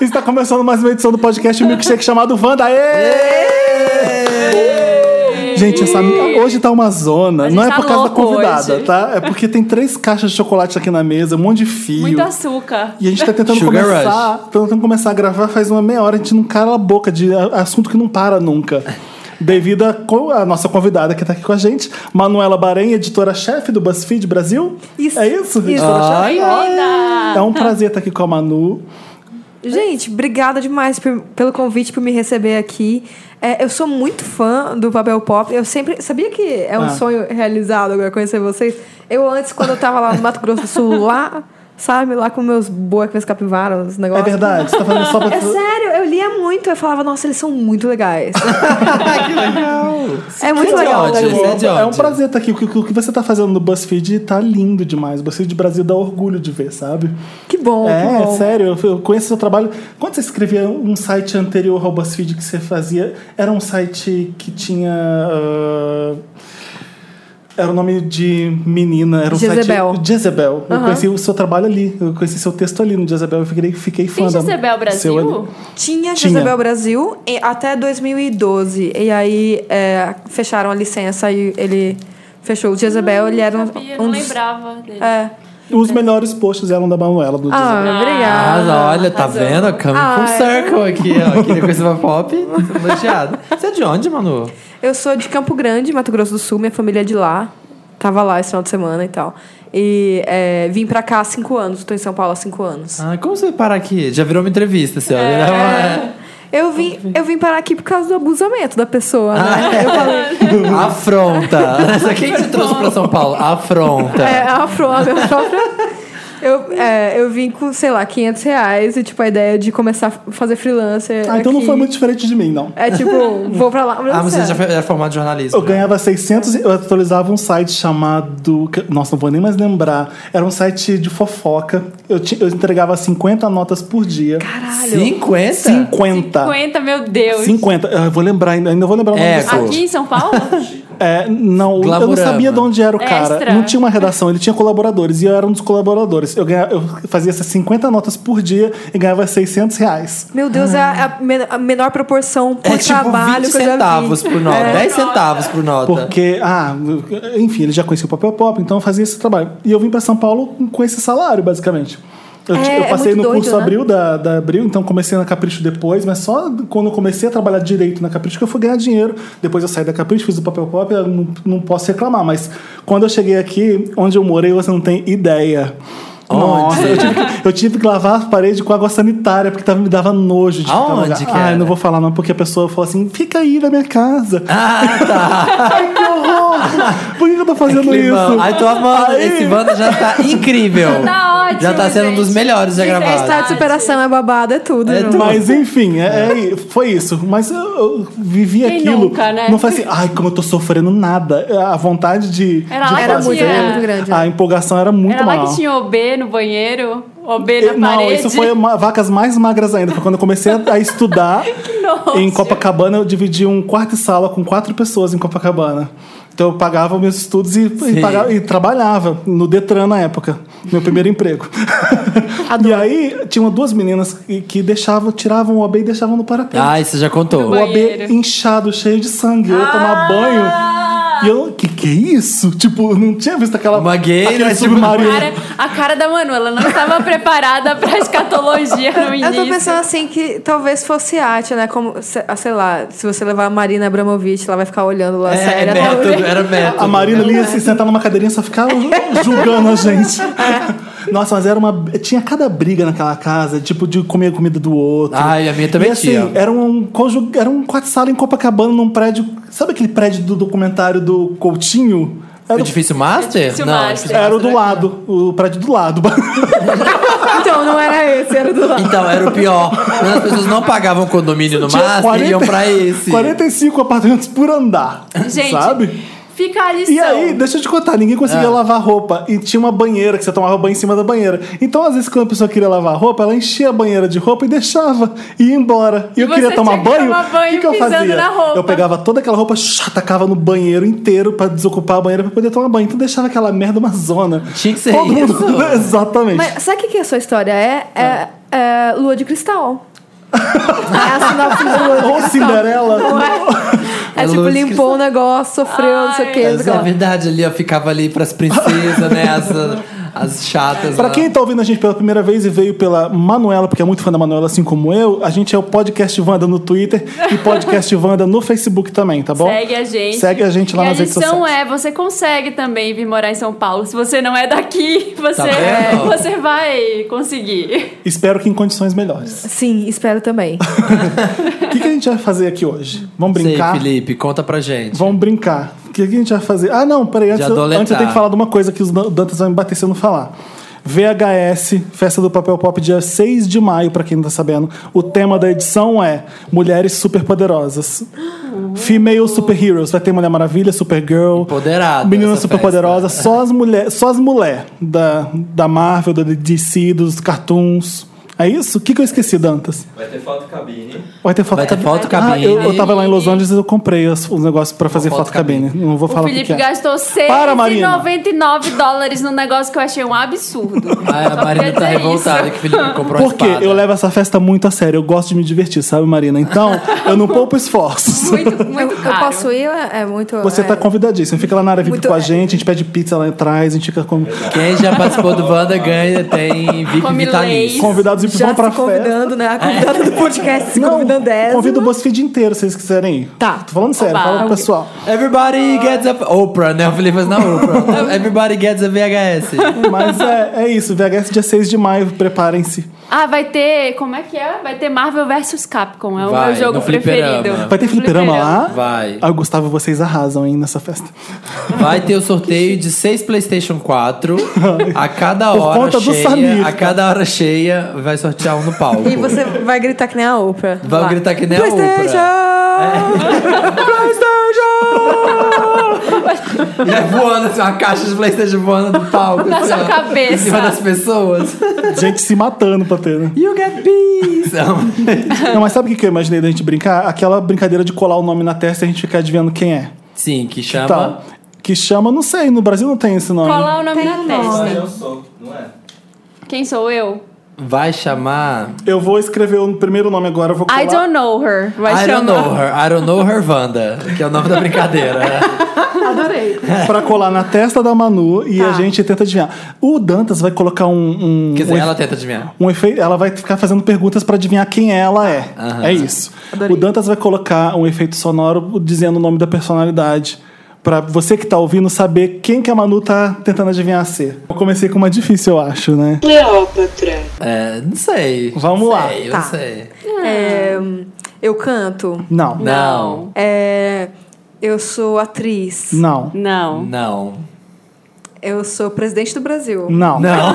Está começando mais uma edição do podcast Milkshake chamado Wanda. Aê! Uh! Gente, essa, hoje tá uma zona. Não é tá por causa da louco convidada, hoje. tá? É porque tem três caixas de chocolate aqui na mesa, um monte de fio. Muito açúcar. E a gente tá tentando Sugar começar. Tentando começar a gravar faz uma meia hora, a gente não cala a boca de a- assunto que não para nunca. Devido à co- à nossa convidada que tá aqui com a gente, Manuela Bahrein, editora-chefe do BuzzFeed Brasil. Isso. É isso? Isso. Ah, Bem-vinda! É um prazer estar aqui com a Manu. Gente, obrigada demais por- pelo convite, por me receber aqui. É, eu sou muito fã do Papel Pop. Eu sempre. Sabia que é um Ah. sonho realizado agora conhecer vocês? Eu antes, quando eu tava lá no Mato Grosso do Sul, lá, sabe, lá com meus bois, com meus capivaras, os É negócios. verdade, você tá falando só pra. É sério, eu lia muito, eu falava, nossa, eles são muito legais. É muito Que legal. ódio, né? isso é de É um ódio. prazer estar aqui. O que, o que você tá fazendo no BuzzFeed tá lindo demais. O BuzzFeed Brasil dá orgulho de ver, sabe? Que bom, que é, bom. sério, eu- eu conheço seu trabalho. Quando você escrevia um site anterior ao BuzzFeed que você fazia, era um site que tinha. ah, era o nome de menina, era um Jezebel. site. Jezebel. Eu Aham. conheci o seu trabalho ali, eu conheci seu texto ali no Jezebel, eu fiquei, fiquei fã Tem da- Jezebel seu ali. Brasil? Tinha Tinha. Jezebel Brasil e- até 2012. E aí é, fecharam a licença e ele fechou. O Jezebel, ele era um, Sabia, um não dos... lembrava dele. É. Os melhores posts eram da Manuela, do Jezebel. Ah, Mas obrigada. olha, tá arrasou. vendo? Coming full Ai. circle aqui, ó. Queria conhecer uma pop. Tô Bloqueado. Você é de onde, Manu? Eu sou de Campo Grande, Mato Grosso do Sul. Minha família é de lá. Tava lá esse final de semana e tal. E é, vim pra cá há cinco anos. Tô em São Paulo há cinco anos. Ah, como você parar aqui? Já virou uma entrevista, você olha. É. né? Eu vim, eu vim parar aqui por causa do abusamento da pessoa, né? Eu falei, Afronta. Só Quem te trouxe pra São Paulo? Afronta. é, a afro, a minha própria... Eu, é, eu vim com, sei lá, 500 reais e, tipo, a ideia de começar a fazer freelancer Ah, então não aqui. foi muito diferente de mim, não. É tipo, vou pra lá. Ah, mas você já foi- era formado de jornalismo. né? Eu ganhava 600 e eu atualizava um site chamado. Nossa, não vou nem mais lembrar. Era um site de fofoca. Eu, ti- eu entregava 50 notas por dia. Caralho. 50? 50. 50, meu Deus. 50. Ah, Eu vou lembrar, ainda ainda vou lembrar o nome É, do site. Aqui em São Paulo? É, não, eu não Glamurama. sabia de onde era o cara. Extra. Não tinha uma redação, ele tinha colaboradores e eu era um dos colaboradores. Eu, ganhava, eu fazia essas 50 notas por dia e ganhava 600 reais. Meu Deus, é a, a men- a menor proporção por É tipo trabalho 20 que eu já É. vi. centavos por nota. 10 centavos por nota. Porque, ah, enfim, ele já conhecia o papel pop, então eu fazia esse trabalho. E eu vim pra São Paulo com esse salário, basicamente. Eu, É, eu é passei muito no doido, curso né? Abril da, da Abril, então comecei na Capricho depois, mas só quando eu comecei a trabalhar direito na Capricho que eu fui ganhar dinheiro. Depois eu saí da Capricho, fiz o papel pop, eu não, não posso reclamar, mas quando eu cheguei aqui, onde eu morei, você não tem ideia. Nossa, eu tive, que, eu tive que lavar a parede com água sanitária, porque tava, me dava nojo de ficar no Aonde lugar. que Ah, eu era? não vou falar não, porque a pessoa falou assim, fica aí na minha casa. Ah, Ai, que horror! Por que eu tô fazendo Climão. isso? tá. Ai, tá. tô amando. Aí- Esse Wanda já tá incrível. Tá ótimo, Já tá sendo um dos gente. melhores já Gente, gravados. está Tá de superação, é babado, é tudo. É né? tudo. Mas enfim, é, é- foi isso. Mas eu, eu vivi Quem aquilo. nunca, né? Não foi assim, ai, como eu tô sofrendo nada. A vontade de. Era de lá que Era muito, tinha. era muito grande. A empolgação era muito Era lá maior. que tinha OB no banheiro? OB na Eu- não, parede? isso foi uma- vacas mais magras ainda. Foi quando eu comecei a, a estudar nojo. em Copacabana, eu dividi um quarto e sala com quatro pessoas em Copacabana. Então eu pagava meus estudos e, e, Sim. pagava- e trabalhava no Detran na época, meu primeiro emprego. e aí tinha duas meninas que, que deixavam, tiravam o OB e deixavam no Ah, parapeito. Ai, você já contou. o AB banheiro. inchado, cheio de sangue, eu ia Ah! tomar banho. E eu, que que é isso? Tipo, eu não tinha visto aquela. Uma gay, aquele né? Tipo, submarino. Cara, a cara da Manu, ela não estava preparada pra escatologia no Eu início. tô pensando assim que talvez fosse arte, né? Como, se- ah, sei lá, se você levar a Marina Abramovic, ela vai ficar olhando lá É, séria. é método, era método. A Marina ali ia se sentar numa cadeirinha e só ficava julgando a gente. Nossa, mas era uma. Tinha cada briga naquela casa, tipo, de comer a comida do outro. Ai, Ah, a minha também e, assim, tinha. Era um cônjuge, era um quatro sala em Copacabana, num prédio. Sabe aquele prédio do documentário do Coutinho? O Era, o- Edifício Master? Edifício não, Master. Edifício era o do Master lado, o prédio do lado. Então, não era esse, era do lado. Então, era o pior. Quando as pessoas não pagavam condomínio no Tinha Master, iam pra esse. 45 apartamentos por andar. Gente, Sabe? fica a lição. E aí, deixa eu te contar, ninguém conseguia Ah. lavar roupa. E tinha uma banheira que você tomava banho em cima da banheira. Então, às vezes, quando a pessoa queria lavar roupa, ela enchia a banheira de roupa e deixava e ia embora. E, eu você queria tomar tinha que banho. tomar banho o que, que eu pisando fazia? na roupa. Eu pegava toda aquela roupa, chá, tacava no banheiro inteiro pra desocupar a banheira pra poder tomar banho. Então deixava aquela merda uma zona. Tinha que ser Todo isso. mundo- Exatamente. Mas sabe o que, que a sua história é? É, Ah. é lua de cristal. é a sinopse de lua de Ou cristal. Cinderela. Não é? É, É tipo, lua de limpou o negócio, sofreu, não sei o que. Mas é verdade, ali, ó, ficava ali pras princesas, né? As, as chatas. Pra lá. quem tá ouvindo a gente pela primeira vez e veio pela Manuela, porque é muito fã da Manuela, assim como eu, a gente é o Podcast Wanda no Twitter e Podcast Wanda no Facebook também, tá bom? Segue a gente. Segue a gente lá e nas a redes sociais. lição é, você consegue também vir morar em São Paulo. Se você não é Tá daqui, você, vendo? você vai conseguir. Espero que em condições melhores. Sim, espero também. O que, que a gente vai fazer aqui hoje? Vamos Sei, brincar? Felipe, conta pra gente. Vamos brincar. O que, que a gente vai fazer? Ah, não, peraí, antes, eu, adoletar. antes eu tenho que falar de uma coisa que os Dan- Dantas vai me bater se eu não falar. VHS, Festa do Papel Pop, dia 6 de maio, pra quem não tá sabendo. O tema da edição é Mulheres Superpoderosas. Female Superheroes. Vai ter Mulher Maravilha, Supergirl. Empoderada Menina essa Superpoderosa. Só as mulher, só as mulher da, da Marvel, da DC, dos cartoons. É isso? O que, que eu esqueci, Dantas? Vai ter foto cabine. Vai ter foto Vai ter foto Ah, cabine. né? eu, eu tava lá em Los Angeles e eu comprei os, os negócios pra fazer foto foto cabine. Não vou falar o o que, Felipe que é. gastou Para, Marina. 699 dólares num negócio que eu achei um absurdo. Ai, Só a Marina queria tá dizer revoltada isso. que o Felipe comprou a Porque espada. eu levo essa festa muito a sério. Eu gosto de me divertir, sabe, Marina? Então, eu não poupo esforços. Muito, Eu, muito eu caro. posso ir? É é muito. Você é, tá convidadíssimo. Fica lá na área VIP Muito- é. com a gente, a gente pede pizza lá atrás, a gente fica É com Quem já participou do Wanda ganha, tem VIP Come vitalício. convidados e Já vão se pra festa. convidando, É. né? A convidada do podcast se Não, convidando é essa. né? convido o BuzzFeed inteiro, se vocês quiserem ir. Tá. Tô falando sério, Oba. fala pro Ok. pessoal. Everybody gets a... Oprah, né? O Felipe faz na Oprah. Everybody gets a VHS. Mas é, é isso, VHS dia 6 de maio, preparem-se. Ah, vai ter. Como é que é? Vai ter Marvel vs Capcom. É o Vai, meu jogo no fliperama. preferido. Vai ter fliperama lá? Vai. Ah, Gustavo, vocês arrasam aí nessa festa. Vai ter o sorteio de seis PlayStation 4. A cada Por hora conta do cheia, Samir, a cada hora cheia, vai sortear um no palco. E você vai gritar que nem a Oprah. Vai lá. gritar que nem a Oprah. PlayStation! E aí voando, assim, uma caixa de PlayStation voando do palco. Na assim, sua ó, cabeça. Em cima das pessoas. Gente se matando pra ter, né? You get peace. Não, mas sabe o que que eu imaginei da gente brincar? Aquela brincadeira de colar o nome na testa e a gente ficar adivinhando quem é. Sim, que chama... Tá. Que chama, não sei, no Brasil não tem esse nome. Colar é o nome Tem na um testa. Mas eu sou, não é? Quem sou eu? Vai chamar... Eu vou escrever o primeiro nome agora, eu vou colar. I don't know her. Vai I don't chamar. know her. I don't know her Wanda. Que é o nome da brincadeira. Adorei. Pra colar na testa da Manu e Tá. a gente tenta adivinhar. O Dantas vai colocar um. um Quer um dizer, efe- ela tenta adivinhar. um efeito, ela vai ficar fazendo perguntas pra adivinhar quem ela é. Aham. É isso. O Dantas vai colocar um efeito sonoro dizendo o nome da personalidade. Pra você que tá ouvindo saber quem que a Manu tá tentando adivinhar ser. Eu comecei com uma difícil, eu acho, né? Cleópatra, É, não sei. Vamos lá. Sei, eu Tá. sei. É, eu canto. Não. Não. É, eu sou atriz. Não. Não. Não. Eu sou presidente do Brasil. Não. Não.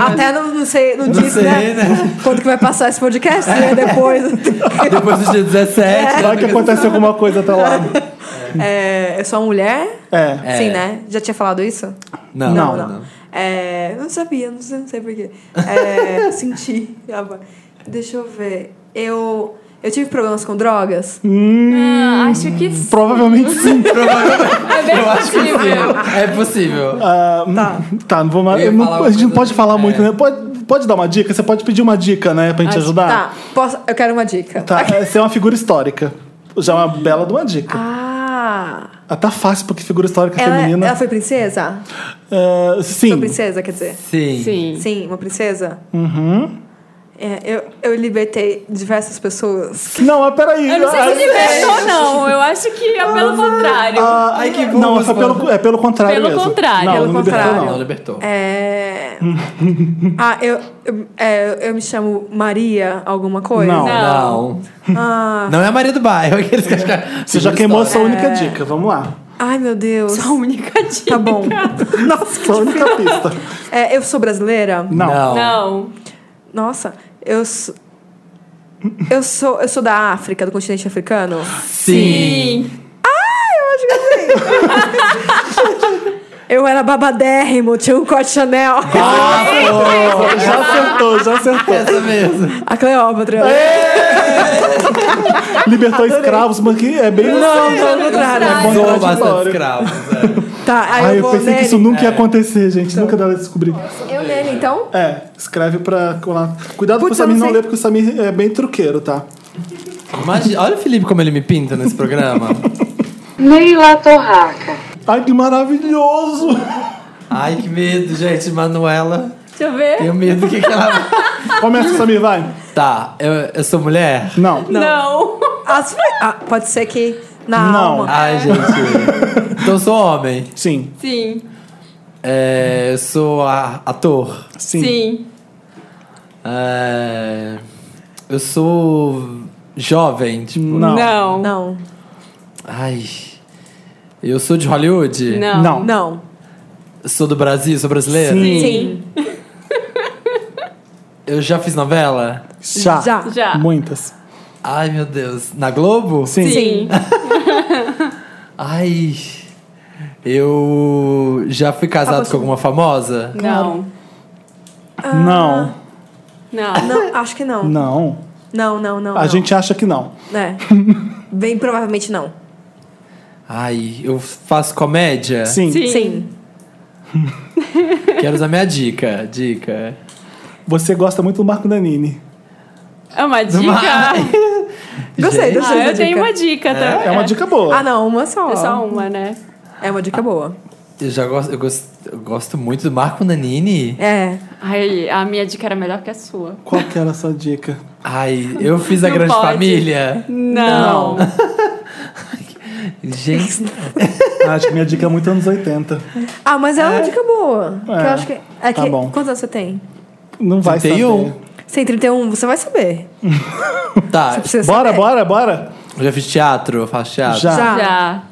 Até não, não sei, não, disse, sei, né? né? Quando que vai passar esse podcast, né? Depois. Depois do dia né, 17. Vai É. que acontece alguma coisa até lá. É, eu sou uma mulher? É. É. Sim, né? Já tinha falado isso? Não. Não. É, eu não sabia, não sei, não sei porquê. É, senti. Deixa eu ver. Eu, eu tive problemas com drogas? Hum. Ah, acho que sim. Provavelmente sim. É bem Eu acho que possível. sim. É possível. Ah, Tá. Tá, não vou Eu ia eu não- falar uma a gente não coisa- pode falar é. muito, né? Pode, pode dar uma dica? Você pode pedir uma dica, né? Pra gente ajudar? Tá, posso, eu quero uma dica. Tá. Você é uma figura histórica. Já é uma bela de uma dica. Ah! Ah, tá fácil, porque figura histórica é- Ela, é, feminina. ela foi princesa? Ah, sim. Sou princesa, quer dizer. Sim. Sim. Sim, uma princesa? Uhum. É, eu, eu libertei diversas pessoas. Não, mas peraí. Eu não sei Ah, se libertou, não. Eu acho que é pelo contrário. ah, Ai, que Não, burro, foi pelo, mano. é pelo contrário Pelo mesmo. contrário, não, pelo não libertou, contrário. Não, não. libertou. É... ah, eu, eu, é, eu me chamo Maria alguma coisa? Não. Não. Ah, Não é a Maria do bairro. Aqueles que acham- Você já queimou a sua única É. dica, vamos lá. ai, meu Deus. um Só a única dica. Tá bom. Sua única pista. É, eu sou brasileira? Não. Não. Não. Nossa, eu sou... Eu sou, eu sou da África, do continente africano. Sim. Eu era babadérrimo, tinha um corte Chanel. Já acertou, já acertou. Essa mesmo. A Cleópatra. Libertou escravos, mas que é bem. Não, não, não, É não. bom Sou contraditório. bastante escravo. Tá, aí Ai, eu Ah, eu vou pensei que nele. isso nunca ia acontecer, gente. Nunca dá pra descobrir. Eu nele, então? É, escreve pra colar. Cuidado pro Putz, Samir eu não, não sei. ler, porque o Samir é bem truqueiro, tá? Imagina, olha o Felipe como ele me pinta nesse programa. Leila Torraca. Ai, que maravilhoso! Ai, que medo, gente. Manuela. Deixa eu ver. Tenho medo do que, que ela. Começa, Samir, vai. Tá, eu, eu sou mulher? Não. Não. As- ah, pode ser que na Não. alma. Ai, gente. então eu sou homem. Sim, Sim. É, eu sou a- ator. sim. Sim. É, eu sou jovem, tipo. Não. Não. Não. Não. Ai. Eu sou de Hollywood? Não. Não. Não. Sou do Brasil? Sou brasileiro? Sim. Sim. Eu já fiz novela? Já. Já. Já. Muitas. Ai, meu Deus. Na Globo? Sim. Sim. Ai. Eu já fui casado com alguma famosa? Não. Não. Não. Ah, Não, acho que não. Não. Não, não, não. A não. gente acha que não. É. Bem provavelmente não. Ai, eu faço comédia? Sim. Sim. Sim. Quero usar minha dica. Dica. Você gosta muito do Marco Danini. É uma dica? Mas- Gostei, Gente. gostei Ah, da eu tenho dica. uma dica também. É uma dica boa. Ah, não, uma só. É só uma, né? É uma dica boa. Eu já gosto, eu gosto, eu gosto muito do Marco Nanini. É. Ai, a minha dica era melhor que a sua. Qual que era a sua dica? Ai, eu fiz a Não grande pode. família. Não. Gente, Acho que minha dica é muito anos 80. Ah, mas é uma dica boa. Que É. eu acho que. É Tá que- bom. Quantos anos você tem? Não vai 31. saber. Você tem 31, você vai saber. tá. Você precisa Bora, saber. bora, bora. Eu já fiz teatro, eu faço teatro. Já. Já. Já.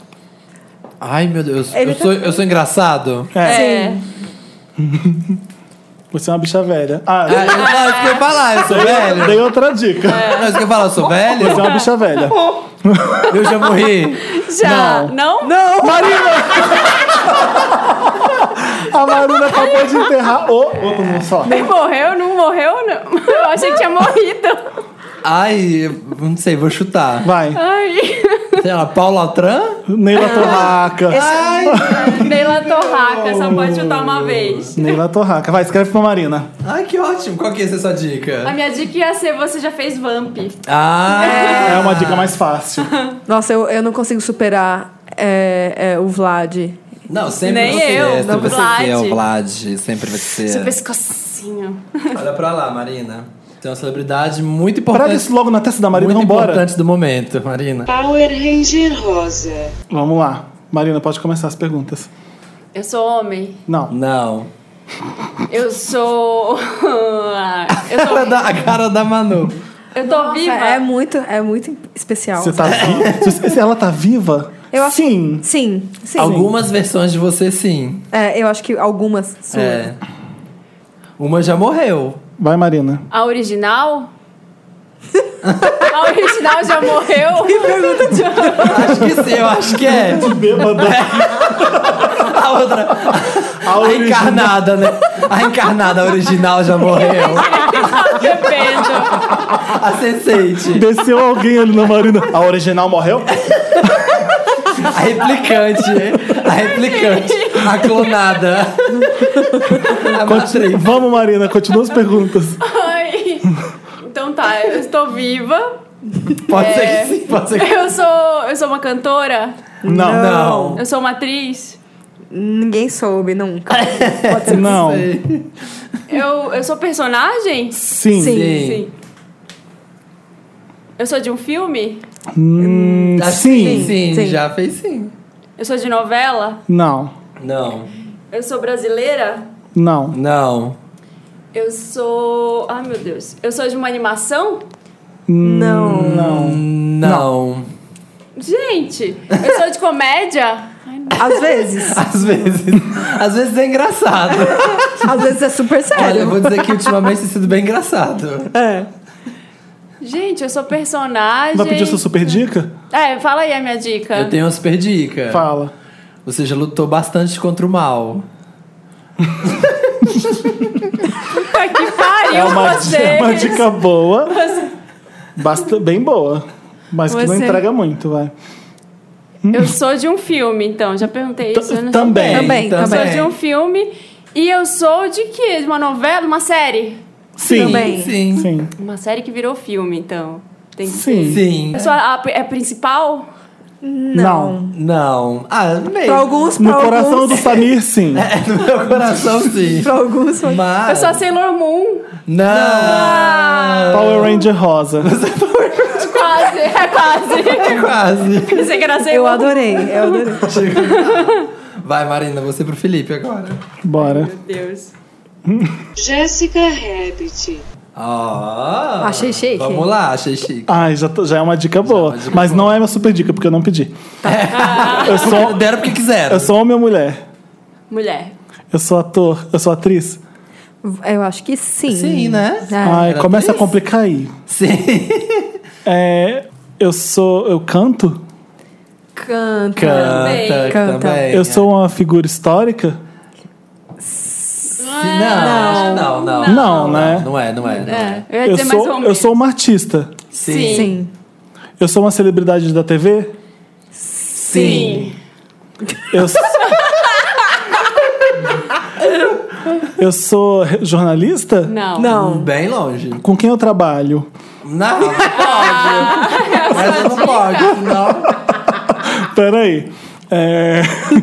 Ai, meu Deus, eu, Ele eu tá- sou, eu sou engraçado? É. Você é uma bicha velha. Ah, Ah, eu- não, isso que eu ia falar, eu sou velho. dei outra dica. Não, isso que eu ia falar, eu sou velho? Você é uma bicha velha. Eu já morri. Já. Não? Não! Marina! a Marina acabou de enterrar o. Outro não só. Ele morreu? Não morreu? Não. Eu achei que tinha morrido. Ai, eu não sei, vou chutar. Vai. Ai. Sei lá, Paula Altran? Neila Torraca. Ai, Neila Torraca, só pode chutar uma vez. Neila Torraca. Vai, escreve pra Marina. ai, que ótimo. Qual que ia ser a sua A dica? minha dica ia ser: você já fez Vamp. Ah, É uma dica mais fácil. Nossa, eu, eu não consigo superar é, é, o Vlad. não, sempre Nem você. eu, sempre não, você Vlad. é o Vlad, sempre vai ser. Super escocinho. Olha pra lá, Marina. Tem uma celebridade muito Prega importante. isso logo na testa da Marina, muito vambora. importante do momento, Marina. Power Ranger Rosa. Vamos lá. Marina, pode começar as perguntas. Eu sou homem. Não. Não. Eu sou. Eu, um A cara tô... da, a cara da Manu. eu tô viva. É muito, é muito especial. Você tá viva? Se- se Ela tá viva? Eu acho- Sim. Sim, sim. Algumas versões de você, sim. É, eu acho que algumas suas. É. Uma já morreu. Vai, Marina. A original? A original já morreu? Que pergunta de Acho que sim, eu acho que é. Bêbada. A outra. A A origem- encarnada, né? A encarnada original já morreu. Depende. A sensate. Desceu alguém ali na Marina. A original morreu? A replicante. A replicante. A clonada. A matriz. Vamos, Marina, continua as perguntas. Ai. Então tá, eu estou viva. Pode É. ser que sim, pode ser que Eu sou, eu sou uma cantora. Não. não. Eu sou uma atriz. Ninguém soube nunca. Pode ser Não. Eu, eu sou personagem? Sim. Sim. Eu sou de um filme? Hum, Já- sim. sim, Sim. já fez sim. Eu sou de novela? Não. Não. Eu sou brasileira? Não. Não. Eu sou. Ai meu Deus. Eu sou de uma animação? Não. Hum. Não. Não. Gente, eu sou de comédia? Às vezes. Às vezes. Às vezes é engraçado. Às vezes é super Olha, eu sério. vou dizer que ultimamente tem sido bem engraçado. É. Gente, eu sou personagem. Vai pedir sua super dica? É, fala aí a minha dica. Eu tenho uma super dica. Fala. Você já lutou bastante contra o mal. Puta que pariu, É uma, vocês. uma dica boa. Basta, bem boa. Mas que não Você- entrega muito, vai. Eu sou de um filme, então. Já perguntei isso. eu não- Também. Também, Então, Eu sou também. de um filme. E eu sou de quê? De uma novela? Uma série? Sim. Também. assim, Sim. Sim. Sim. Uma série que virou filme, então. Tem que Sim. Eu sou a, a- é principal? Não. Não. Ah, meio. Pra alguns, pra No coração alguns. do Samir, sim. No meu coração, sim. Pra alguns foi. Eu Ah, Mas. é. sou a Sailor Moon. Não. Power Ranger Rosa. Quase, é quase. É quase. Pensei que era Eu Sailor Moon. adorei, eu adorei. Vai, Marina, você pro Felipe agora. Bora. Meu Deus. Jessica Rabbit. Ó. Achei chique. Vamos lá, achei chique. Ai, já, tô- já é uma dica boa. uma dica mas não é minha super dica, porque eu não pedi. Eu sou, Deram porque quiseram. eu sou homem ou mulher? Mulher. Eu sou ator? Eu sou atriz? Eu acho que sim. Sim, né? Ah. É. Ai, Era começa atriz? a complicar aí. Sim. É, eu sou. Eu canto? Ah, Canta. Canta, Canta. também. Eu sou uma figura histórica? Sim, Não, não, não. Não, né? Não é, não é. Não é. É, eu ia Eu dizer mais ou sou, eu menos. sou uma artista. Sim. Sim. Eu sou uma celebridade da TV? Sim. Eu sou. eu sou re- jornalista? Não. Não. Bem longe. Com quem eu trabalho? Não, não pode. Essa não pode, não. Peraí. É,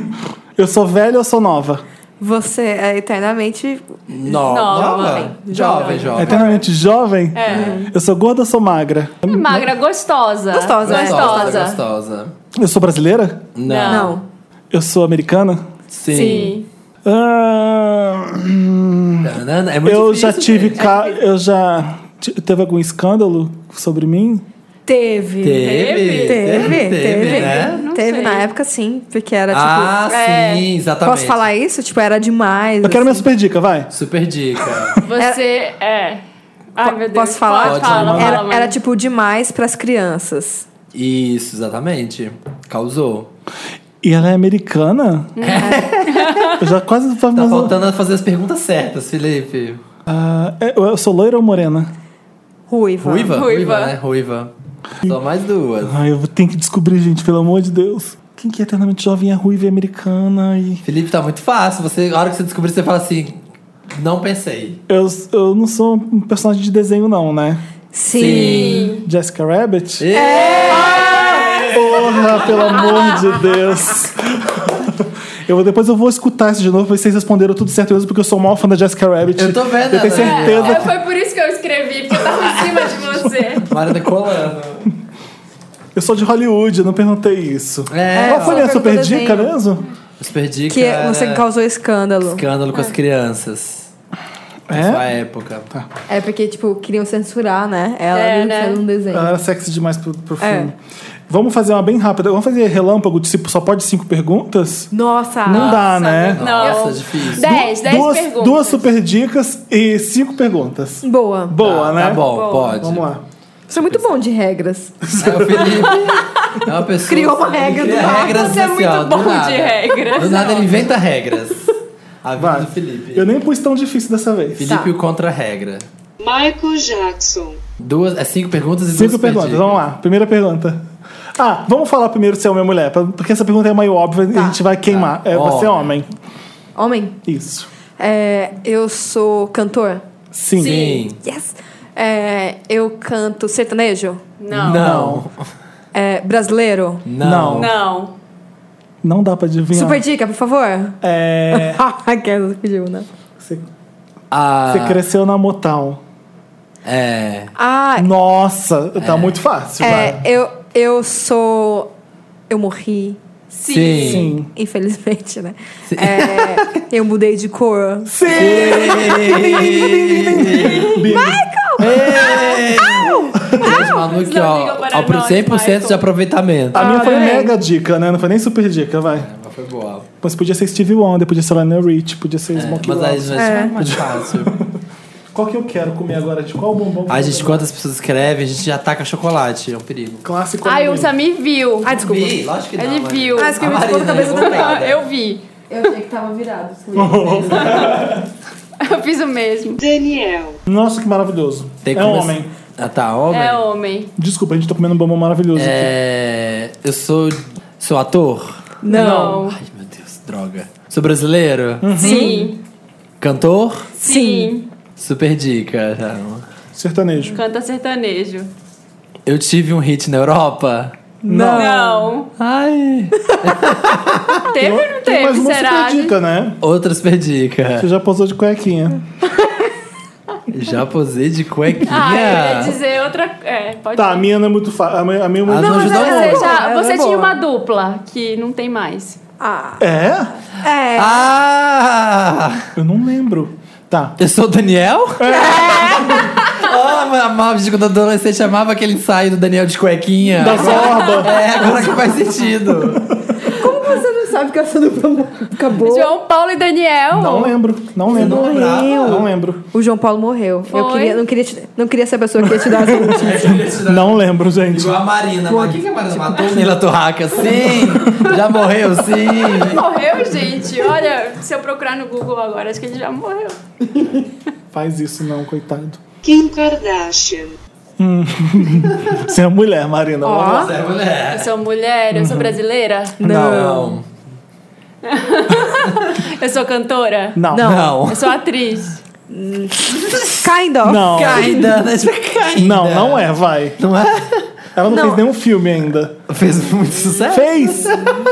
eu sou velha ou sou nova? Você é eternamente. No- Nova. Jovem. Jovem, É jovem. Eternamente jovem? É. Eu sou gorda ou sou magra? É Magra, gostosa. Gostosa, é. Gostosa. gostosa. Eu sou brasileira? Não. Não. Eu sou americana? Sim. Sim. Ah, hum, Tanana, É muito eu difícil, já tive. gente. ca- Eu já. t- Teve algum escândalo sobre mim? Teve. Teve, Teve, teve. né? Não Teve sei. na época, sim. Porque era tipo. Ah, é. sim, exatamente. posso falar isso? Tipo, era demais. Eu quero minha assim. super dica, vai. Super dica. Você é. Ai, meu Deus. Posso falar? Pode, Pode, fala, manda. fala, Era, mãe. era tipo demais pras crianças. Isso, exatamente. Causou. E ela é americana? eu já quase tava Tá mais- faltando a fazer as perguntas certas, Felipe. Ah, é, eu sou loira ou morena? Ruiva. Ruiva? Ruiva. né? Ruiva. Só mais duas. Ai, eu tenho que descobrir, gente, pelo amor de Deus. Quem que é eternamente jovem é ruiva e americana? E... Felipe, tá muito fácil. Você, a hora que você descobrir, você fala assim: não pensei. Eu, eu não sou um personagem de desenho, não, né? Sim. Jessica Rabbit? É. Porra, pelo amor de Deus. Eu, vou- depois eu vou escutar isso de novo, pra ver se vocês responderam tudo certo mesmo, porque eu sou o maior fã da Jessica Rabbit. Eu tô vendo, Eu tenho né? certeza É, foi por isso que eu escrevi, porque eu tava em cima de você. Marina tá colando. Eu sou de Hollywood, eu não perguntei isso. É, Qual ó, foi a minha você super perguntou dica desenho. mesmo? super dica. Que era você causou escândalo. Escândalo com as crianças. Na sua É? época. É porque, tipo, queriam censurar, né? Ela É, é, né? um desenho. Ah. Ela era sexy demais pro, pro É. filme. Vamos fazer uma bem rápida. Vamos fazer relâmpago, tipo, só pode cinco perguntas? Nossa! não dá, né? Não. Nossa, difícil. Dez, dez duas, perguntas. duas super dicas e cinco perguntas. Boa. Boa, Tá, né? Tá bom, pode. Vamos lá. Você é muito bom de regras. É, o Felipe é uma pessoa. Criou uma regra do Cria nada. regras Você é assim, ó, muito do bom de nada. regras. Do nada ele inventa regras. A vida Vai. do Felipe. Eu nem pus tão difícil dessa vez. Felipe o contra-regra. Michael Jackson. Duas, é cinco perguntas e duas Cinco perguntas, vamos lá. Primeira pergunta. Ah, vamos falar primeiro se é homem ou mulher, pra- porque essa pergunta é meio óbvia e a gente vai queimar. Tá. É, você é homem. Homem, Isso. é, eu sou cantor. Sim. Sim. Yes! É, eu canto sertanejo. Não. Não. É, brasileiro. Não. Não. Não dá pra adivinhar. Super dica, por favor. É. Aquela que pediu, né? Você, você Ah, cresceu na Motown. é. Ah, Nossa, tá muito fácil, é, vai. eu, eu sou. Eu morri. Sim. Sim. Infelizmente, né? É, eu mudei de cor. Sim! Bim. Beijo, Manu, que, Não liga ó, para ó, pro nós, 100% de Michael. aproveitamento. A minha foi Adorei. mega dica, né? Não foi nem super dica, vai. Mas Foi boa. Mas podia ser Steve Wonder, podia ser Lionel Rich, podia ser É, Smokey mas aí Robinson. já é mais fácil. Qual que eu quero comer agora? De qual bombom? que A eu gente, quero? quando as pessoas escrevem, a gente já taca chocolate. É um perigo. Clássico. Ai, o amigo. Samir viu. Ah, desculpa. Vi, lógico que não. Ele mas- viu. Ah, escrevi A de ponta Marina cabeça é revoltada. Eu vi. Eu achei que tava virado. Eu fiz o mesmo. Daniel. Nossa, que maravilhoso. Tem que é um começar- homem. Ah, tá, homem. É homem. Desculpa, a gente tá comendo um bombom maravilhoso aqui. É, eu sou. Sou ator? Não. Ai, meu Deus, droga. Sou brasileiro? Hum. Sim. Cantor? Sim. Super dica. não. Sertanejo. Canta sertanejo. Eu tive um hit na Europa? Não. Ai. Teve ou não Tem mais teve? uma Será? super dica, né? Outra super dica. Você já posou de cuequinha. Já posei de cuequinha. Ah, eu ia dizer outra. É, pode Tá, a ir. minha não é muito fácil. A minha, a minha é Ah, muito... não, Mas ajudou você muito. já, Ela é você boa. tinha uma dupla que não tem mais. Ah, É? é. Ah! Eu não lembro. Tá. Eu sou o Daniel? Ah, mas amava, gente, quando adolescente chamava aquele ensaio do Daniel de cuequinha. Da Zorba. É, agora que faz sentido. Você não sabe que essa dupla acabou. João um Paulo e Daniel. Não lembro. Não lembro. não lembrava? Não lembro. O João Paulo morreu. Eu Foi. queria, não, queria te- não queria ser a pessoa que ia te dar as últimas. Não lembro, gente. Igual a Marina. Por que, que a Marina matou? Nela Torraca, sim. Já morreu, sim. Morreu, gente. Olha, se eu procurar no Google agora, acho que ele já morreu. Faz isso não, coitado. Kim Kardashian. Você é mulher, Marina. vamos lá. Ó, Você é mulher. Eu sou mulher, eu sou Uhum. brasileira, não. Não. eu sou cantora, Não. Não. eu sou atriz. É Kind of. Não. Ainda, né? Ainda. Não, não é, vai. Não é? Ela não, Não. fez nenhum filme ainda. Fez muito sucesso. Fez!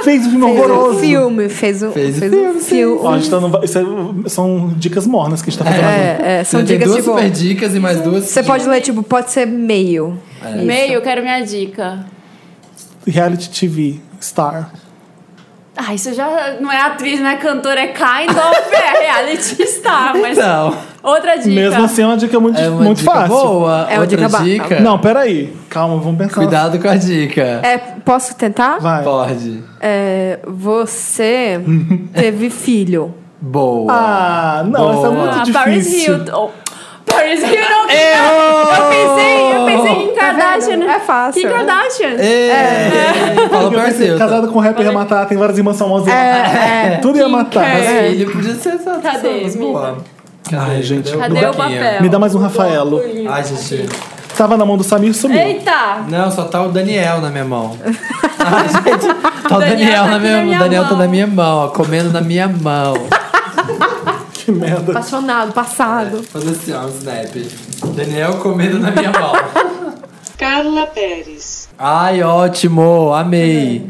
Fez um filme Fez horroroso. um filme, fez um, Fez fez um um filme. Ó, a gente tá no- isso é- são dicas mornas que a gente tá fazendo aqui. É, é, são Tem dicas duas tipo. super dicas e mais duas. Você pode ler, tipo, pode ser meio. Isso. Meio, eu quero minha dica. Reality TV, Star. Ah, isso já não é atriz, não é cantora, é kind of, é reality star, mas... Não. Outra dica. Mesmo assim, é uma dica muito, É uma muito dica fácil. boa. É uma Outra dica ba- dica. Não, peraí. Calma, vamos pensar. Cuidado com a dica. É, posso tentar? Vai. Pode. É, você teve filho. Boa. Ah, não, essa é Boa. muito Ah, Paris difícil. Hilton. Paris Hilton. Errou! Eu pensei, eu pensei em Kardashian. É. Tá vendo? É fácil. Kim Kardashian. É. Fala pra você. Casada com um rapper ia matar, tem várias irmãs famosas. É, é. Tudo ia matar. Kim Mas filho podia ser essa. Cadê, essa- menina? boa. Ai, gente, Cadê Cadê o Boquinha? papel? Me dá mais um Rafaelo. Ai, gente. Tava na mão do Samir, sumiu. Eita! Não, só tá o Daniel na minha mão. Ai, gente, tá o Daniel, Daniel tá na aqui minha na minha mão. Daniel tá mão. na minha mão, ó, comendo na minha mão. Que merda. Apaixonado, passado. Fazer assim, ó, um snap. Daniel comendo na minha mão. Carla Pérez. Ai, ótimo, amei.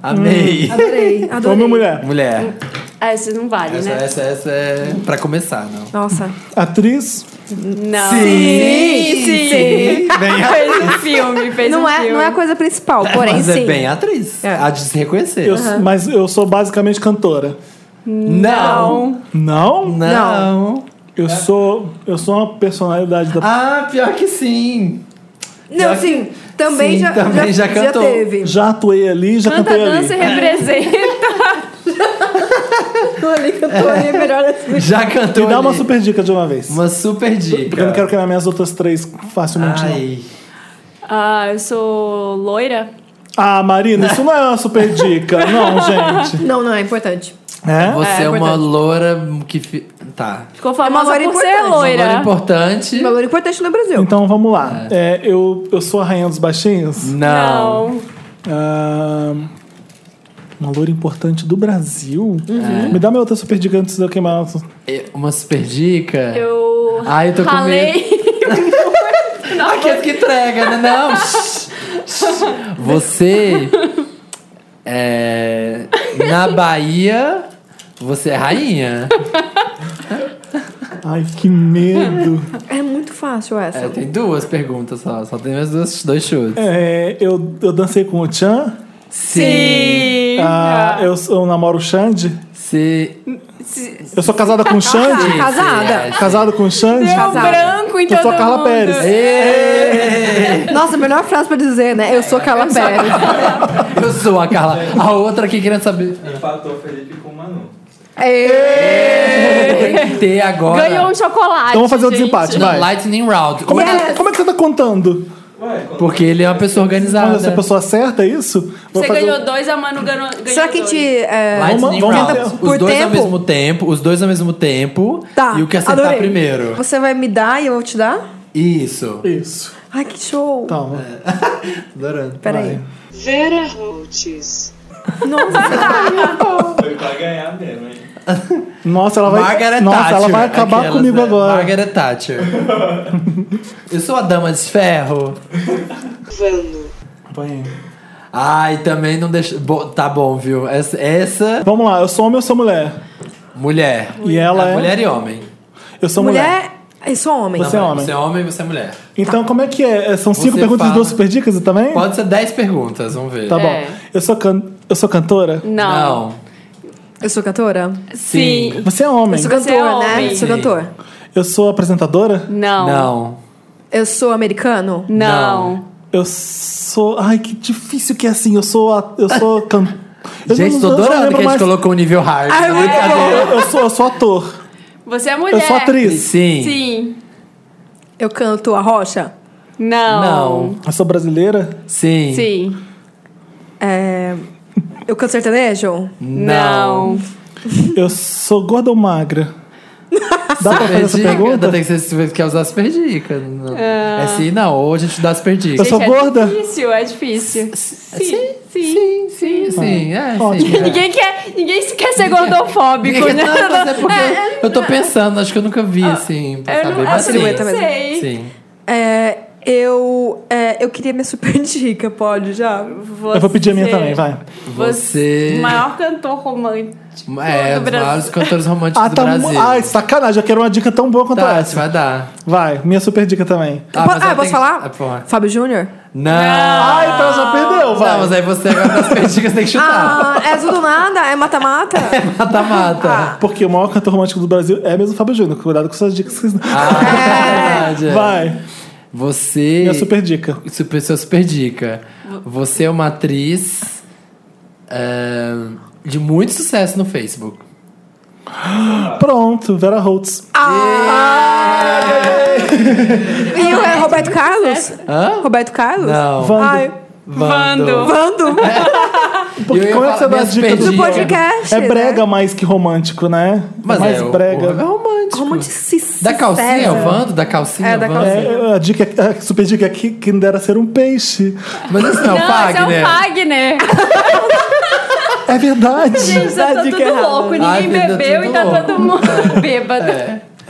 Amei. Hum. Adorei, adorei. Homem ou mulher? Mulher, Ah, isso não vale, essa, né? essa, essa é pra começar, não. Nossa. Atriz, Não. Sim, sim. Bem a- Fez um filme, fez um Não é, filme. não é a coisa principal, porém Mas sim. é bem atriz. É. Há de se reconhecer. eu- mas eu sou basicamente cantora. Não. Não. Não? Não. Eu sou. Eu sou uma personalidade da. Ah, pior que sim. Não, Já que- sim, também, sim, já, também já cantou. teve. Já atuei ali, já Canta, cantei dança e ali. representa. Tô ali, cantou ali, é melhor assim. Já cantou. Me dá uma ali. super dica de uma vez. Uma super dica. Porque eu não quero queimar minhas outras três facilmente, não. Ai. Ah, eu sou loira. Ah, Marina, isso não é uma super dica. Não, gente. Não, não, é importante. É? Você é, É, uma importante. loura que. fi- Tá. Ficou É uma famosa loira por ser importante. loira. Loura importante. Valor é importante no Brasil. Então vamos lá. É, eu, eu sou a rainha dos baixinhos. Hum. Não. Não. Ah, uma loira importante do Brasil. Uhum. Me dá minha outra super dica antes de eu queimar. É, Uma super dica. Eu Ah, eu tô com ralei. Aquele que entrega, né? Não. Shh, shh. Você. É. Na Bahia, você é rainha. Ai, que medo. É muito fácil essa. É, tem duas perguntas só. Só tem mais duas, dois chutes. É, eu, eu dancei com o Chan. Sim. Ah, eu, eu namoro o Xande. Se. Eu sou casada com o tá Xande. é. Casada. Casada com o Xande. Deu é um branco em Eu todo sou a Carla mundo. Pérez. Ê! Nossa, a melhor frase pra dizer, né? Eu sou Carla Pérez. Eu sou a Carla. A outra aqui querendo saber. Empatou o Felipe com o Manu. É. Tem que ter agora. É. Ganhou um chocolate. Então vamos fazer o gente. desempate, Não, vai. Lightning Round. Como, é que, como é que você tá contando? Ué, quando Porque ele é uma pessoa Quando organizada. essa pessoa acerta isso? Vou Você fazer ganhou dois, a Manu ganhou, ganhou Será que a dois. gente. é, Lightning Vamos- vamos Round. tentar. Os Por dois ao tempo? mesmo tempo, os dois ao mesmo tempo. Tá. E o que acertar adorei. primeiro. Você vai me dar e eu vou te dar? Isso. Isso. Ai, que show. Tá, Então, Adorando. Peraí. Vera Holtz, foi pra ganhar mesmo, hein? nossa, ela vai. Margaret nossa, Thatcher. ela vai acabar aquelas, comigo né? agora. Margaret Thatcher. Eu sou a dama de ferro. Vando, Vai. Ai, também não deixa. Bo- Tá bom, viu? Essa, essa Vamos lá, eu sou homem ou sou mulher? mulher. E ela É é. Mulher e homem. Eu sou mulher. Mulher. Eu sou homem. Você é homem. Você é homem, você é mulher. Então, como é que é? São cinco Você perguntas fala. e duas super dicas também? Pode ser 10 perguntas, vamos ver. Tá bom. É. Eu sou, can... eu sou cantora? Não. Não. Eu sou cantora? Sim. Você é homem? Eu sou Você é cantora, né? homem. Eu sou cantor. Eu sou apresentadora? Não. Não. Eu sou americano? Não. Eu sou. Ai, que difícil que é assim. Eu sou. A... Eu sou can... Eu Gente, não- tô eu não adorando que lembro a gente mais- Ah, é colocou o nível hard. né? Ai, muito Brincadeira. Eu sou, eu sou ator. Você é Eu mulher. sou atriz. Sim. Sim. Eu canto a rocha? Não. Não. Eu sou brasileira? Sim. Sim. É, Eu canto sertanejo? Não. Eu sou gorda ou magra? Dá pra fazer essa Perdica? pergunta? Tem que ser se você quer usar as perdicas. Não. É sim, não. Ou a gente dá as Eu perdicas. sou Gente, gorda? É difícil, é difícil. Sim. Sim. Sim. Sim, é, Ótimo. sim. Ninguém quer, ninguém quer ser gordofóbico, né? Não, mas é porque eu tô pensando, acho que eu nunca vi, assim, pra Eu saber. não, mas assim, sim, silhueta não mesmo. sei. sim. É, eu, é, eu queria minha super dica, pode já? Você, Eu vou pedir a minha também, vai. Você- O maior cantor romântico É, do os vários Brasil. cantores românticos Ah, do tá. mu- Brasil. Ai, sacanagem. Eu quero uma dica tão boa quanto tá, você essa. vai dar. Vai, minha super dica também. Ah, mas ela ah, posso tem- falar? Ah, porra. Fábio Júnior? Não. Ah, então já perdeu, vai. Não, mas é- aí você agora das perdicas tem que chutar. Ah, é azul do nada? É mata-mata? Mata-mata. Porque o maior cantor romântico do Brasil é mesmo o Fábio Júnior. Cuidado com suas dicas. Ah, é verdade. é. Vai, Você. minha super dica. Super, sua super dica. Você é uma atriz é, de muito sucesso no Facebook. Ah. Pronto, Vera Holtz. E o é Roberto Carlos? Hã? Roberto Carlos? Não. Vando. Ai, Vando. Vando? Porque Eu ia como é que você falar dá a minhas dica perdidas. do Do podcast. É né? brega mais que romântico, né? Mas é mais é, o- brega. o- é romântico. Romanticista. Da calcinha, é o Vando? Da calcinha, É, o da Vando? calcinha. É, a, dica, a super dica é que quem dera ser um peixe. Mas esse não é o Não, esse é o Fagner. Fagner. É verdade. é Gente, tá tudo é louco. Ninguém Ai, vida, bebeu né? tudo e tá louco. todo mundo bêbado.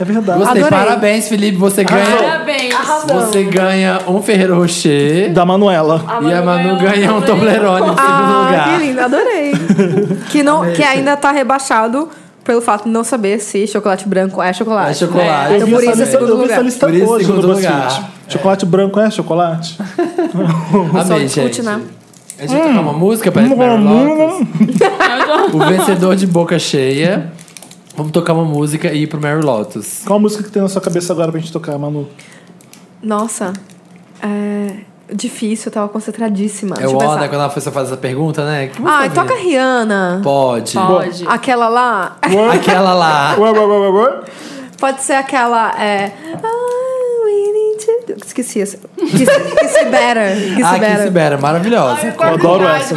É verdade. Gostei. Adorei. Parabéns, Felipe. Você ganha, Parabéns. você ganha um Ferreiro Rocher. Da Manuela. A E a Manu ganha um Toblerone no segundo Ah, lugar. que lindo, adorei. que, não, que ainda tá rebaixado pelo fato de não saber se chocolate branco é chocolate. É chocolate. Então, vi por essa isso é lista- segundo eu vi essa lugar. lista Por isso, é hoje no segundo BuzzFeed. lugar. Chocolate branco é chocolate? Só Amei, discute, gente. né? A gente vai tocar uma música, parece Mary Lopes. O vencedor de boca cheia. Vamos tocar uma música e ir pro Mary Lotus. Qual a música que tem na sua cabeça agora pra gente tocar, Manu? Nossa, é difícil, eu tava concentradíssima. É Deixa o eu ó, pensar. né? Quando ela foi só fazer essa pergunta, né? Que música Ai, vem? toca a Rihanna. Pode. Pode. Aquela lá. é, Aquela lá. Ué, ué, ué, ué, ué. Pode ser aquela. É. "Ah, we need to do-" Esqueci essa. Kiss, kiss it better. Kiss Ah, it better. que se better. Maravilhosa. Eu adoro essa.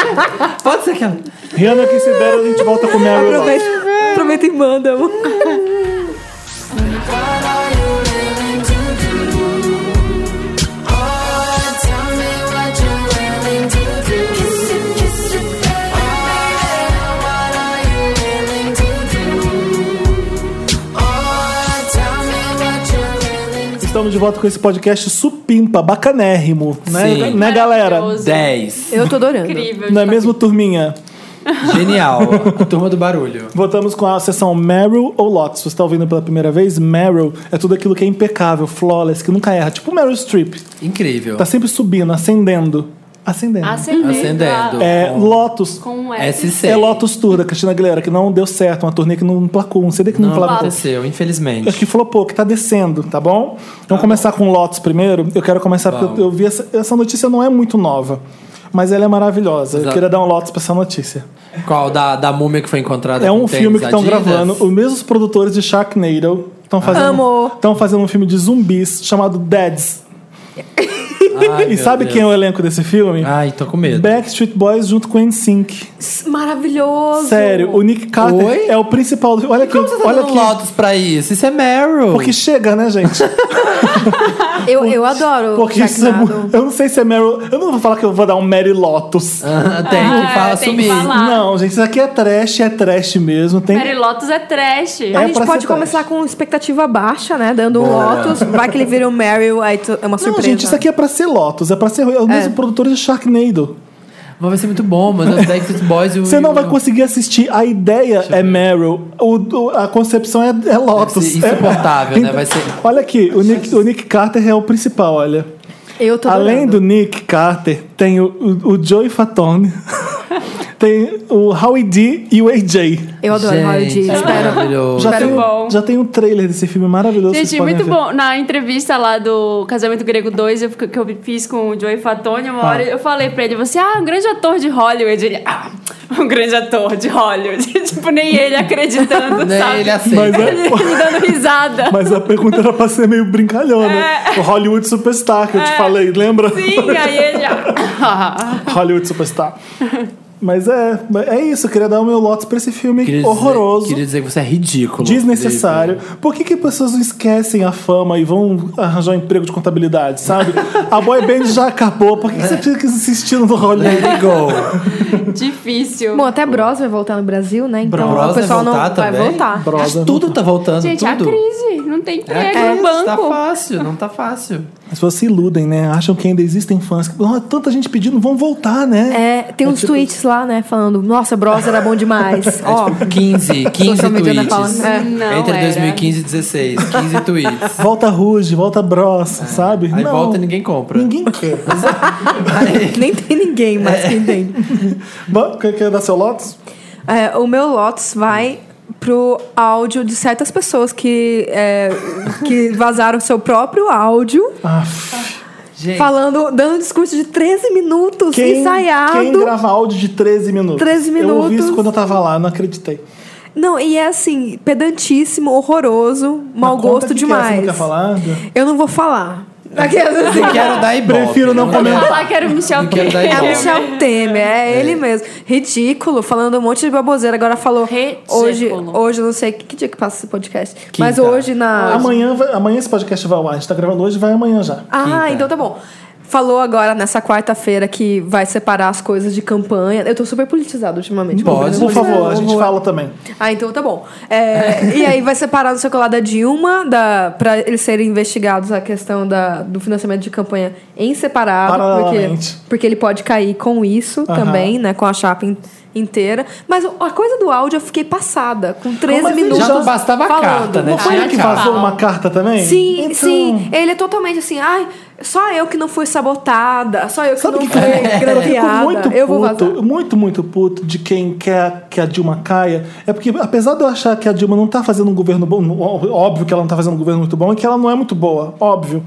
Pode ser aquela. Rihanna, quem se der, a gente volta com Mary Lopes. Aproveita, aproveita e manda. amor. Estamos de volta com esse podcast supimpa, bacanérrimo. Né, Sim. né galera? Maravilhoso. 10. Eu tô adorando. Incrível. tipo, Não é mesmo, turminha? Genial. A turma do barulho. Voltamos com a sessão Meryl ou Lotus. Você está ouvindo pela primeira vez? Meryl é tudo aquilo que é impecável, flawless, que nunca erra. Tipo Meryl Streep. Incrível. Tá sempre subindo, acendendo. Acendendo. Acendendo. Acendendo. É, Ah, Com Lotus. Com um S. SC. É Lotus Tour da Cristina Aguilera, que não deu certo, uma turnê que não placou, um CD que não, Não placou. aconteceu, infelizmente. Acho que flopou, que tá descendo, tá bom? Vamos começar com Lotus primeiro. Eu quero começar porque Vamos. eu, eu vi essa, essa notícia não é muito nova, mas ela é maravilhosa. Eu Exato. queria dar um Lotus pra essa notícia. Qual? Da, da múmia que foi encontrada É com um tênis filme que estão Adidas? gravando. Os mesmos produtores de Sharknado estão fazendo, Amo. tão fazendo um filme de zumbis chamado Deads. Ai, e meu sabe Deus. quem é o elenco desse filme? Ai, tô com medo. Backstreet Boys junto com NSYNC. Maravilhoso. Sério, o Nick Carter Oi? é o principal do filme. Olha aqui, Como você tá olha dando aqui. Lotus pra isso? Isso é Meryl. Porque chega, né, gente? Ah, Eu, eu adoro Porque o isso é mu- Sharknado. Eu não sei se é Meryl. Eu não vou falar que eu vou dar um Mary Lotus. Ah, tem que Ah, falar, tem que sumir. falar. Não, gente, isso aqui é trash, é trash mesmo. Tem... Mary Lotus é trash. É A gente pra pode ser começar com expectativa baixa, né? Dando um Lotus. Vai que ele vira um Meryl, aí tu- é uma Não, surpresa. gente, isso aqui é pra ser Lotus, é pra ser é o mesmo produtor de Sharknado. Mas vai ser muito bom, mas os Backstreet Boys e o... Você não vai conseguir assistir. A ideia é Meryl, o- o- a concepção é, é Vai Lotus. ser insuportável, É- né? Vai ser- Olha aqui, o Nick, o Nick Carter é o principal, olha. Eu tô Além adorando. do Nick Carter, tem o, o, o Joey Fatone, tem o Howie D e o AJ. Eu adoro Gente, é Howard Dean, espero. maravilhoso. Já Espero tem, bom. já tem um trailer desse filme maravilhoso. vocês Gente, podem muito ver. bom. Na entrevista lá do Casamento Grego 2, eu fico- que eu fiz com o Joey Fatone, uma Ah. hora eu falei pra ele, você, ah, um grande ator de Hollywood. Ele, ah, um grande ator de Hollywood. tipo, nem ele acreditando, Nem sabe? Né, ele Mas aceita. é- Ele dando risada. Mas a pergunta era pra ser meio brincalhona. O Hollywood Superstar que eu te falei, lembra? É. Sim, aí ele... ah. Hollywood Superstar. Mas é, é isso, eu queria dar o meu lote pra esse filme Queria dizer- horroroso, Queria dizer que você é ridículo. desnecessário. né? Por que, que pessoas não esquecem a fama e vão arranjar um emprego de contabilidade, sabe? a boy band já acabou, por que, que você fica insistindo no Hollywood? É. Let it go. Difícil. Bom, até Bros vai voltar no Brasil, né? Então Bros o pessoal vai voltar não vai também? voltar. Brosa, Mas tudo tá voltando, Gente, a tudo. crise. Não tem É a emprego no crise, tá banco. fácil, não tá fácil. As pessoas se iludem, né? Acham que ainda existem fãs. que, "Nossa, tanta gente pedindo, vão voltar, né? É, tem uns tweets lá, né? Falando, nossa, Bros era bom demais. Ó, 15, 15 Social media É tipo tweets. tá falando, é. Não Entre era. 2015 e 2016, 15 tweets. Volta Ruge, volta Bros, sabe? É. Aí Não, volta e ninguém compra. Ninguém quer. nem tem ninguém mais É. que entende. Bom, quer, quer dar seu Lotus? É, o meu Lotus vai pro áudio de certas pessoas que, é, que vazaram seu próprio áudio, Ah, Gente, falando, dando um discurso de 13 minutos, ensaiado. quem grava áudio de 13 minutos? 13 Eu ouvi isso minutos. quando eu tava lá, não acreditei. Não, e é assim, pedantíssimo, horroroso, mau Mas conta gosto que que é, demais. você não quer falar? Eu não vou falar. Aquelas assim. não quero dar ibope. Prefiro não Vou comentar. falar que era o Michel Não quero dar É o ibope. Temer. Michel Temer, é, ele mesmo. Ridículo, falando um monte de baboseira. Agora falou. Ridículo. Hoje, hoje, eu não sei que, que dia que passa esse podcast. Mas Quinta. hoje na. Amanhã, vai- amanhã esse podcast vai ao ar. A gente tá gravando hoje, vai amanhã já. Ah, Quinta. então tá bom. Falou agora nessa quarta-feira que vai separar as coisas de campanha. Eu tô super politizado ultimamente. Pode. Por favor, a gente Horror. fala também. Ah, então tá bom. É, e aí vai separar no seu colar da Dilma, da, pra eles serem investigados a questão da, do financiamento de campanha em separado. Porque, Paralelamente. porque ele pode cair com isso Aham. também, né? Com a chapa in- inteira. Mas o- a coisa do áudio eu fiquei passada, com 13 Mas ele minutos. assim? já tá não bastava a falando. carta, né? Não Foi Tinha ele que cara. vazou uma carta também? Sim, Então, sim. Ele é totalmente assim, ai, só eu que não fui sabotada, só eu que Sabe o não que, que fui eu eu fico grampeada. muito eu vou puto, vazar. muito, muito puto de quem quer que a Dilma caia? É porque, apesar de eu achar que a Dilma não tá fazendo um governo bom, ó- óbvio que ela não tá fazendo um governo muito bom e que ela não é muito boa, óbvio.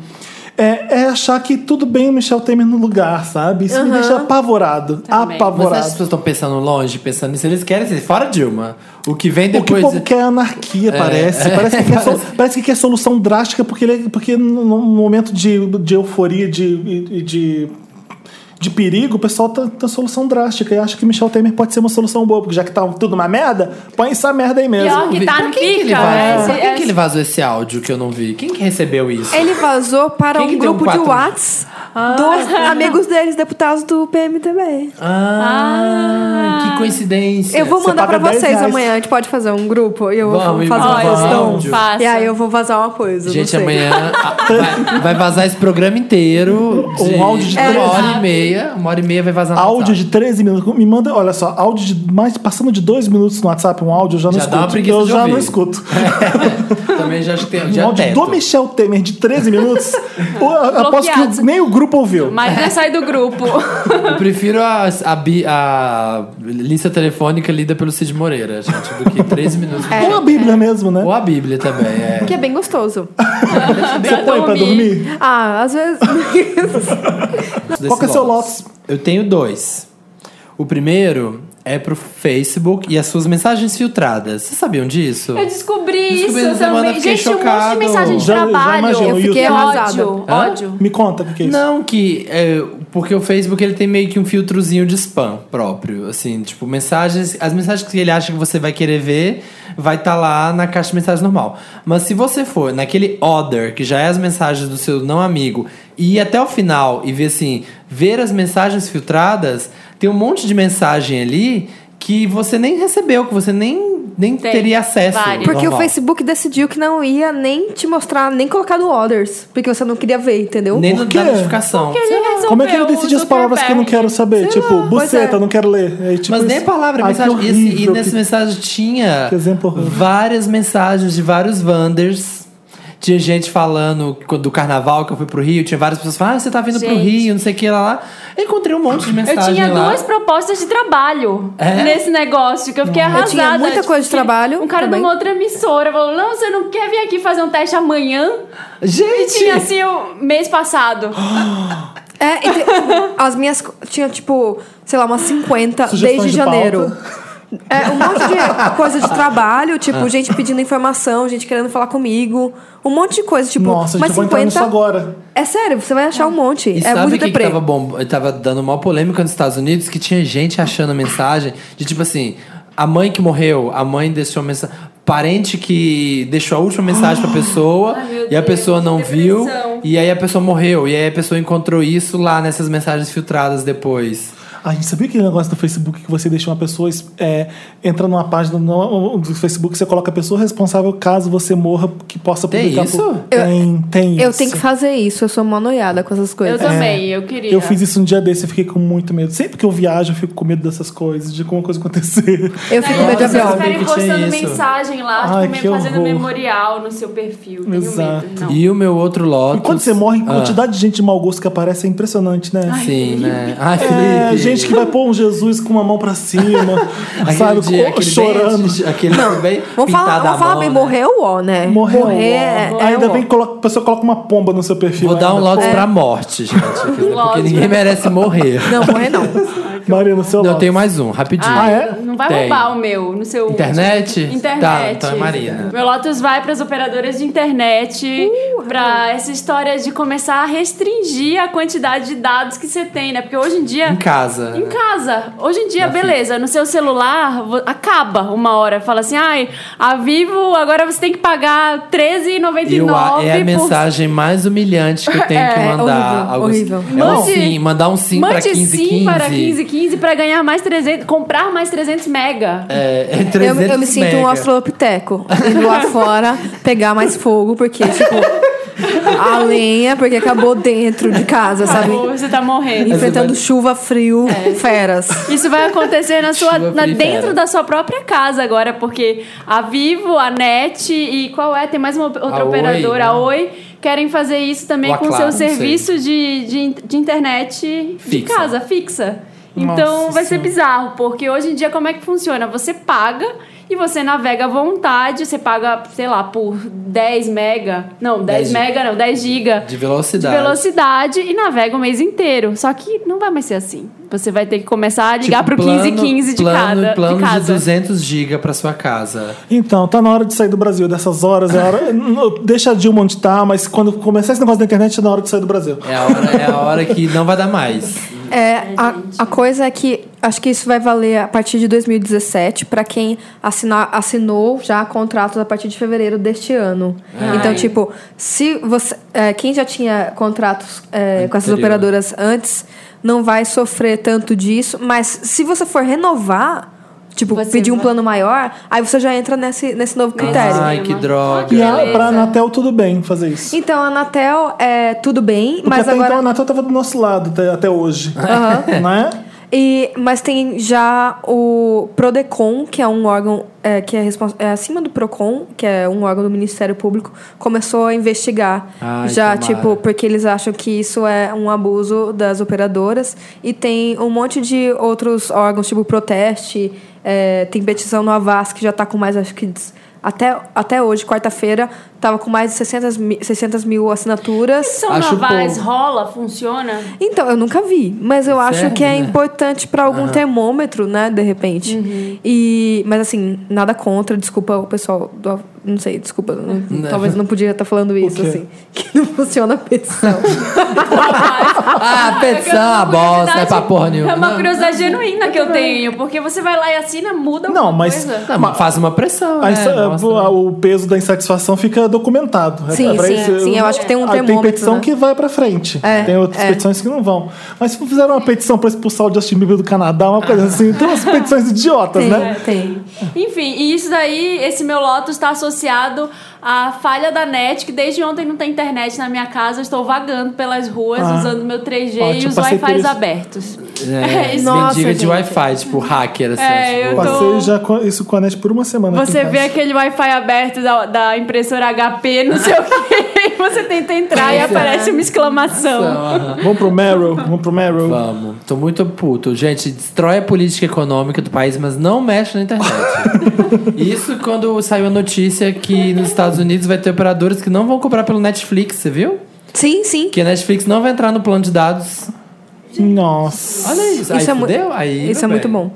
É, é achar que tudo bem o Michel Temer no lugar, sabe? Isso me deixa apavorado. Também. Mas um as Apavorado. pessoas estão pensando longe, pensando nisso. Eles querem ser fora Dilma. O que vem O que o depois. povo quer é anarquia, parece. Parece, que quer sol- parece que quer solução drástica, porque, ele, é- porque num momento de, de euforia, de, e- e de, de perigo, o pessoal tá, tá solução drástica. E acha que Michel Temer pode ser uma solução boa, porque já que tá tudo uma merda, põe essa merda aí mesmo. Pior que tá Pra no quem que ele pica, vazou? Pra né? quem que ele vazou esse áudio que eu não vi? Quem que recebeu isso? Ele vazou para Quem um que deu grupo de quatro? Whats Dois amigos deles, deputados do PMTB. Ah, que coincidência. Eu vou Você mandar pra paga 10 vocês reais. amanhã. A gente pode fazer um grupo e eu vou Vamos, fazer uma vamos. questão. Áudio. Faça. E aí eu vou vazar uma coisa. Gente, não sei. amanhã a- vai, vai vazar esse programa inteiro. Um áudio de uma três- hora e meia. Uma hora e meia vai vazar no Áudio WhatsApp. de 13 minutos. Me manda, olha só, áudio de mais passando de dois minutos no WhatsApp, um áudio, eu já não Já dá uma escuto. preguiça eu de já ouvir. não escuto. Também já acho que tem. Um Já áudio teto. do Michel Temer de 13 minutos, eu- eu aposto que Bloqueado. nem o grupo ouviu. Mas não sai do grupo. Eu prefiro a, a, bi- a lista telefônica lida pelo Cid Moreira, gente, do que três minutos. de- Ou a Bíblia é. mesmo, né? Ou a Bíblia também, é. Que é bem gostoso. Você põe pra dormir? Ah, às vezes. Desse Qual que é o seu Lotus? Eu tenho dois. O primeiro é pro Facebook e as suas mensagens filtradas. Vocês sabiam disso? Eu descobri, Descobri essa isso semana, também. fiquei Gente, um monte chocado. de mensagem de Já- já trabalho. imagino, é Eu fiquei YouTube. arrasada. É ódio, Hã? ódio. Me conta o que é isso. Não, que. é, porque o Facebook ele tem meio que um filtrozinho de spam próprio. Assim, tipo, mensagens. As mensagens que ele acha que você vai querer ver vai estar lá na caixa de mensagens normal. Mas se você for naquele other, que já é as mensagens do seu não amigo, e ir até o final e ver assim, ver as mensagens filtradas, tem um monte de mensagem ali que você nem recebeu, que você nem, nem Tem teria acesso. várias. Porque normal. o Facebook decidiu que não ia nem te mostrar, nem colocar no orders. Porque você não queria ver, entendeu? Nem Por no- quê? da notificação. Como é que ele decide as palavras que eu não quero saber? tipo, pois buceta, é. não quero ler. É, tipo Mas nem a isso. palavra, Ai, que mensagem. E esse- e horrível, nessa que- mensagem tinha Que exemplo horrível. várias mensagens de vários Wanders. Tinha gente falando quando- do carnaval que eu fui pro Rio, tinha várias pessoas falando, ah, você tá vindo pro Gente. Rio, não sei o que lá, lá. Eu encontrei um monte de Eu mensagem. tinha lá. duas propostas de trabalho É? nesse negócio, que eu fiquei Eu arrasada. Tipo, tinha muita coisa de trabalho Um cara também. de uma outra emissora falou: Não, você não quer vir aqui fazer um teste amanhã? E Gente! tinha assim o mês passado. É, e te- as minhas co- tinha tipo, sei lá, umas 50 Sugestões desde de janeiro. É, um monte de coisa de trabalho, tipo, É. gente pedindo informação, gente querendo falar comigo. Um monte de coisa, tipo, Nossa, gente, mas eu vou entrar nisso 50. agora. É sério, você vai achar um monte. E é sabe muito o que, que deprê. tava, bom, tava dando uma polêmica nos Estados Unidos? Que tinha gente Ah. achando mensagem de tipo assim: a mãe que morreu, a mãe deixou mensagem. Parente que deixou a última mensagem Ah. pra pessoa Ai, meu e a Deus, pessoa que não viu. depressão. E aí a pessoa morreu. E aí a pessoa encontrou isso lá nessas mensagens filtradas depois. A gente sabia aquele negócio do Facebook que você deixa uma pessoa é, entra numa página no- do Facebook, você coloca a pessoa responsável caso você morra, que possa Tem publicar. isso? por- Tem, tem Eu isso. tenho que fazer isso, eu sou mó noiada com essas Eu coisas. também, eu queria. Eu fiz isso um dia desse, eu fiquei com muito medo. Sempre que eu viajo, eu fico com medo dessas coisas, de alguma coisa acontecer. Eu É, fico com medo de É, Vocês avião. sabia que ficarem tinha postando isso. mensagem lá, Ai, tipo, que fazendo horror. memorial no seu perfil. Tenho Exato. medo. Não. E o meu outro E lote. quando você morre, a Ah. quantidade de gente de mau gosto que aparece é impressionante, né? Sim, né? Ai, É, Felipe. gente que vai pôr um Jesus com uma mão pra cima, Aquele sabe? é dia, co- aquele bem- chorando. aquele bem Vamos falar, pintado à vamos falar mão, bem, né? morreu o ó, né? Morreu. Morrer é, é Ainda o ó. vem que coloca- a pessoa coloca uma pomba no seu perfil. Vou dar um ainda. lote pra morte, gente. Porque Um Lote. ninguém merece morrer. Não, morrer não. Marina, seu Não, eu lote. tenho mais um, rapidinho. Ah, é? Não vai Tem. roubar o meu no seu. Internet? Internet. Tá, então é Marina. Meu Lotus vai para as operadoras de internet, para essa história de começar a restringir a quantidade de dados que você tem, né? Porque hoje em dia. Em casa. né? Em casa. Hoje em dia, Na beleza, no seu celular vo- acaba uma hora. Fala assim, ai, a Vivo agora você tem que pagar E o A R$13,99 é a por é mensagem mais humilhante que eu tenho que É, mandar. horrível, Augusto. horrível. É um Mande- sim, mandar um sim pra Mande 15, sim 15. para 15, 15 para ganhar mais 300, comprar mais 300 mega. É, é Eu, 300 eu me sinto um mega. australopiteco. Indo lá fora, pegar mais fogo, porque, tipo, a lenha, porque acabou dentro de casa, sabe? Acabou, Você tá morrendo. Enfrentando chuva, frio, feras. Isso vai acontecer na sua, Chuva na- fria, dentro cara. da sua própria casa agora, porque a Vivo, a NET e qual é? Tem mais uma outra A Oi, operadora, a né? Oi, querem fazer isso também Ou a com Claro, o seu não sei. serviço de, de, de internet de Fixa. casa, fixa. Nossa Então vai ser Senhora. bizarro, porque hoje em dia como é que funciona? Você paga e você navega à vontade, você paga, sei lá, por 10 mega. Não, 10, 10 mega não, 10 giga De velocidade. de velocidade e navega o mês inteiro. Só que não vai mais ser assim. Você vai ter que começar a ligar pro 15 15 de Tipo, plano, cada Plano de casa. 200 giga pra sua casa. Então, tá na hora de sair do Brasil. Dessas horas, é hora. N- Deixa a Dilma onde tá, mas quando começar esse negócio da internet, é na hora de sair do Brasil. É a hora, é a hora que não vai dar mais. É, a, a coisa é que acho que isso vai valer a partir de 2017 para quem assinar, assinou já contratos a partir de fevereiro deste ano. Então, tipo, se você, é, quem já tinha contratos é, com essas Anterior. operadoras antes não vai sofrer tanto disso, mas se você for renovar, tipo, Você pedir um vai- plano maior, aí você já entra nesse, nesse novo critério. Ai, que droga. E Ah, a, pra beleza. é. Anatel, tudo bem fazer isso. Então, a Anatel é tudo bem, Porque mas até agora então a Anatel tava do nosso lado, até, até hoje. Né? E, mas tem já o Prodecon, que é um órgão é, que é, respons- é acima do Procon, que é um órgão do Ministério Público, começou a investigar. Ai, já, tomara. tipo, porque eles acham que isso é um abuso das operadoras. E tem um monte de outros órgãos, tipo Proteste, é, tem petição no Avas, que já tá com mais, acho que. des- Até, até hoje, quarta-feira, tava com mais de 600 mil, 600 mil assinaturas. São Acho Navais pouco. é rola, funciona? Então, eu nunca vi, mas eu acho Serve, que é né? importante pra algum termômetro, né, de repente. E, mas assim, nada contra, desculpa o pessoal do, Av- não sei, desculpa, não- talvez eu não podia estar falando isso Né? quê? assim, que não funciona a petição. Ah, petição, É a uma curiosidade- bosta, é pra porra nenhuma. É uma curiosidade genuína que eu tenho, porque você vai lá e assina, muda alguma Não, mas- coisa. Não, mas faz uma pressão, A né? insa- Mostra- o peso da insatisfação fica documentado. É Sim, pra sim, sim, eu acho que tem um Ah, Tem termômetro, petição né? que vai pra frente. É, tem outras é. petições que não vão. Mas se fizeram uma petição pra expulsar o Justin Bieber do Canadá, uma coisa Ah. assim, tem umas petições idiotas, tem, né? É, tem. Enfim, e isso daí, esse meu Lotus está associado à falha da net, que desde ontem não tem internet na minha casa, eu estou vagando pelas ruas Ah, usando meu 3G e ótimo, os passei por Wi-Fi isso. abertos. É, É, isso. mendiga de Nossa, gente. Wi-Fi, tipo hacker, assim. É, tipo, eu tô- Então, Passei já com- isso com a net por uma semana. aqui em Você casa. vê aquele Wi-Fi aberto da, da impressora HP, não sei o que, você tenta entrar é. e aparece uma exclamação. Aham. Vamos pro Meryl, vamos pro Meryl. Vamos. Tô muito puto. Gente, destrói a política econômica do país, mas não mexe na internet. Isso quando saiu a notícia que nos Estados Unidos vai ter operadores que não vão comprar pelo Netflix, você viu? Sim, sim. Que a Netflix não vai entrar no plano de dados. Nossa. Olha isso. Aí Isso é mu- fudeu? Aí, Isso meu é muito bem. bom.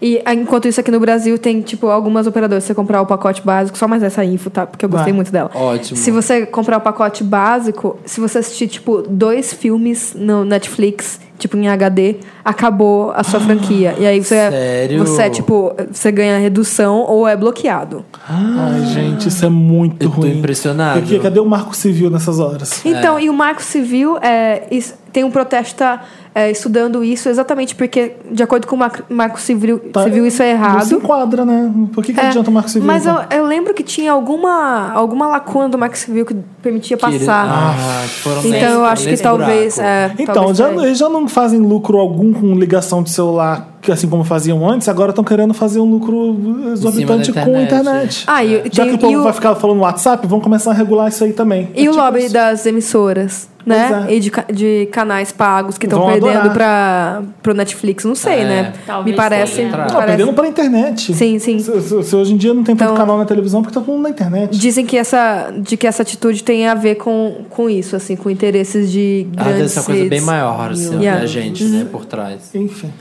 E ah, enquanto isso aqui no Brasil tem, tipo, algumas operadoras. Se você comprar o pacote básico, só mais essa info, tá? Porque eu gostei Vai. muito dela. Ótimo. Se você comprar o pacote básico, se você assistir, tipo, dois filmes no Netflix, tipo, em HD, acabou a sua franquia. E aí você, Sério? você é, tipo, você ganha redução ou é bloqueado. Ai, gente, isso é muito Eu tô ruim. impressionado. Aqui, cadê o Marco Civil nessas horas? É. Então, e o Marco Civil é, is- tem um protesto tá, é, estudando isso exatamente porque, de acordo com o Mar- Marco Civil, Tá- Civil isso é Não se errado. enquadra, né? Por que, que É, adianta o Marco Civil? Mas eu, então? eu lembro que tinha alguma, alguma lacuna do Marco Civil que permitia Que ele- passar. Ah, que foram então nesse- eu acho que nesse talvez. buraco. É, Então, talvez já, seja. eles já não fazem lucro algum com ligação de celular, que assim como faziam antes, agora estão querendo fazer um lucro exorbitante da com a internet. internet. Ah, e, É, Já tem- que o e povo vai ficar falando no WhatsApp, vão começar a regular isso aí também. e o lobby das emissoras, né? Pois é. E de, ca- de canais pagos que estão Vão perdendo adorar. para pro Netflix, não sei, É. Ah, né? Talvez Me parece. tenha. me Não, Não, tá parece- perdendo pela internet. Sim, sim. Se, se- se hoje em dia não tem Então- tanto canal na televisão, porque tá todo mundo na internet. Dizem que essa, de que essa atitude tem a ver com, com isso, assim, com interesses de Ah, deve grandes ser uma coisa bem redes. maior, assim, Yeah. Uhum. da gente, né, por trás. Enfim.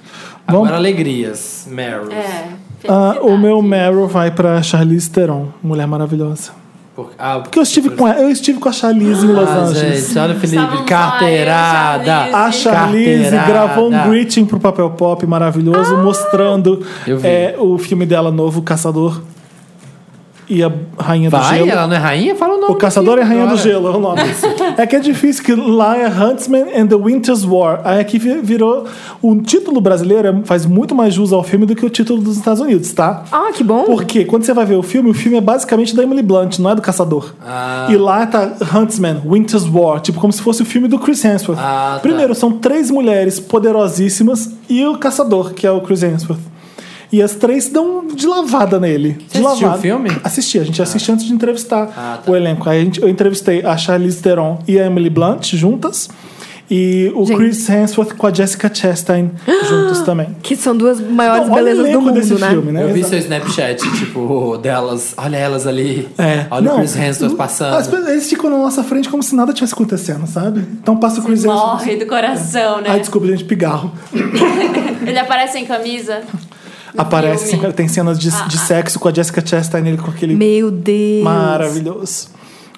Agora, Vamos- alegrias, Meryl. É. É, Ah, o meu Meryl vai pra Charlize Theron, mulher maravilhosa. Por- ah, Porque eu estive com ela, eu estive com a Charlize em Los Ah, Angeles. gente, olha o Estavam só Felipe, eu, carteirada. A Charlize Carteirada. gravou um greeting pro Papel Pop maravilhoso, Ah! mostrando Eu vi. é, o filme dela novo, Caçador e a Rainha do Vai, Gelo. ela não é rainha? Fala o nome. O Caçador e é a Rainha do Gelo é o nome. é que é difícil, que lá é Huntsman and the Winter's War. Aí aqui vi- virou... O título brasileiro é- faz muito mais jus ao filme do que o título dos Estados Unidos, tá? Ah, que bom. Porque quando você vai ver o filme, o filme é basicamente da Emily Blunt, não é do Caçador. Ah. E lá tá Huntsman, Winter's War, tipo como se fosse o filme do Chris Hemsworth. Ah, tá. Primeiro, são três mulheres poderosíssimas e o Caçador, que é o Chris Hemsworth. E as três dão de lavada nele. Você de assistiu lavada. o filme? Assisti, a gente assiste antes de entrevistar Ah, tá. o elenco. Aí a gente- eu entrevistei a Charlize Theron e a Emily Blunt juntas. E o Gente. Chris Hemsworth com a Jessica Chastain juntos também. Que são duas Então, maiores olha o belezas do elenco mundo, desse né? filme, né? Eu vi Exato. seu Snapchat, tipo, delas. Olha elas ali. É. Olha Não, o Chris Hemsworth passando. as pessoas- eles ficam na nossa frente como se nada tivesse acontecendo, sabe? Então passa o Chris Hemsworth. Morre do coração, né? Ai, desculpa, gente, pigarro. Ele aparece em camisa. Aparece, filme. tem cenas de, de sexo com a Jessica Chastain nele com aquele Meu Deus. maravilhoso.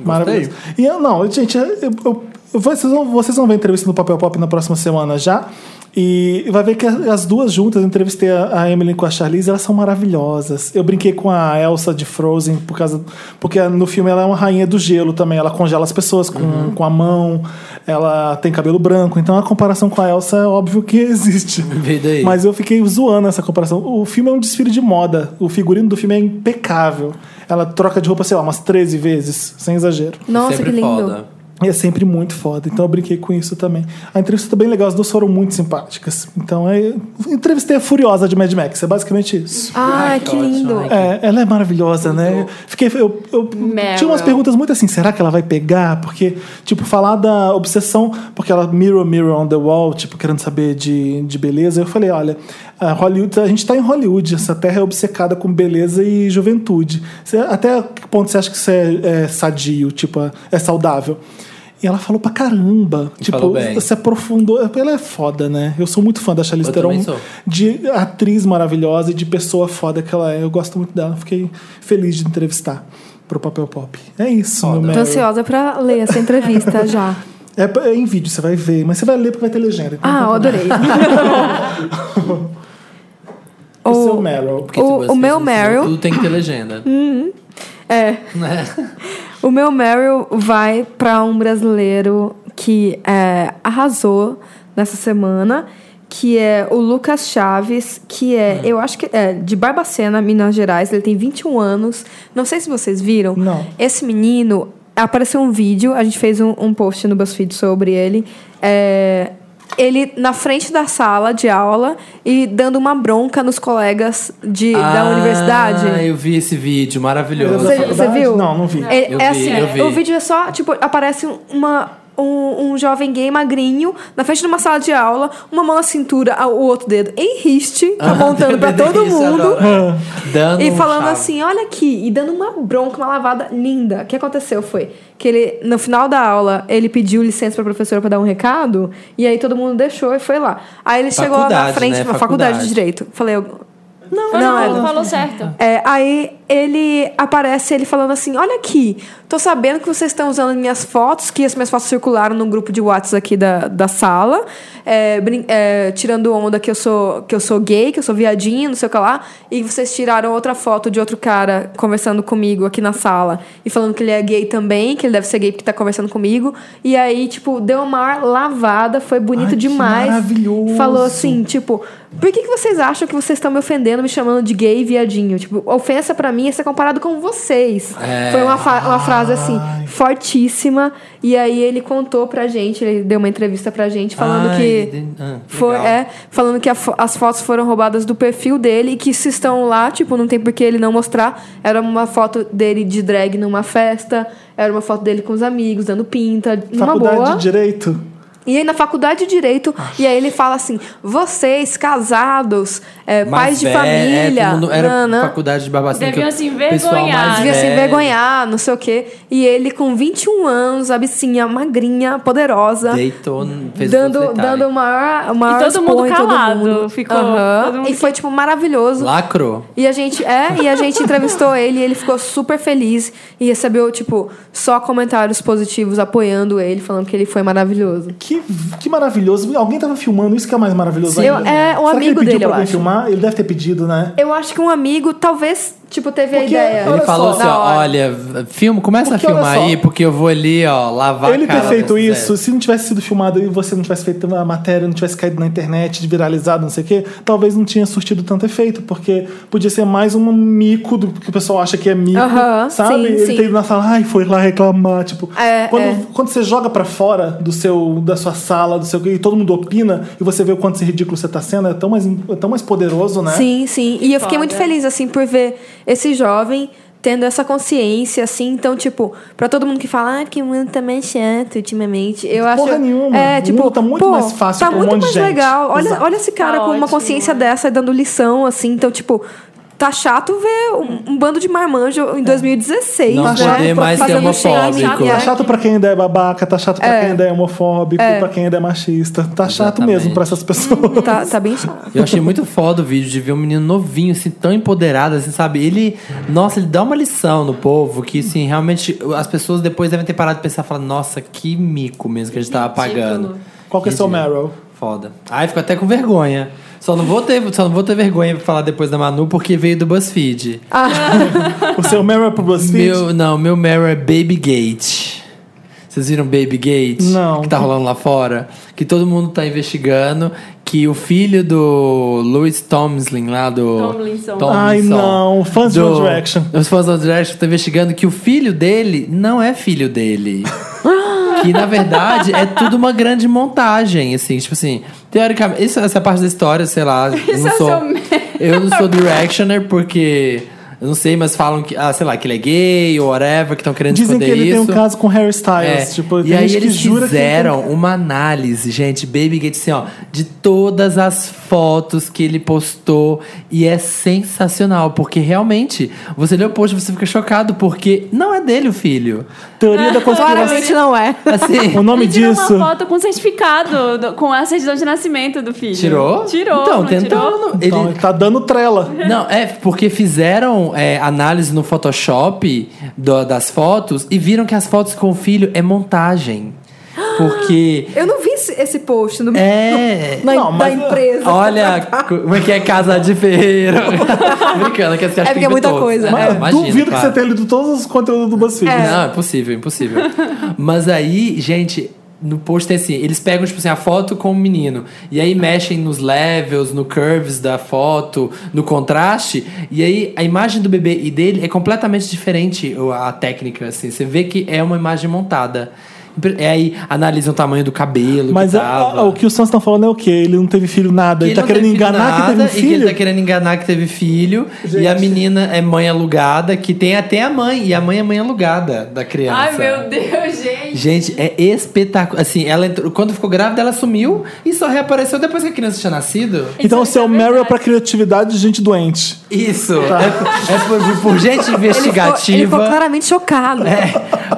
Maravilhoso. E eu, não, gente, eu, eu- eu- vocês, vão, vocês vão ver a entrevista no Papel Pop na próxima semana já. E vai ver que a- as duas juntas, eu entrevistei a a Emily com a Charlize, elas são maravilhosas. Eu brinquei com a Elsa de Frozen, por causa, porque no filme ela é uma rainha do gelo também. Ela congela as pessoas com, com a mão, ela tem cabelo branco. Então a comparação com a Elsa é óbvio que existe. Vê daí. Mas eu fiquei zoando essa comparação. O filme é um desfile de moda. O figurino do filme é impecável. Ela troca de roupa, sei lá, umas 13 vezes, sem exagero. Nossa, que Sempre lindo. foda. E é sempre muito foda. Então eu brinquei com isso também. A entrevista tá bem legal, as duas foram muito simpáticas. Então é. Entrevistei a Furiosa de Mad Max, é basicamente isso. Ai, Ai, que Ah, que lindo. ótimo. É, ela é maravilhosa, né? Fiquei, eu, eu Meryl. tinha umas perguntas muito assim, será que ela vai pegar? Porque, tipo, falar da obsessão, porque ela mirror, mirror on the wall, tipo, querendo saber de, de beleza. Eu falei, olha, a Hollywood, a gente tá em Hollywood, essa terra é obcecada com beleza e juventude. Você- até que ponto você acha que isso é, é sadio, tipo, é- é saudável? E ela falou pra caramba. E tipo, falou bem. se aprofundou. Ela é foda, né? Eu sou muito fã da Charlize Eu Theron também sou. de atriz maravilhosa e de pessoa foda que ela é. Eu gosto muito dela. Fiquei feliz de entrevistar pro Papel Pop. É isso, meu Tô Meryl. ansiosa pra ler essa entrevista já. É, p- é em vídeo, você vai ver. Mas você vai ler porque vai ter legenda. então Ah, eu adorei. é o seu O- Meryl. Porque se O- você o meu fizer Meryl- Tudo tem que ter legenda. É. O meu Meryl vai pra um brasileiro que é, arrasou nessa semana, que é o Lucas Chaves, que é, eu acho que é de Barbacena, Minas Gerais. Ele tem 21 anos. Não sei se vocês viram. Não. Esse menino apareceu um vídeo, a gente fez um, um post no BuzzFeed sobre ele. É, ele na frente da sala de aula e dando uma bronca nos colegas de, da Ah, universidade. Eu vi esse vídeo maravilhoso. Você- Você viu? Não, não vi. É, Eu é vi, assim, eu vi. o vídeo é só, tipo, aparece uma, um, um jovem gay magrinho na frente de uma sala de aula, uma mão na cintura, a- o outro dedo em riste, tá apontando pra todo Ah, Isso, é mundo. Hum. Ah, adoro. Dando E um falando chave. assim, olha aqui, e dando uma bronca, uma lavada linda. O que aconteceu foi que ele, no final da aula, ele pediu licença pra professora pra dar um recado, e aí todo mundo deixou e foi lá. Aí ele chegou lá na Faculdade, frente, né? na faculdade. de Faculdade. Direito. Falei, eu- Não, Não, não, é- não, falou certo. é, aí ele aparece ele falando assim: Olha aqui, tô sabendo que vocês estão usando minhas fotos, que as minhas fotos circularam num grupo de Whats aqui da, da sala, é, brin- é, tirando onda que eu, sou, que eu sou gay, que eu sou viadinho, não sei o que lá, e vocês tiraram outra foto de outro cara conversando comigo aqui na sala e falando que ele é gay também, que ele deve ser gay porque tá conversando comigo. E aí, tipo, deu uma lavada, foi bonito Ai, que demais. maravilhoso. Falou assim. Uhum. Tipo, por que, que vocês acham que vocês estão me ofendendo, me chamando de gay e viadinho? Tipo, ofensa pra mim é ser comparado com vocês. É. Foi uma, fa- uma frase assim, fortíssima. E aí ele contou pra gente, ele deu uma entrevista pra gente falando Ai, que. de- ah, Foi, legal. é, falando que a fo- as fotos foram roubadas do perfil dele e que se estão lá, tipo, não tem por que ele não mostrar. Era uma foto dele de drag numa festa, era uma foto dele com os amigos, dando pinta, numa Faculdade boa. de Direito. E aí na faculdade de Direito, e aí ele fala assim: vocês, casados, é, Mais pais de velho, é, família. todo mundo- era é. nanã, faculdade de Barbacena. Deviam que eu- se pessoal mais envergonhar. devia se velho. envergonhar, não sei o quê. E ele, com 21 anos, absinha, magrinha, Tá? poderosa. Deitou, fez os Dando, outros dando deitarem. o maior, o maior todo mundo esporro em calado, todo mundo. ficou- Aham. todo mundo E foi, tipo, um maravilhoso. Lacro. E a gente, é, e a gente entrevistou ele e ele ficou super feliz e recebeu, tipo, só comentários positivos apoiando ele, falando que ele foi maravilhoso. Que, que maravilhoso. Alguém tava filmando, isso que é mais maravilhoso Sim. ainda. Eu- é, um Será que ele amigo pediu dele, pra eu alguém acho. filmar? Ele deve ter pedido, né? Eu acho que um amigo talvez, tipo, teve Porque a ideia. Olha Ele falou só. assim, Na ó, hora. olha, filma, começa Porque a olha filmar só. aí, porque eu vou ali, ó, lavar Ele a cara ter feito desses isso, se não tivesse sido filmado e você não tivesse feito a matéria, não tivesse caído na internet, viralizado, não sei o quê, talvez não tinha surtido tanto efeito, porque podia ser mais um mico do que o pessoal acha que é mico, Aham, sabe? sim, Ele sim. ter ido na sala, ai, foi lá reclamar, tipo... É, quando, é. quando você joga pra fora do seu, da sua sala, do seu... e todo mundo opina, e você vê o quanto esse ridículo você tá sendo, é tão mais, é tão mais poderoso, né? Sim, sim. E eu fiquei muito Foda. feliz, assim, por ver esse jovem tendo essa consciência, assim. Então, tipo, pra todo mundo que fala, ah, porque o mundo tá mais chato ultimamente. Eu acho. Porra nenhuma. É, O tipo, mundo tá muito pô, mais fácil Tá pra um muito monte de mais gente. legal. Olha, Exato. olha esse cara Tá com uma ótimo, consciência né? dessa e dando lição, assim. Então, tipo. Tá chato ver um, um bando de marmanjo em 2016, Não né? poder mais ser Fazendo homofóbico. shaming. É. Tá chato pra quem ainda é babaca, tá chato pra É. quem ainda é homofóbico, pra quem ainda é machista. Tá chato Exatamente. mesmo pra essas pessoas. Tá, tá bem chato. Eu achei muito foda o vídeo de ver um menino novinho, assim, tão empoderado, assim, sabe? Ele, nossa, ele dá uma lição no povo que, assim, realmente as pessoas depois devem ter parado de pensar e falar, nossa, que mico mesmo que a gente tava Ridículo. pagando. Qual que é seu Ridículo. Meryl? Foda. Ai, fico até com vergonha. Só não vou ter, só não vou ter vergonha pra falar depois da Manu, porque veio do BuzzFeed. O seu Meryl pro BuzzFeed? Meu, não, meu Meryl é Baby Gate. Vocês viram Baby Gate? Não. Que tá rolando lá fora? Que todo mundo tá investigando que o filho do Louis Tomlin lá do... Tomlinson. Ai, não. Fãs de One Direction. Os fãs do One Direction estão investigando que o filho dele não é filho dele. que, na verdade, é tudo uma grande montagem, assim. Tipo assim, teoricamente... Isso, essa parte da história, sei lá... eu Isso não é sou, seu medo. eu não sou directioner porque... Eu não sei, mas falam que, ah, sei lá, que ele é gay ou whatever, que estão querendo Dizem que esconder ele tem é isso. um caso com Harry É, Styles. Tipo, e tem aí gente eles que jura fizeram que... uma análise, gente, Baby Gate, assim, ó, de todas as fotos que ele postou. E é sensacional, porque realmente, você lê o post e você fica chocado, porque não é dele o filho. Teoria da conspiração. Claramente não é. Assim, o nome Ele tirou disso... uma foto com certificado, do- com a certidão de nascimento do filho. tirou? Tirou. Então, não tirou? tentando. Então, ele tá dando trela. Não, é porque fizeram é, análise no Photoshop do- das fotos e viram que as fotos com o filho é montagem. Porque. Eu não vi esse, esse post no, É. na, Não, da mas- empresa. Olha como é que é casa de ferreiro. Brincando, que esse É porque é muita coisa, Mas É, eu duvido que você tenha lido todos os conteúdos do BuzzFeed. Não, é possível, impossível. Mas aí, gente, no post tem assim, eles pegam, tipo assim, a foto com o menino. E aí mexem nos levels, no curves da foto, no contraste. E aí a imagem do bebê e dele é completamente diferente o- a técnica, assim. Você vê que é uma imagem montada. E aí analisam o tamanho do cabelo. Mas que a- a- tava. o que os fãs estão falando é o quê? Ele não teve filho nada. Ele, ele tá não querendo teve enganar que teve nada um E que ele tá filho? querendo enganar que teve filho. E a menina é mãe alugada, que tem até a mãe. E a mãe é mãe alugada da criança. Ai, meu Deus, gente. Gente, é espetacular. Assim, ela entrou- quando ficou grávida, ela sumiu e só reapareceu depois que a criança tinha nascido. Então o Isso é seu Meryl é verdade. pra criatividade de gente doente. Isso. Tá. É, é por, Ele por gente ficou- Ele ficou investigativa. claramente chocado. É,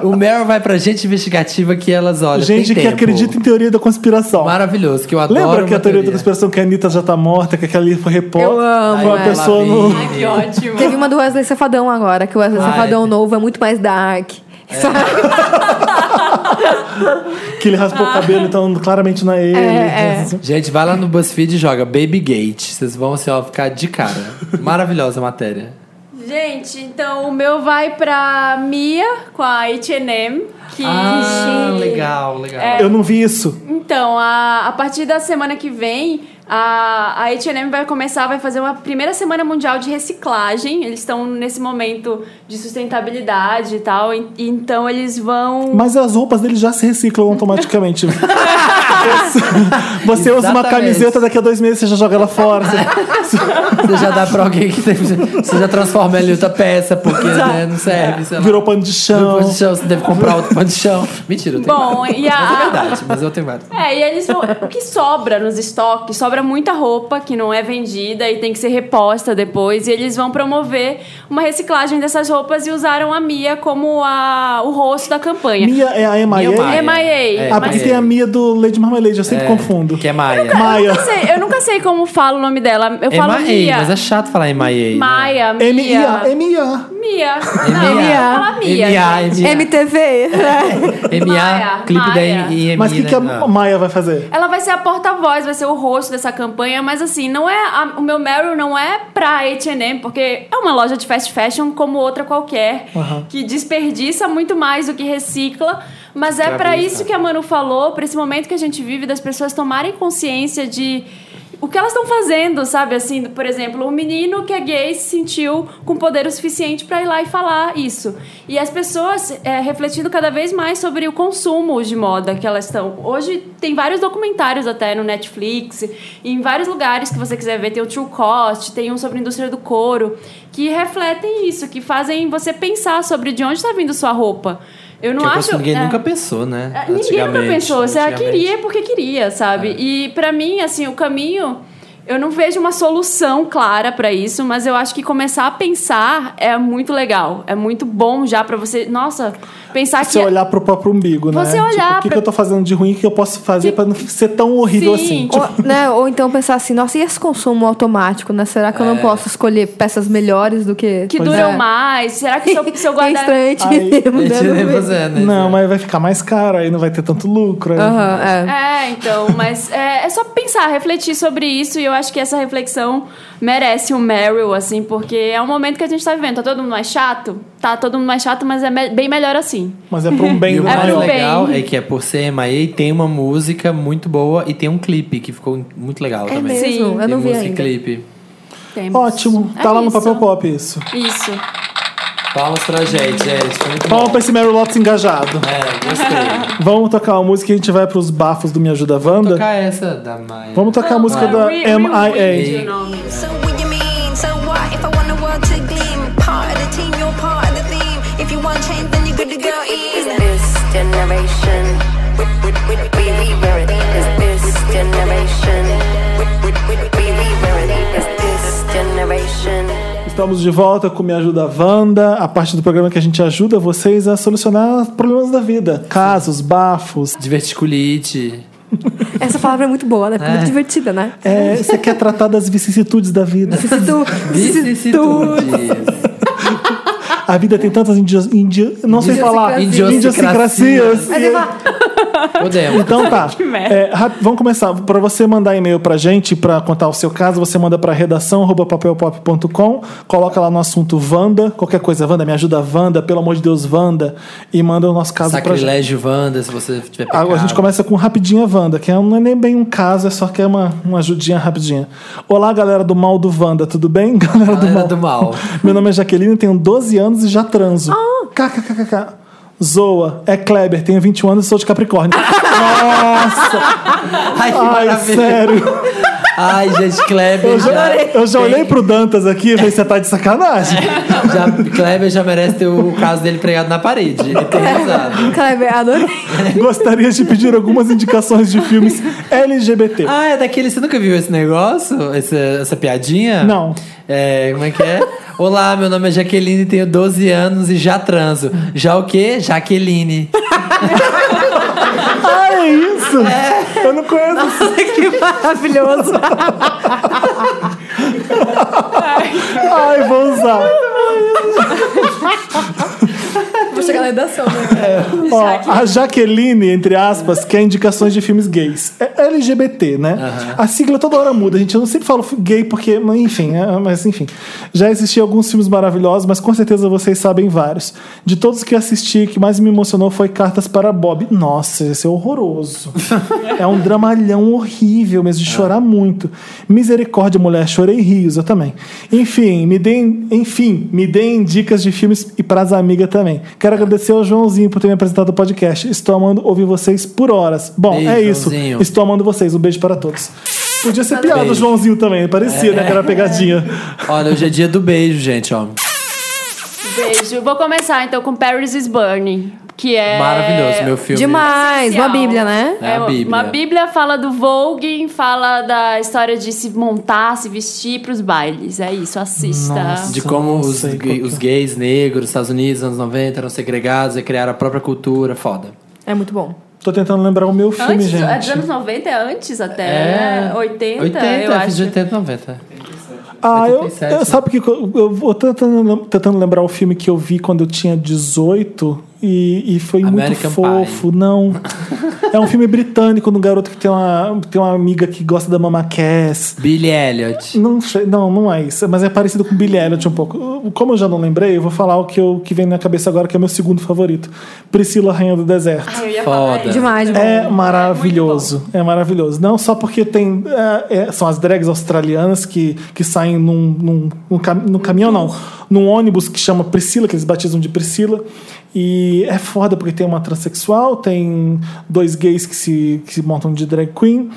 o Meryl vai pra gente investigativa que elas olham. tem gente que tempo. acredita em teoria da conspiração. Maravilhoso, que eu adoro. Lembra que uma a teoria da conspiração que a Anitta já tá morta, que aquela ali foi repórter? Eu amo Foi ela, a é pessoa no... Ai, que ótimo. Teve uma do Wesley Safadão agora, que o Wesley Ah, Safadão é. novo é muito mais dark. Sabe? que ele raspou o cabelo, então claramente não é ele. É, Gente, vai lá no BuzzFeed e joga Baby Gate. Vocês vão assim, ó, ficar de cara. Maravilhosa a matéria. Gente, então o meu vai pra Mia com a H&M, que É, Ah, legal, legal. Eu não vi isso. Então, a, a partir da semana que vem, a, a H&M vai começar, vai fazer uma primeira semana mundial de reciclagem. Eles estão nesse momento de sustentabilidade e tal, e- e então eles vão Mas as roupas dele já se reciclam automaticamente. você usa uma Exatamente. camiseta, daqui a dois meses você já joga ela fora. Você- Você já dá pra alguém que tem- Você já transforma ele em outra peça, porque né, não serve, sei lá. virou pano de chão. Virou pano de chão, você deve comprar outro pano de chão. Mentira, eu tenho Bom, ah. vários. e a- Mas é verdade, mas eu tenho vários. É, e eles vão. O que sobra nos estoques? Sobra muita roupa que não é vendida e tem que ser reposta depois. E eles vão promover uma reciclagem dessas roupas e usaram a Mia como a, o rosto da campanha. Mia é a Mia MIA. Maia. MIA. Ah, porque tem a Mia do Lady Marmalade, eu sempre confundo. Que é Maia. Eu Maia. nunca, sei, eu nunca sei como falo o nome dela. Eu É falo Maia, Mia. mas é chato falar Maia. né? Maia, é M-I-A. Mia. M-I-A. Mia. Não, M.I.A.. eu falo Mia. gente. É. MTV. né? MA, Maia, clipe da Maia. IMI. Mas o que, é que a Maia vai fazer? Ela vai ser a porta-voz, vai ser o rosto dessa campanha, mas assim, não é a- o meu Meryl não é pra H&M, porque é uma loja de fast fashion como outra qualquer, que desperdiça muito mais do que recicla, mas é pra Escraviza. isso que a Manu falou, pra esse momento que a gente vive das pessoas tomarem consciência de o que elas estão fazendo, sabe? Assim, por exemplo, um menino que é gay se sentiu com poder o suficiente para ir lá e falar isso. E as pessoas é, refletindo cada vez mais sobre o consumo de moda que elas estão. Hoje tem vários documentários até no Netflix, em vários lugares que você quiser ver. Tem o True Cost, tem um sobre a indústria do couro, que refletem isso, que fazem você pensar sobre de onde está vindo sua roupa. Eu não Que é coisa acho. que ninguém é. nunca pensou, né? É, Ninguém nunca Antigamente, É. pensou. Você antigamente. queria porque queria, sabe? E pra mim, assim, o caminho Eu não vejo uma solução clara para isso, mas eu acho que começar a pensar é muito legal. É muito bom já para você. Nossa, pensar Você que. olhar pro próprio umbigo, né? é- Você olhar Tipo, o que, pra- que eu tô fazendo de ruim que eu posso fazer Que- pra não ser tão horrível Sim. assim? Tipo, Ou, né, ou então pensar assim, nossa, e esse consumo automático, né? Será É. que eu não posso escolher peças melhores do que... Que Pois duram é. mais? Será que se eu, se eu É guardar. estranho te ver Gente, mudando nem mesmo. você, né? não, mas vai ficar mais caro, aí não vai ter tanto lucro. aí- Aham, é. É, então, mas é, é só pensar, refletir sobre isso e eu acho que essa reflexão merece um Meryl, assim, porque é um momento que a gente tá vivendo. Tá todo mundo mais chato? Tá todo mundo mais chato, mas é me- bem melhor assim. Mas é pra um bem E o mais pro maior. bem. legal é que é por ser MIA, tem uma música muito boa e tem um clipe que ficou muito legal É também. mesmo, Sim. eu Tem não vi música e ainda. clipe. Temos. Ótimo, É tá lá no isso. papel pop isso. Isso. Palmas pra gente, gente. Foi muito Vamos bom. pra esse Mary Lopes engajado. É, gostei. Vamos tocar uma música e a gente vai pros bafos do Me Ajuda Wanda. Tocar essa da Maia. Vamos tocar a música da Re- Real MIA. Weed, o nome. So what you mean? So what if I want the world to gleam? Part of the team, you're part of the theme. If you want change, then you're good to go Is in. this generation? We, we, we, we, we wear it. Is this generation? We, we, we, we, we wear it. Is this generation? Estamos de volta com Me Ajuda Wanda, a parte do programa que a gente ajuda vocês a solucionar problemas da vida. Casos, bafos. Diverticulite. Essa palavra é muito boa, né? Fica É. Muito divertida, né? É, você quer tratar das vicissitudes da vida. Vicissitudes. A vida tem tantas indias. Índia, não sei falar. Idiosincrasias. Idiosincrasias. Podemos. Então tá. Que merda. É, rap- vamos começar. Para você mandar e-mail pra gente, pra contar o seu caso, você manda pra redação arroba papelpop.com, coloca lá no assunto Wanda, qualquer coisa, Wanda, me ajuda Wanda, pelo amor de Deus, Wanda, e manda o nosso caso pra gente. Sacrilégio Wanda, se você tiver pecado. Agora Ah, a gente começa com rapidinha Wanda, que é- não é nem bem um caso, é só que é uma, uma ajudinha rapidinha. Olá, galera do mal do Wanda, tudo bem? Galera, do mal. Galera Ah, do mal. Meu nome é Jaqueline, tenho 12 anos e já transo. Ah. KKKKK. Zoa, é Kleber, tenho 21 anos e sou de Capricórnio. Ai, que Ai, maravilha. sério. Ai, gente, Kleber Eu já, já, eu já olhei pro Dantas aqui e falei, você tá de sacanagem. já- Kleber já merece ter o caso dele pregado na parede. Eternizado. Kleber, adorei. Gostaria de pedir algumas indicações de filmes LGBT. Ah, é daquele. Você nunca viu esse negócio? Essa, essa piadinha? Não. É, como é que é? Olá, meu nome é Jaqueline, tenho 12 anos e já transo. Já o quê? Jaqueline. Ah, é isso? Eu não conheço. É. tipo. que maravilhoso. Ai, vou usar. Vou chegar na redação, né? É, Ó, a Jaqueline, entre aspas, quer indicações de filmes gays. É LGBT, né? A sigla toda hora muda, gente. Eu não sempre falo gay porque, mas enfim, é, mas enfim. Já assisti alguns filmes maravilhosos, mas com certeza vocês sabem vários. De todos que assisti, o que mais me emocionou foi Cartas para Bob. Nossa, esse é horroroso. é um dramalhão horrível mesmo, de É. chorar muito. Misericórdia, mulher, chorei rios, eu também. Enfim, me deem, enfim, me deem dicas de filmes e pras amigas também. Quero agradecer ao Joãozinho por ter me apresentado o podcast. Estou amando ouvir vocês por horas. Bom, Beijo, é isso. Joãozinho. Tá Estou amando vocês. Um beijo para todos. Podia ser piada o Beijo. Joãozinho também, parecia, É. né? Que era uma pegadinha. Olha, hoje é dia do beijo, gente, ó. Beijo. Vou começar então com Paris is Burning, que é. Maravilhoso, meu filme. Demais, uma bíblia, né? É a uma- Bíblia. Uma Bíblia fala do Vogue, fala da história de se montar, se vestir pros bailes. É isso, assista. De como os, sei qual que é. os gays negros dos Estados Unidos, anos 90, eram segregados e criaram a própria cultura. Foda. É muito bom. Tô tentando lembrar o meu filme, Antes, é dos gente. anos 90 é antes até, né? 80, 80, eu é, acho. de 80, 90. Ah, eu, 87, eu- né? sabe que eu, eu vou tentando, lem- tentando lembrar o filme que eu vi quando eu tinha 18 e, e foi American muito fofo. Não. É um filme britânico de um garoto que tem uma, tem uma amiga que gosta da Mama Cass. Billy Elliot. Não, sei- não, não é isso. Mas é parecido com Billy Elliot um pouco. Eu- Como eu já não lembrei, eu vou falar o que, eu, que vem na cabeça agora, que é meu segundo favorito. Priscila, Rainha do Deserto. Ai, eu ia falar Foda. isso. Demais, de bom. É maravilhoso, é maravilhoso. Não só porque tem. é, é, são as drags australianas que, que saem num, num, num cam- num caminhão, não. Num ônibus que chama Priscila, que eles batizam de Priscila. E é foda porque tem uma transexual, tem dois gays que se, que se montam de drag queen.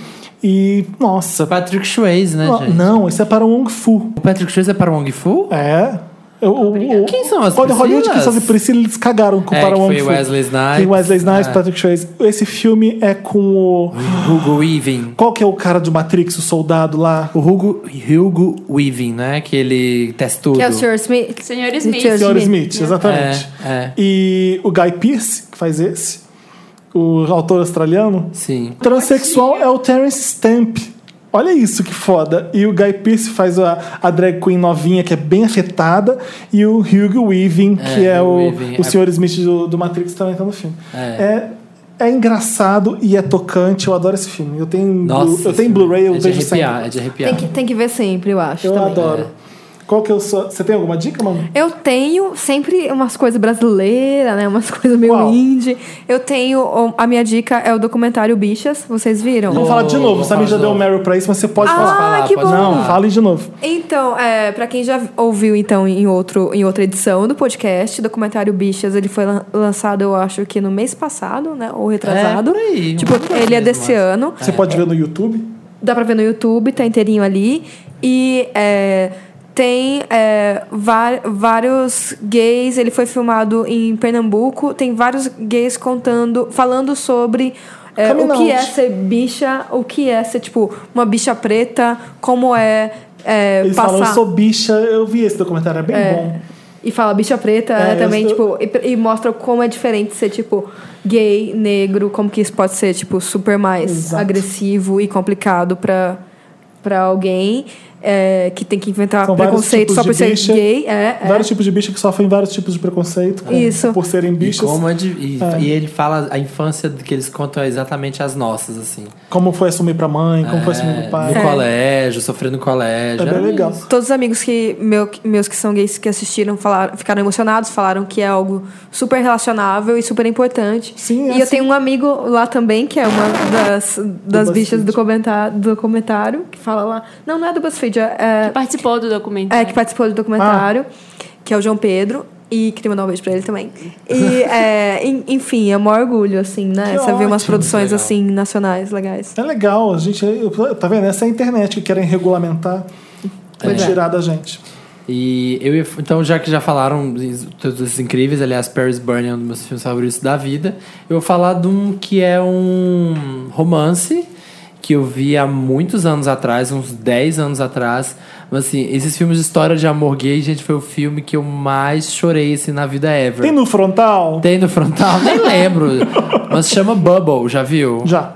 E. Nossa. Patrick Swayze, né, Oh, não, gente? não, isso é para o um Wong Fu. O Patrick Swayze é para o Wong Fu? É. O, o, o- Quem são as Olha, Hollywood que Priscilas? faz Priscila, eles cagaram com É, o que Paramount. foi Film. Wesley Snipes. Tem Wesley Snipes, É. Patrick Swayze. Esse filme é com o... Hugo Weaving. Qual que é o cara do Matrix, o soldado lá? O Hugo, Hugo Weaving, né? Aquele testudo. Que é o Sr. Smith. né? Senhor Smith. Sr. O Sr. Smith, exatamente. É, é. E o Guy Pearce, que faz esse, o autor australiano. Sim. Transsexual é o Terence Stamp. Olha isso que foda. E o Guy Pearce faz a, a drag queen novinha, que é bem afetada. E o Hugh Weaving, É, que é Hugh o, Weaving. o Sr. Smith do, do Matrix, também tá no filme. É. É, é engraçado e é tocante. Eu adoro esse filme. Eu tenho, Nossa. eu tenho esse- Blu-ray, eu é de vejo arrepiar, sempre. É de arrepiar. Tem que, tem que ver sempre, eu acho. Eu também. adoro. né? Qual que eu sou? Você tem alguma dica, mano? Eu tenho sempre umas coisas brasileiras, né? Umas coisas meio Qual? indie. Eu tenho. o- A minha dica é o documentário Bichas. Vocês viram? Vamos Ô, falar de novo. O vamos Samir já falar de deu o novo. Meryl pra isso, mas você pode Ah, falar. falar, que pode bom! falar. Não, fale de novo. Então, é, para quem já ouviu então em outro em outra edição do podcast, documentário Bichas, ele foi lan- lançado, eu acho que no mês passado, né, ou retrasado. É, por aí, tipo, um pouco ele é mesmo, desse acho. ano. Você pode ver no YouTube. Dá pra ver no YouTube, tá inteirinho ali e é, tem é, va- vários gays, ele foi filmado em Pernambuco, tem vários gays contando, falando sobre é, Coming o que é out. ser bicha, o que é ser, tipo, uma bicha preta, como é, é, Eles passar... falam, eu sou bicha. Eu vi esse documentário, é bem bom. E fala bicha preta É, né, eu- também, eu- tipo, e, e mostra como é diferente ser, tipo, gay, negro, como que isso pode ser, tipo, super mais Exato. agressivo e complicado pra, pra alguém é, que tem que inventar São vários preconceito tipos só de por ser bicha, gay. É, é. Vários tipos de bicha que sofrem vários tipos de preconceito. com- Isso. Por serem bichas. E, Como, como é de- e- Ah. e ele fala a infância que eles contam é exatamente as nossas, assim. foi assumir pra mãe, como foi assumir É, pro pai. no colégio, sofrendo no colégio. É bem era um legal. isso. Todos os amigos que meu- meus que são gays que assistiram falaram, ficaram emocionados, falaram que é algo super relacionável e super importante. Sim, é e eu assim. tenho um amigo lá também, que é uma das, das BuzzFeed. bichas do, comenta- do comentário, que fala lá. Não, não é do BuzzFeed, é, Participou do documento. é, que participou do documentário, Ah. que é o João Pedro. E queria mandar um beijo pra ele também. E, é, en- enfim, é o maior orgulho, assim, né? Que Você vê umas ótimo, produções, legal. assim, nacionais legais. É legal, a gente. eu- Tá vendo? Essa é a internet que querem regulamentar e Pois é. tirar da gente. E eu ia- então, já que já falaram de todos esses incríveis, aliás, Paris Burning é um dos meus filmes favoritos da vida, eu vou falar de um que é um romance que eu vi há muitos anos atrás, uns 10 anos atrás. Mas assim, esses filmes de história de amor gay, gente, foi o filme que eu mais chorei assim, na vida ever. Tem no frontal? Tem no frontal? Nem lembro. mas chama Bubble, já viu? Já.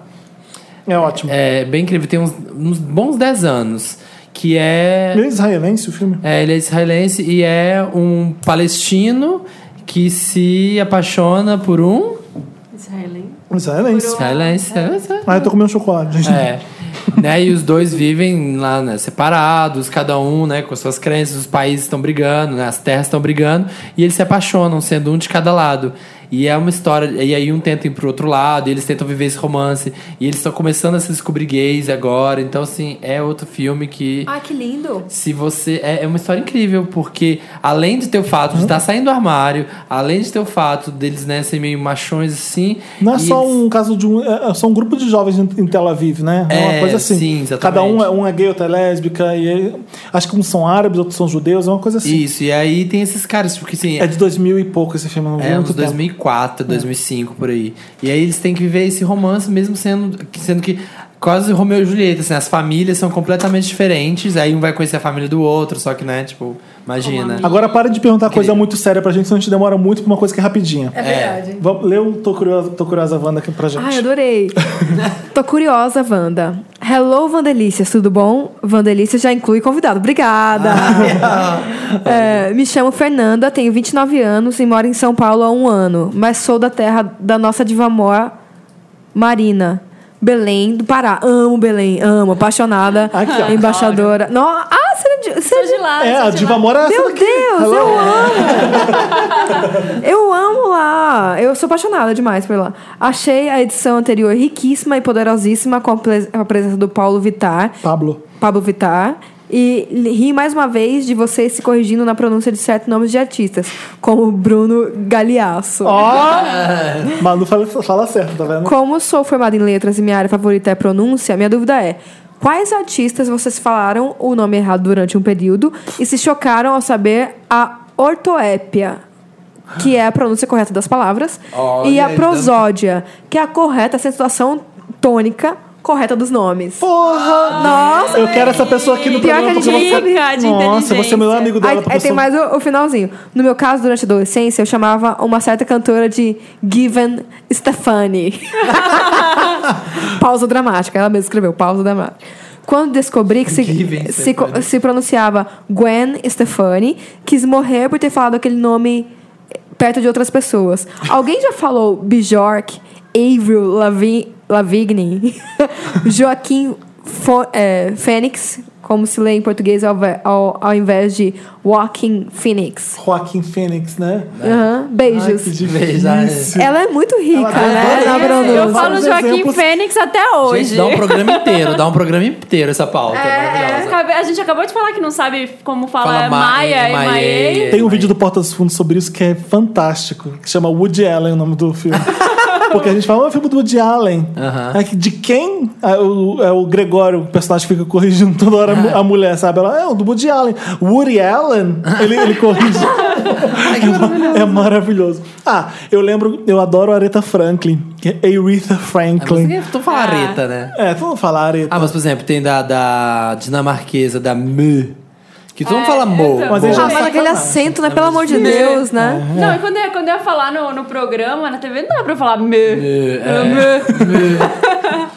É ótimo. É bem incrível, tem uns, uns bons 10 anos. Que é. Ele É israelense o filme? É, ele é israelense e é um palestino que se apaixona por um É. Israelense. Israelense. israelense. Ah, eu tô comendo chocolate, gente. É. né? E os dois vivem lá, né, separados, cada um, né, com suas crenças, os países estão brigando, né, as terras estão brigando, e eles se apaixonam, sendo um de cada lado. E é uma história, e aí um tenta ir pro outro lado, e eles tentam viver esse romance, e eles estão começando a se descobrir gays agora, então assim, é outro filme que Ah, que lindo! se você. É, é uma história incrível, porque além de ter o fato Uhum. de estar saindo do armário, além de ter o fato deles, né, serem meio machões assim. Não é e só eles- um caso de um. É é só um grupo de jovens em em Tel Aviv, né? É uma É, coisa assim. sim, exatamente. Cada um é, um é gay, outro é lésbica, e aí- acho que uns são árabes, outros são judeus, é uma coisa assim. Isso, e aí tem esses caras, porque assim. É de 2000 e pouco esse filme, não vi É, muito uns tempo. É. 2004, 2005, por aí. E aí eles têm que viver esse romance, mesmo sendo, sendo que quase Romeu e Julieta, assim, as famílias são completamente diferentes, aí um vai conhecer a família do outro, só que, né, tipo, imagina. Agora para de perguntar coisa muito séria pra gente, senão a gente demora muito pra uma coisa que é rapidinha. É verdade. Vamos, lê o Tô Curiosa, Tô Curiosa Wanda aqui pra gente. Ai, adorei. Tô curiosa, Wanda. Hello, Vandelícias, tudo bom? Vandelícias já inclui convidado. Obrigada. Ah, É, me chamo Fernanda, tenho 29 anos e moro em São Paulo há um ano, mas sou da terra da nossa divamor Marina. Belém do Pará. Amo Belém, amo, apaixonada. Aqui, ó. embaixadora. No, ah, você é de- você é Sou de de lá. é, sou a de Diva lá. Mora é essa meu daqui. Deus, Hello. eu amo! eu amo lá! Eu sou apaixonada demais por lá. Achei a edição anterior riquíssima e poderosíssima com a pres- a presença do Paulo Vittar, Pablo. Pablo Vittar. E li- ri mais uma vez de vocês se corrigindo na pronúncia de certos nomes de artistas, como Bruno Galeasso. Ó! Malu fala, fala certo, tá vendo? Como sou formada em letras e minha área favorita é pronúncia, minha dúvida é: quais artistas vocês falaram o nome errado durante um período e se chocaram ao saber a ortoépia, que é a pronúncia correta das palavras, Olha, e a então- prosódia, que é a correta acentuação tônica correta dos nomes. Porra! Nossa, Eu quero essa pessoa aqui no Pior programa que porque a gente eu vou liga de Nossa, eu vou ser o melhor inteligência. amigo Aí, dela. um porque aí eu tem sou- mais o, o finalzinho. No meu caso, durante a adolescência, eu chamava uma certa cantora de Given Stefani. pausa dramática. Ela mesma escreveu, pausa dramática. Quando descobri que se, Given se, co- Stefani. se pronunciava Gwen Stefani, quis morrer por ter falado aquele nome eh, perto de outras pessoas. Alguém já falou Bjork, Avril Lavi- Lavigne, Joaquim Fo- é, Fênix, como se lê em português ao, ve- ao- ao invés de Walking Phoenix. Joaquim Phoenix, né? Aham, Ai, beijos. que Beijo. difícil. Ela é muito rica, Ela né? adora na isso. pronúncia. Eu falo Vários Joaquim exemplos. Fênix até hoje. Gente, dá um programa inteiro, dá um programa inteiro essa pauta. É, maravilhosa. acabe- a gente acabou de falar que não sabe como falar Fala Ma- Maia e Maia. Maia. Tem um vídeo do Porta dos Fundos sobre isso que é fantástico, que chama Woody Allen, o nome do filme. Porque a gente fala, "Ah, é o filme do Woody Allen. Aham. É que de quem é o, é o Gregório, o personagem que fica corrigindo toda hora a mu- a mulher, sabe? Ela, é o do Woody Allen. Woody Allen, ele, ele corrige. é maravilhoso. Ah, eu lembro, eu adoro a Aretha Franklin, que é Aretha Franklin. Mas, Tu fala Ah. Rita, né? É, vamos falar Aretha. Ah, mas por exemplo, tem da, da dinamarquesa, da Mö, que É, tu não fala Mo. então. Mas Mo. aí já Ah, mas aquele sacanagem. acento, né? Pelo amor de Deus, né? É. Não, e quando eu, quando eu ia falar no, no programa, na TV, não dá pra eu falar me. é.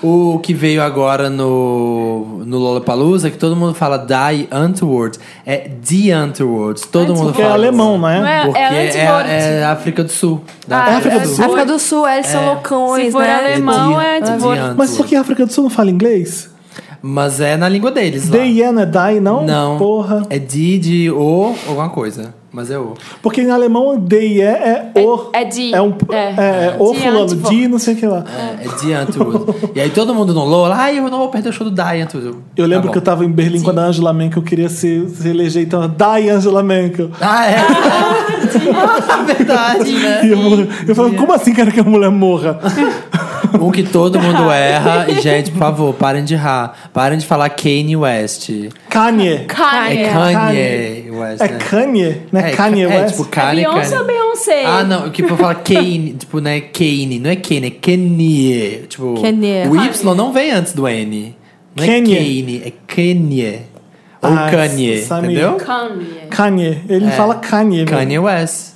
O que veio agora no, no Lollapalooza, que todo mundo fala Die Antwoord, é The Antwoord. Todo mundo Porque é fala. alemão, isso. né? Não é? Porque é, Antwoord. é África do Sul. Da Ah, África é do Sul. Sul. África do Sul, eles são loucões, Se for né? alemão, The- é The Antwoord. Mas por que a África do Sul não fala inglês? Mas é na língua deles lá. Diana Die, não? Não. um, Porra. É de, de o, alguma coisa. Mas é o. Porque em alemão, DIE é o. É- é de. É, um, É. é. é o De fulano, antivo. de não sei o que lá. É, é de Antwoord. e aí todo mundo no Lola, ai, eu não vou perder o show do Die Antwoord. Eu lembro que eu tá. tava em Berlim quando a Angela Merkel queria se, se eleger, então, Die Angela Merkel. bom. Ah, é. é verdade, né? E eu, eu falava, como assim quero que a mulher morra? Um que todo mundo erra. E, gente, por favor, parem de errar. Parem de falar Kanye West. Kanye. É, Kanye. Kanye West, É né? Kanye, né? Kanye é, West. tipo É Kanye, Beyoncé ou Kanye. Beyoncé? Ah, não, que eu falo Kane, tipo, não é Kane, não é Kane, é Kanye. Tipo, Kanye. o Y não vem antes do N. Não Kanye. é Kane, é Kanye. Ou Ah, Kanye, sabe. entendeu? Kanye. Kanye. Ele É. fala Kanye. mesmo. Kanye West.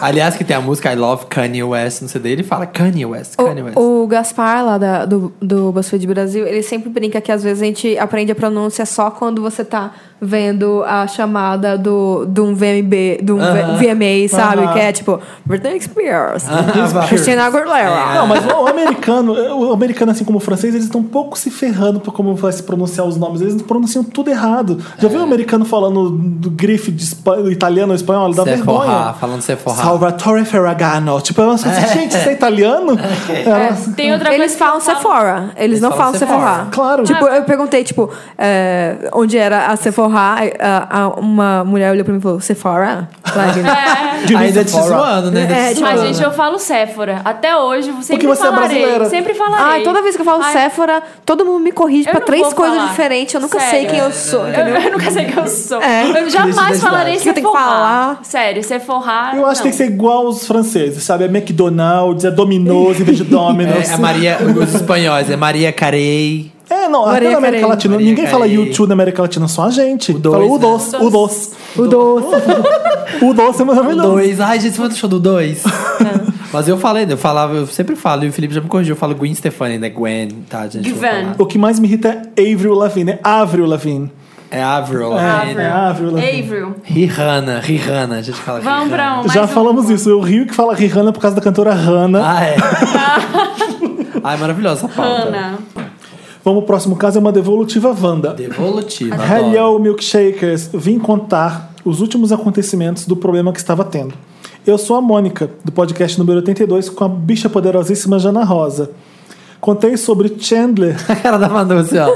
Aliás, que tem a música I Love Kanye West no CD, ele fala Kanye West, Kanye West. O, o Gaspar, lá da- do, do BuzzFeed Brasil, ele sempre brinca que às vezes a gente aprende a pronúncia só quando você tá vendo a chamada do, de um VMB, de um Aham. VMA, sabe? Aham. Que é tipo, Britney Spears, Ah, vai. Christina É. Aguilera. Não, mas o americano, o americano, assim como o francês, eles estão um pouco se ferrando pra como vai se pronunciar os nomes. Eles pronunciam tudo errado. Já É. viu o americano falando do grife de espa- do italiano ou espanhol? Dá Sephora, vergonha. falando Sephora. Salvatore Ferragano. Tipo, é uma coisa assim, gente, isso é italiano? É, Ela- É, Tem outra Eles coisa que falam eu falo- Sephora, eles, Eles não falam falam Sephora. Sephora. Claro. Tipo, eu perguntei, tipo, é, onde era a Sephora, a- a- uma mulher olhou pra mim e falou, Sephora? Lá, gente. É. de Ainda te Sephora. zoando, né? Ainda É, te tipo, A zoando. gente, eu falo Sephora. Até hoje, sempre Porque você é falarei. brasileira. Sempre falarei. Ai, toda vez que eu falo Ai, Sephora, todo mundo me corrige Eu pra não três vou coisas falar. diferentes. Eu nunca Sério. sei quem eu sou. Eu, eu nunca sei quem eu sou. É. Eu jamais Deixa falarei eu que eu tenho que Sephora. falar. Sério, Sephora. Eu acho que tem que ser igual os franceses, sabe? É McDonald's, é Domino's em vez de Domino's. É, a Maria, os espanhóis, é Maria Carey. É, não, até Maria na América Carey. Latina. Maria Ninguém fala Carey. YouTube na América Latina, só a gente. O dois, fala o né? doce, o doce. O doce. O doce é maravilhoso. Dois. Ai, gente, você vai no show do dois. É. Mas eu falei, né? eu falava, eu sempre falo, e o Felipe já me corrigiu, eu falo Gwen Stefani, né? Gwen, tá, gente? eu vou Gwen. falar. O que mais me irrita é Avril Lavigne, é Avril Lavigne. É Avril. É, é Lavigne. Avril Lavigne. Avril. Rihanna, Rihanna, a gente fala Vamos Rihanna. pra um. Já mais um. falamos isso. Eu rio que fala Rihanna por causa da cantora Hannah. Ah, é. Ai, maravilhosa essa pauta. Ana. Vamos pro próximo caso, é uma devolutiva Wanda. Devolutiva. adoro. Hello, milkshakers. Vim contar os últimos acontecimentos do problema que estava tendo. Eu sou a Mônica, do podcast número 82, com a bicha poderosíssima Jana Rosa. Contei sobre Chandler A cara da Manu, assim, ó.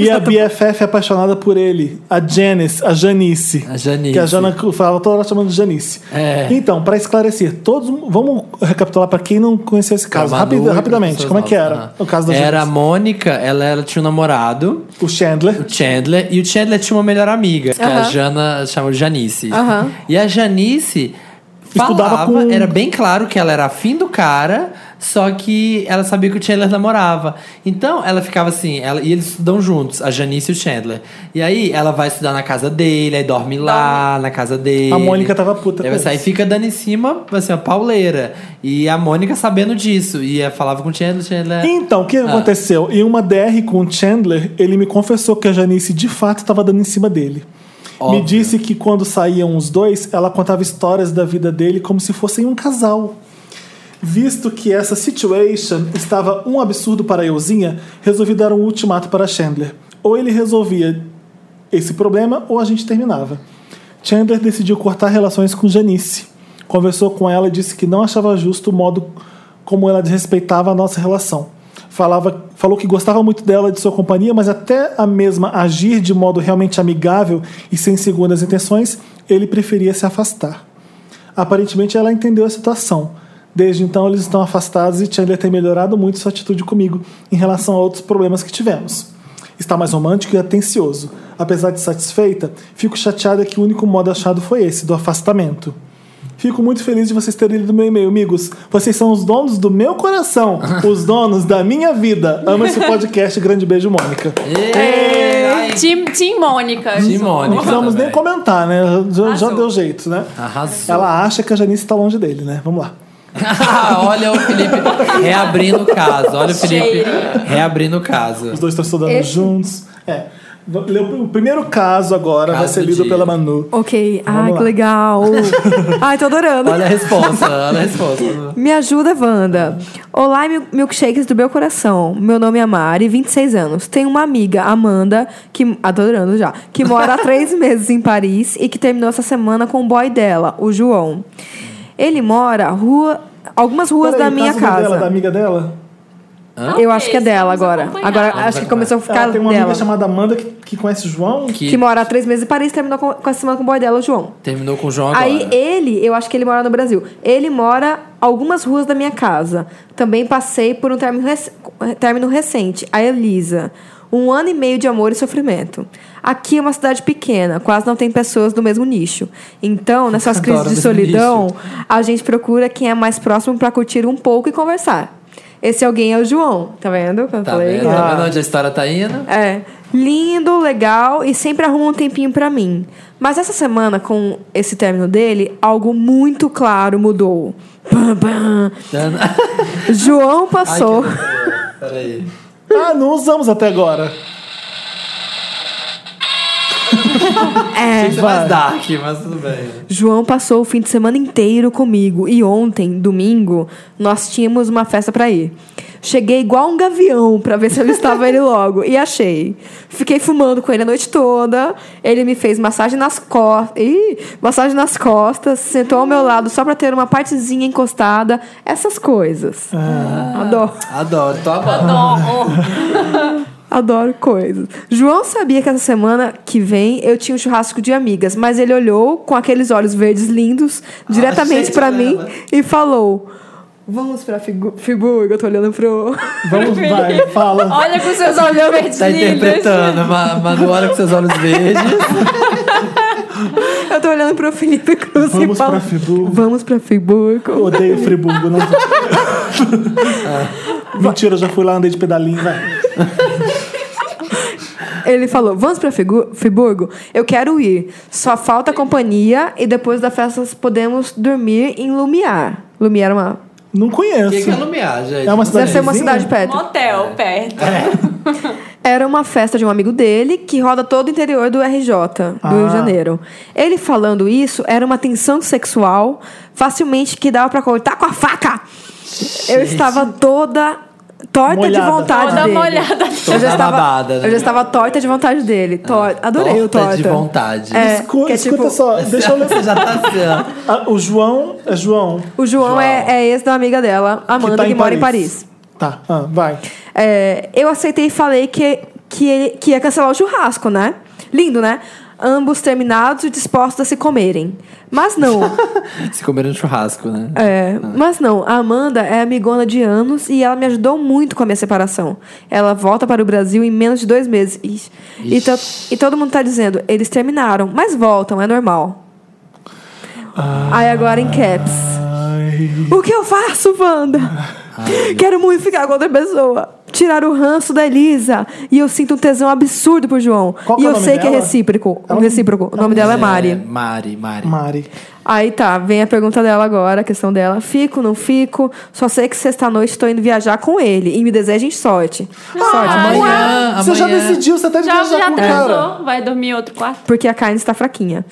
e a BFF é apaixonada por ele, a Janice, a Janice. A Janice. Que a Jana falava toda hora chamando de Janice. É. Então, pra esclarecer, todos. Vamos recapitular pra quem não conheceu esse caso. A Manu Rapida- e rapidamente, pessoas como é que novas. era Ah. o caso da Era a Janice? Mônica, ela, ela tinha um namorado, O Chandler. o Chandler, e o Chandler tinha uma melhor amiga, que é a Aham. Jana chama de Janice. Aham. E a Janice Estudava falava, com- era bem claro que ela era afim do cara, só que ela sabia que o Chandler namorava. Então ela ficava assim, ela, e eles estudam juntos, a Janice e o Chandler. E aí ela vai estudar na casa dele, aí dorme, lá, na casa dele. A Mônica tava puta Aí com vai sair, isso. fica dando em cima, assim, uma pauleira. E a Mônica sabendo disso. E ela falava com o Chandler, Chandler. Então, o que Ah. aconteceu? Em uma DR com o Chandler, ele me confessou que a Janice de fato estava dando em cima dele. Óbvio. Me disse que quando saíam os dois, ela contava histórias da vida dele como se fossem um casal. Visto que essa situation estava um absurdo para a Euzinha, resolvi dar um ultimato para Chandler. Ou ele resolvia esse problema, ou a gente terminava. Chandler decidiu cortar relações com Janice. Conversou com ela e disse que não achava justo o modo como ela desrespeitava a nossa relação. Falava, falou que gostava muito dela e de sua companhia, mas até a mesma agir de modo realmente amigável e sem segundas intenções, ele preferia se afastar. Aparentemente ela entendeu a situação. Desde então eles estão afastados e Chandler tem melhorado muito sua atitude comigo em relação a outros problemas que tivemos. Está mais romântico e atencioso. Apesar de satisfeita, fico chateada que o único modo achado foi esse, do afastamento. Fico muito feliz de vocês terem lido meu e-mail, amigos. Vocês são os donos do meu coração, os donos da minha vida. Amo esse podcast. Grande beijo, Mônica. Ê, ai, Tim, Tim Mônica. Tim Mônica. é, Não precisamos nem também. comentar, né? Já, já Arrasou. deu jeito, né? Arrasou. Ela acha que a Janice está longe dele, né? Vamos lá. Ah, olha o Felipe reabrindo o caso. Olha o Felipe reabrindo o caso. Os dois estão estudando Esse- juntos. É. Vou ler O o primeiro caso agora vai Caso ser do lido dia. pela Manu. Ok. Então, Ai, lá. que legal. Ai, tô adorando. Olha a resposta, olha a resposta. Me ajuda, Wanda. Olá, mil- milkshakes do meu coração. Meu nome é Mari, 26 anos. Tenho uma amiga, Amanda, que. ah, Adorando já. Que mora há três meses em Paris e que terminou essa semana com o boy dela, o João. Ele mora rua. Algumas ruas Peraí, da o minha caso não é casa. Dela, da amiga dela? Eu acho que é dela Vamos agora. acompanhar. Agora Vamos acho que acompanhar. começou a ficar Ah, Ela tem uma dela. amiga chamada Amanda que, que conhece o João. Que mora há três meses em Paris e terminou com, com essa semana com o boy dela, o João. Terminou com o João Então, agora. Aí ele, eu acho que ele mora no Brasil. Ele mora algumas ruas da minha casa. Também passei por um término, rec- término recente, a Elisa. Um ano e meio de amor e sofrimento. Aqui é uma cidade pequena, quase não tem pessoas do mesmo nicho. Então, nessas Adoro crises de mesmo solidão, a gente procura quem é mais próximo pra curtir um pouco e conversar. Esse alguém é o João, tá vendo? Que eu Tá falei? vendo? Tá vendo onde a história tá indo? É. Lindo, legal e sempre arruma um tempinho pra mim. Mas essa semana, com esse término dele, algo muito claro mudou. Pam, pam. João Ai, passou. que loucura. Peraí. Ah, não usamos até agora. é. Isso é mais dark, mas tudo bem. João passou o fim de semana inteiro comigo e ontem, domingo, nós tínhamos uma festa pra ir. Cheguei igual um gavião pra ver se eu estava ele logo e achei. Fiquei fumando com ele a noite toda. Ele me fez massagem nas costas, massagem nas costas, sentou ao meu lado só pra ter uma partezinha encostada, essas coisas. Adoro. Adoro, tô amando. Adoro. Adoro coisas. João sabia que essa semana que vem eu tinha um churrasco de amigas, mas ele olhou com aqueles olhos verdes lindos Ah, diretamente gente, pra mim ela. e falou: Vamos pra Figu Friburgo. Eu tô olhando pro. Vamos, vai, fala. Olha com seus olhos verdes Tá lindos. interpretando, ma- Manu olha com seus olhos verdes. eu tô olhando pro Felipe Cruz e Vamos falo, pra Friburgo. Vamos pra Friburgo. Odeio Friburgo. Não... Mentira, eu já fui lá, andei de pedalinho. Vai. Ele falou: Vamos pra Figu- Friburgo? Eu quero ir. Só falta companhia e depois da festa podemos dormir em Lumiar. Lumiar é uma. Não O conheço. que que é Lumiar, gente? É uma Deve ser uma cidadezinha? cidade perto. Motel perto. Era uma festa de um amigo dele que roda todo o interior do RJ, do Ah. Rio de Janeiro. Ele falando isso era uma tensão sexual facilmente que dava pra cortar com a faca. Eu estava toda torta de Molhada. vontade Toda dele. molhada. Tá Eu já, Toda estava, babada, né? Ah, eu já estava torta de vontade dele. Tor- Adorei o Torta torta. de vontade. É, Escu- que é escuta tipo- só, deixa eu ler. Você já tá assim, ó. Ah, o João é João. O João, É, é ex da amiga dela, Amanda, tá que, em mora em Paris. Paris. Tá, ah, vai. É, eu aceitei e falei que, que, ele- que ia cancelar o churrasco, né? Lindo, né? Ambos terminados e dispostos a se comerem. Mas não. Se comeram no churrasco, né? É, mas não, a Amanda é amigona de anos e ela me ajudou muito com a minha separação. Ela volta para o Brasil em menos de dois meses. Ixi. E, to- e todo mundo tá dizendo, eles terminaram, mas voltam, é normal. Aí agora em caps. Ai, O que eu faço, Wanda? Quero muito ficar com outra pessoa. Tirar o ranço da Elisa. E eu sinto um tesão absurdo por João. Qual que e é o eu nome sei que é dela? recíproco. Ela- recíproco. O nome dela é Mari. Mari, Mari. Mari. Aí tá, vem a pergunta dela agora, a questão dela. Fico, não fico? Só sei que sexta-noite tô indo viajar com ele e me desejem sorte. sorte, amanhã, mas- amanhã. Você já decidiu, você tá de Já, viajar já com o cara. transou, vai dormir outro quarto. Porque a carne está fraquinha.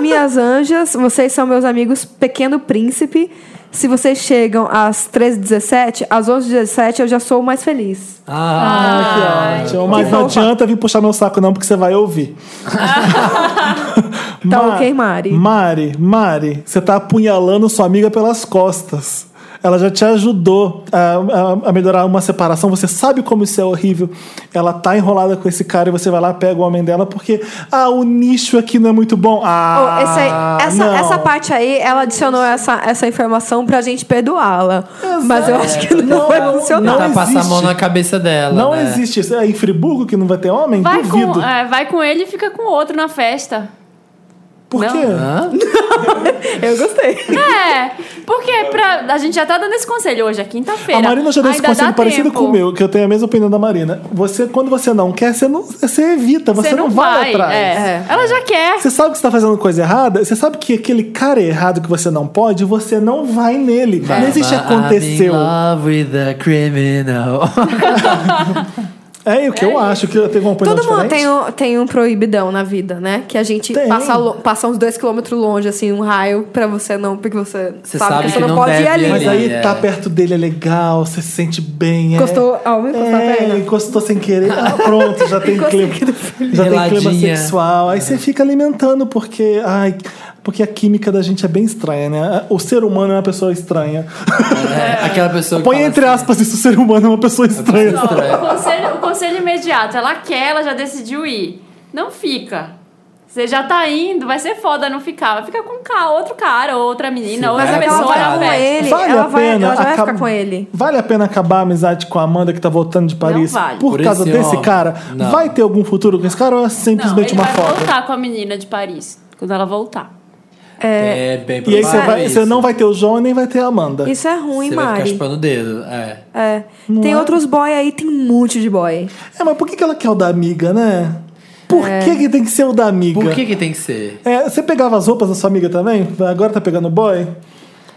minhas anjas. Vocês são meus amigos Pequeno Príncipe. Se vocês chegam às 13h17, às 11h17 eu já sou mais feliz. Ah, Ótimo, Mas que Então, tá. não fofa. adianta vir puxar meu saco, não, porque você vai ouvir. Tá Ma- ok, Mari? Mari, Mari, você tá apunhalando sua amiga pelas costas. Ela já te ajudou a, a- a melhorar uma separação. Você sabe como isso é horrível. Ela tá enrolada com esse cara e você vai lá, pega o homem dela, porque ah, o nicho aqui não é muito bom. Ah, Ô, Oh, esse aí- essa, não. essa parte aí, ela adicionou essa, essa informação pra gente perdoá-la. Mas eu acho que não, Não, vai não, funcionar. não tá passar a existe. mão na cabeça dela. Não né? existe isso. É em Friburgo que não vai ter homem? Vai Duvido. com, é, vai com ele e fica com outro na festa. Por não. quê? Hã? Eu gostei. É, porque pra, a gente já tá dando esse conselho hoje, é quinta-feira. A Marina já deu esse Ainda dá conselho parecido tempo. com o meu, que eu tenho a mesma opinião da Marina. Você, quando você não quer, você, não, você evita, você, não, vai, atrás. é. Ela já quer. Você sabe que você tá fazendo coisa errada, você sabe que aquele cara errado que você não pode, você não vai nele. não existe Baba, aconteceu. I'm in love with a criminal. É o que eu acho, que eu tenho uma opinião Todo mundo diferente. tem um, tem um proibidão na vida, né? Que a gente Tem. passa, lo- passa uns dois quilômetros longe, assim, um raio pra você não. Porque você Você sabe, sabe que você que não, não pode ir deve ali. ir Mas ali. aí É. tá perto dele é legal, você se sente bem. é- Encostou- ah, vamos encostar a é, perna. encostou sem querer. Ah, pronto, já tem Encostei clima. Já tem clima Geladinha. É. sexual. Aí você fica alimentando, porque. Ai, porque a química da gente é bem estranha, né? O ser humano é uma pessoa estranha. É, Aquela pessoa que Põe fala entre assim, aspas isso, o ser humano é uma pessoa estranha. Ó, o, conselho, o conselho imediato, ela quer, ela já decidiu ir. Não fica. Você já tá indo, vai ser foda não ficar. Fica com um ca- outro cara, ou outra menina, ou é vai outra Mas é ela pessoa acabar vai na com festa. ele, Vale ela, a vai, pena ela já vai acab- ficar com ele. Vale a pena acabar a amizade com a Amanda que tá voltando de Paris vale. por, Por causa esse desse homem. cara? Não. Vai ter algum futuro com esse cara ou é Não, simplesmente ele uma vai foto? voltar com a menina de Paris, quando ela voltar. É, bem né? E aí você, provável vai- isso. você não vai ter o João e nem vai ter a Amanda. Isso é ruim, Você vai ficar Mari. chupando o dedo. É. É. Tem outros boy aí, tem um monte de boy. É, mas por que que ela quer o da amiga, né? Por que, que tem que ser o da amiga? Por que que tem que ser? É, você pegava as roupas da sua amiga também? Agora tá pegando o boy?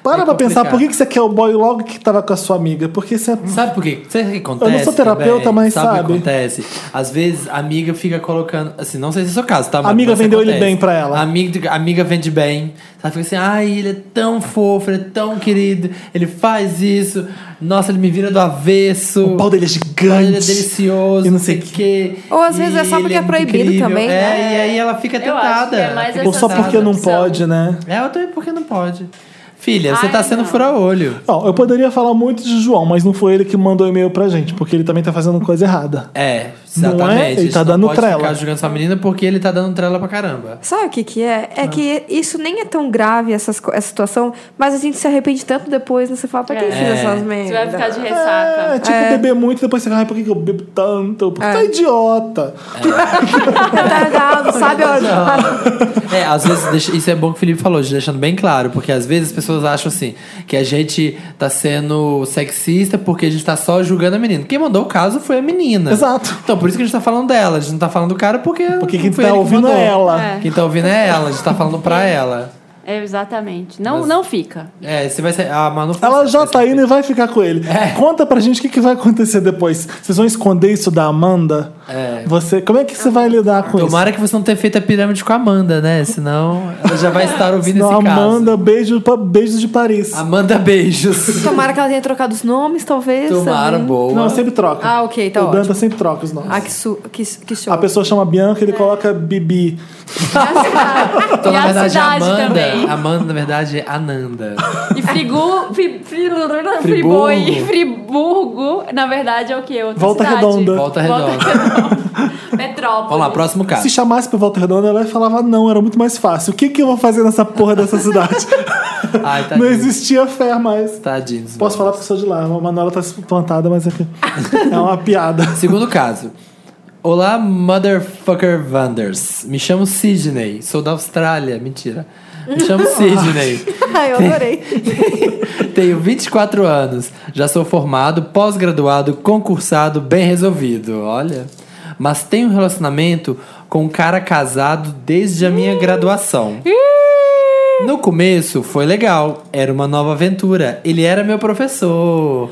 Para É pra pensar, complicado. Hum. por que, que você quer o boy logo que tava com a sua amiga? Porque você é Sabe por quê? Sabe o que acontece? Eu não sou terapeuta, também? mas sabe. o que sabe. acontece? Às vezes a amiga fica colocando. Assim, não sei se é o seu caso, tá? Mas Amiga mas vendeu ele acontece. bem pra ela. A amiga, a amiga vende bem. Ela fica assim, ai, ele é tão fofo, ele é tão querido, ele faz isso. Nossa, ele me vira do avesso. O pau dele é O pau gigante. dele é delicioso. E não sei o quê. Ou às vezes é só ele porque é muito proibido também, É, né? e aí ela fica Eu acho que tentada. é mais Fica Ou só Essa porque não opção. pode, né? É, eu também porque não pode. Filha, você Ai, tá sendo não. fura-olho. Ó, eu poderia falar muito de João, mas não foi ele que mandou e-mail pra gente, porque ele também tá fazendo coisa errada. É, Não é? exatamente. Ele A gente tá não dando pode trela. ficar julgando sua menina porque ele tá dando trela pra caramba. Sabe o que que é? É que isso nem é tão grave, essas, co- essa situação, mas a gente se arrepende tanto depois, né? Você fala, pra que É. eu fiz essas Você vai ficar merdas? de ressaca. É, tipo, beber muito e depois você fala, "Ai, por que que eu bebo tanto? Porque tá idiota. Retardado, Tá sabe? Ah, Olha, É, às vezes, deixa- isso é bom que o Felipe falou, deixando bem claro, porque às vezes as pessoas acham assim, que a gente tá sendo sexista porque a gente tá só julgando a menina. Quem mandou o caso foi a menina. Exato. Então, por isso que a gente tá falando dela, a gente não tá falando do cara porque. Porque não quem foi tá ele que ouvindo mandou. é ela. É. Quem tá ouvindo é ela, a gente tá falando pra ela. É, exatamente. Não, Mas- não fica. É, você vai ser. A Manu Ela você já vai ser- tá indo e vai ficar com ele. É. Conta pra gente o que, que vai acontecer depois. Vocês vão esconder isso da Amanda? Você, como é que você vai lidar com Tomara que você não tenha feito a pirâmide com a Amanda, né? Senão ela já vai estar isso? ouvindo Não, esse caso. Ah, Amanda, beijo, pa- beijos de Paris. Amanda, beijos. Tomara que ela tenha trocado os nomes, talvez. né? Tomara, sabe? boa. Não, sempre troca. Ah, ok, tá O Danta ótimo. sempre troca os nomes. Ah, que, su... que, que É. show. A pessoa chama Bianca, ele coloca Bibi. Então, E na a verdade, cidade Amanda, também. Amanda, na verdade, é Ananda. E Frigu, Fri- Fri- Friburgo. Friboi, Friburgo, na verdade é o quê? Outra Volta cidade. Redonda. Volta redonda. Redonda. Metrópole. Vamos lá, próximo caso. Se chamasse pra Volta Redonda, ela falava não, era muito mais fácil. O que, que eu vou fazer nessa porra dessa cidade? Ai, não tadinho. existia fé mais. Tadinho. Posso falar porque eu sou de lá. A Manuela tá plantada, mas é, que- é uma piada. Segundo caso. Olá, motherfucker Vanders. Me chamo Sidney. Sou da Austrália. Mentira. Me chamo Sidney. Ai, eu adorei. Tenho 24 anos. Já sou formado, pós-graduado, concursado, bem resolvido. Olha. Mas tenho um relacionamento com um cara casado desde a minha graduação. No começo foi legal, era uma nova aventura. Ele era meu professor.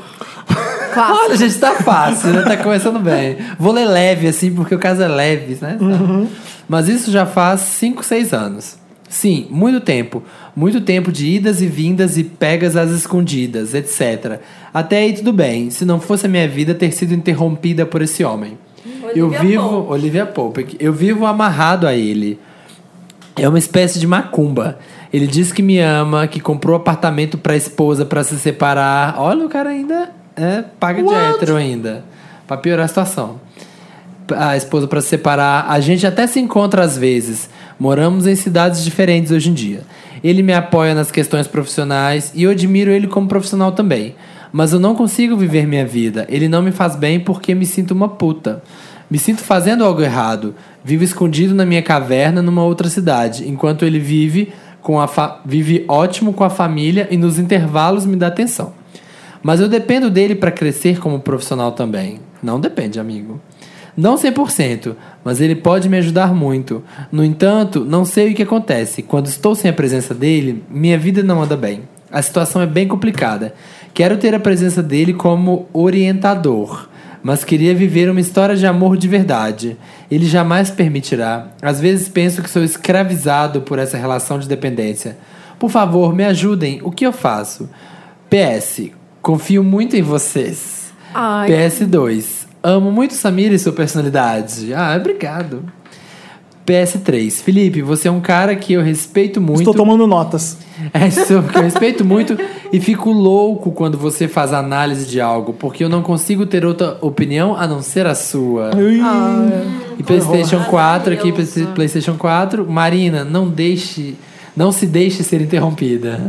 Clássico. Olha, gente, tá fácil, né? Tá começando bem. Vou ler leve, assim, porque o caso é leve, né? Uhum. Mas isso já faz 5, 6 anos. Sim, muito tempo. Muito tempo de idas e vindas e pegas às escondidas, etc. Até aí tudo bem, se não fosse a minha vida ter sido interrompida por esse homem. eu Olivia vivo. Pope. Olivia Pope. Eu vivo amarrado a ele. É uma espécie de macumba. Ele diz que me ama, que comprou apartamento pra esposa pra se separar. Olha, o cara ainda é, paga de hétero ainda. Pra piorar a situação. A esposa pra se separar. A gente até se encontra às vezes. Moramos em cidades diferentes hoje em dia. Ele me apoia nas questões profissionais e eu admiro ele como profissional também. Mas eu não consigo viver minha vida. Ele não me faz bem porque me sinto uma puta. Me sinto fazendo algo errado. Vivo escondido na minha caverna numa outra cidade, enquanto ele vive com a fa- vive ótimo com a família e nos intervalos me dá atenção. Mas eu dependo dele para crescer como profissional também. Não depende, amigo. Não 100%, mas ele pode me ajudar muito. No entanto, não sei o que acontece. Quando estou sem a presença dele, minha vida não anda bem. A situação é bem complicada. Quero ter a presença dele como orientador mas queria viver uma história de amor de verdade. Ele jamais permitirá. Às vezes penso que sou escravizado por essa relação de dependência. Por favor, me ajudem. O que eu faço? PS. Confio muito em vocês. Ai. PS2. Amo muito Samira e sua personalidade. Ah, obrigado. PS3. Felipe, você é um cara que eu respeito muito. Estou tomando notas. É isso que eu respeito muito e fico louco quando você faz análise de algo, porque eu não consigo ter outra opinião a não ser a sua. Ui. Ah. E PlayStation 4 aqui, PlayStation 4, Marina, não deixe, não se deixe ser interrompida.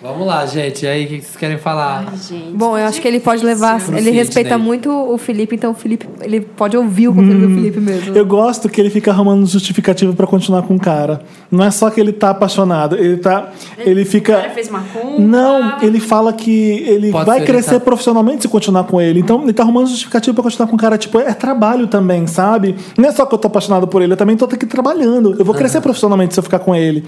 Vamos lá, gente. E aí, o que vocês querem falar? Gente, Bom, eu acho que ele pode levar. Pro Ele Sidney. respeita muito o Felipe, então o Felipe ele pode ouvir o conteúdo do Felipe mesmo. Eu gosto que ele fica arrumando justificativa pra continuar com o cara. Não é só que ele tá apaixonado, ele tá. Ele o cara fica. fez macumba. Não, ele fala que ele Pode vai ser, crescer ele tá- profissionalmente se continuar com ele. Então, ele tá arrumando justificativa pra continuar com o cara. Tipo, é trabalho também, sabe? Não é só que eu tô apaixonado por ele, eu também tô aqui trabalhando. Eu vou É. crescer profissionalmente se eu ficar com ele.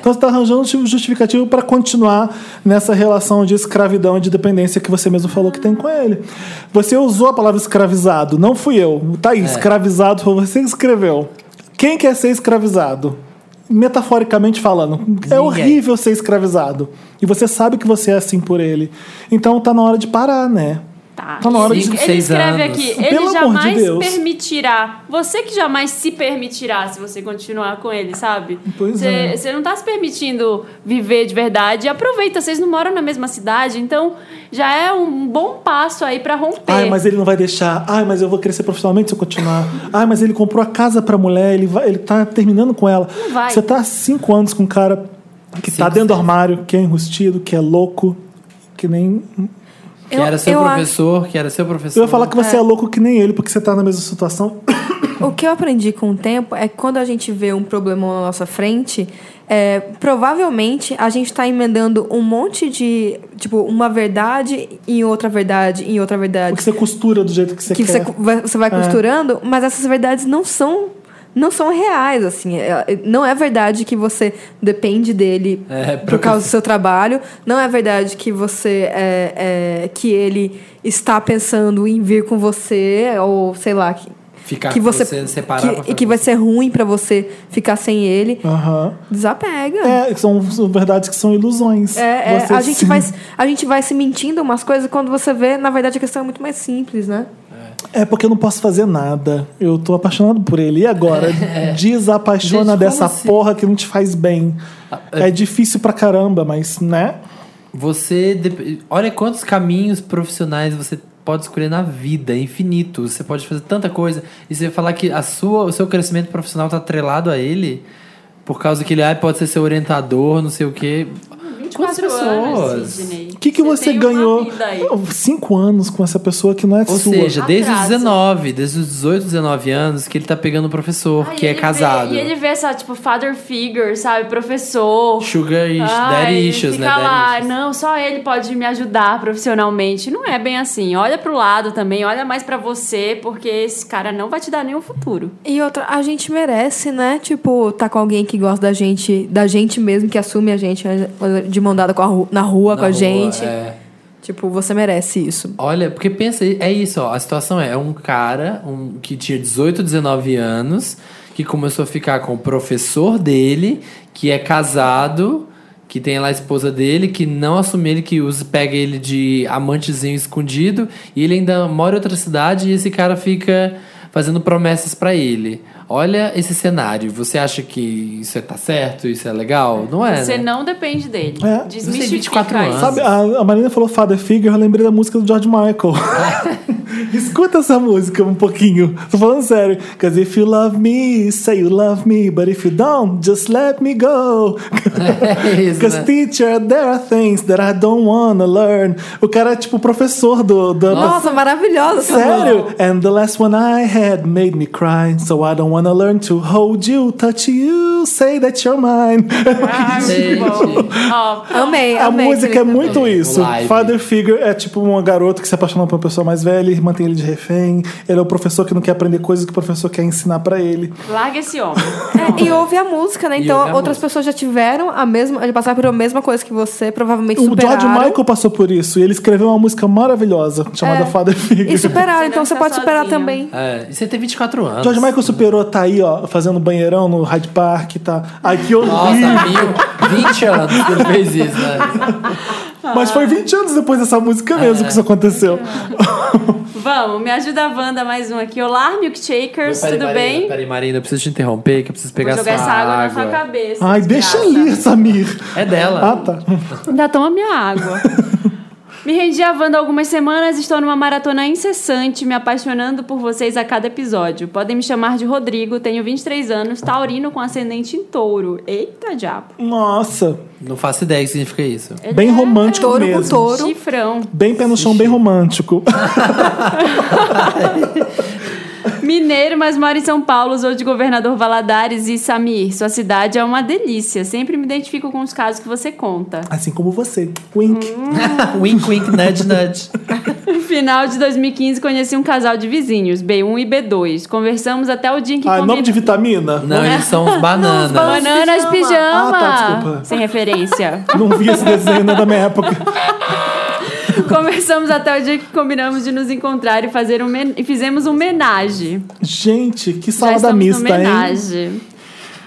Então, você tá arranjando tipo, justificativo pra continuar nessa relação de escravidão e de dependência que você mesmo falou que tem com ele. Você usou a palavra escravizado, não fui eu. Tá É. aí, escravizado foi você que escreveu. Quem quer ser escravizado? Metaforicamente falando, é horrível horrível ser escravizado. E você sabe que você é assim por ele. Então tá na hora de parar, né? Tá. Tá na hora de. Cinco, Ele seis escreve anos. aqui, Pelo amor ele de jamais Deus. permitirá. Você que jamais se permitirá se você continuar com ele, sabe? Pois você, é. você não tá se permitindo viver de verdade. E aproveita, vocês não moram na mesma cidade, então já é um bom passo aí pra romper. Ai, mas ele não vai deixar. Ai, mas eu vou crescer profissionalmente se eu continuar. Ai, mas ele comprou a casa pra mulher, ele, vai, ele tá terminando com ela. Não vai. Você tá há cinco anos com um cara que tá Cinco, dentro do armário, que é enrustido, que é louco, que nem. Que era seu eu acho- professor, que era seu professor. Eu ia falar que você é. louco que nem ele, porque você tá na mesma situação. O que eu aprendi com o tempo é que quando a gente vê um problema na nossa frente, é, provavelmente a gente está emendando um monte de. Tipo, uma verdade em outra verdade, em outra verdade. Porque você costura do jeito que você que quer. É. você, vai- você vai costurando, mas essas verdades não são não são reais, assim. É- é- Não é verdade que você depende dele É, por pra- causa do seu trabalho. Não é verdade que você é, é, que ele está pensando em vir com você ou sei lá que Ficar que com você, você, separar pra que, ficar e que com vai ser ruim pra você ficar sem ele. Aham. Desapega. É, são são verdades que são ilusões. É, é, Você a, gente se- vai, a gente vai se mentindo umas coisas quando você vê, na verdade, a questão é muito mais simples, né? É porque eu não posso fazer nada. Eu tô apaixonado por ele. E agora? Desapaixona Gente, dessa como assim? porra que não te faz bem. É, difícil pra caramba, mas, né? Você. dep- Olha quantos caminhos profissionais você pode escolher na vida, É infinito. Você pode fazer tanta coisa. E você falar que a sua, o seu crescimento profissional tá atrelado a ele, por causa que ele ah, pode ser seu orientador, não sei o quê. 24 Quantas anos, pessoas? Sidney. O que, que você, tem uma ganhou vida aí. cinco anos com essa pessoa que não é Ou sua? seja, desde os Atraso. 19, desde os 18, 19 anos, que ele tá pegando um professor, Ah, e que é ele vê- casado. e ele vê essa, tipo, father figure, sabe? Professor. Sugar is, Ai, daddy issues, né? Ah, fica lá, Daddy issues. não, só ele pode me ajudar profissionalmente. Não é bem assim. Olha pro lado também, olha mais pra você, porque esse cara não vai te dar nenhum futuro. E outra, a gente merece, né? Tipo, tá com alguém que gosta da gente, da gente mesmo, que assume a gente né? de mão dada com a ru- na rua com Na a rua, gente. é. Tipo, você merece isso. Olha, porque pensa, é isso, ó. A situação é, é um cara um, que tinha 18, 19 anos, que começou a ficar com o professor dele, que é casado, que tem lá a esposa dele, que não assume ele, que usa, pega ele de amantezinho escondido, e ele ainda mora em outra cidade e esse cara fica fazendo promessas pra ele. Olha esse cenário. Você acha que isso é, tá certo? Isso é legal? Não é, você né? não depende dele. É. Desmistifica Você tem 24 isso. anos. Sabe, a, a Marina falou Father Figure, eu lembrei da música do George Michael. Escuta essa música um pouquinho. Tô falando sério. Cause if you love me, say you love me. But if you don't, just let me go. É isso, Because né? teacher, there are things that I don't wanna learn. O cara é tipo professor do. do da- Nossa, maravilhosa essa música. Sério? And the last one I had made me cry. So I don't wanna learn to hold you, touch you, say that you're mine. Ah, Gente. muito bom. Ó, Amei, A amei. música é Felipe. muito também. isso. Live. Father figure é tipo um garoto que se apaixona por uma pessoa mais velha e mantém ele de refém. Ele é o professor que não quer aprender coisas que o professor quer ensinar pra ele. larga esse homem. É, e ouve a música, né? E Então ouve a outras música. pessoas já tiveram a mesma, já passaram pela mesma coisa que você, provavelmente O superaram. George Michael passou por isso e ele escreveu uma música maravilhosa chamada É. Father Figure. E superaram, Você então não você está pode superar sozinho. também. É, e você tem 24 anos. George Michael superou, tá aí, ó, fazendo banheirão no Hyde Park, tá. Ai, que Nossa, horrível. mil, 20 anos que ele fez isso, né? tá. Mas foi 20 anos depois dessa música mesmo que isso aconteceu. É. Vamos, me ajuda a Wanda mais um aqui. Olá, milkshakers, tudo Marina, bem? Peraí, Marina, eu preciso te interromper, que eu preciso pegar Vou jogar sua essa água, na sua água. cabeça. Ai, deixa desgraça. ali, Samir. É dela. Ah, tá. Ainda toma minha água. Me rendi a Wanda algumas semanas, estou numa maratona incessante, me apaixonando por vocês a cada episódio. Podem me chamar de Rodrigo, tenho 23 anos, taurino com ascendente em touro. Eita diabo. é Nossa, Não faço ideia do que significa isso. bem romântico Touro com mesmo. touro. Chifrão. Bem pé no chão, bem romântico. Mineiro, mas mora em São Paulo, sou de governador Valadares e Samir. Sua cidade é uma delícia. Sempre me identifico com os casos que você conta. Assim como você. Hum, Wink. wink, wink, nudge, nudge. No final de 2015, conheci um casal de vizinhos, B1 e B2. Conversamos até o dia em que Ah, combi- nome de vitamina? Não, eles são os bananas. Bananas Pijama. pijama. Ah, tá, desculpa. Sem referência. Não vi esse desenho né, da minha época. Conversamos até o dia que combinamos de nos encontrar e fazer um men- e fizemos um homenagem. Gente, que Já salada estamos mista, no hein? homenagem.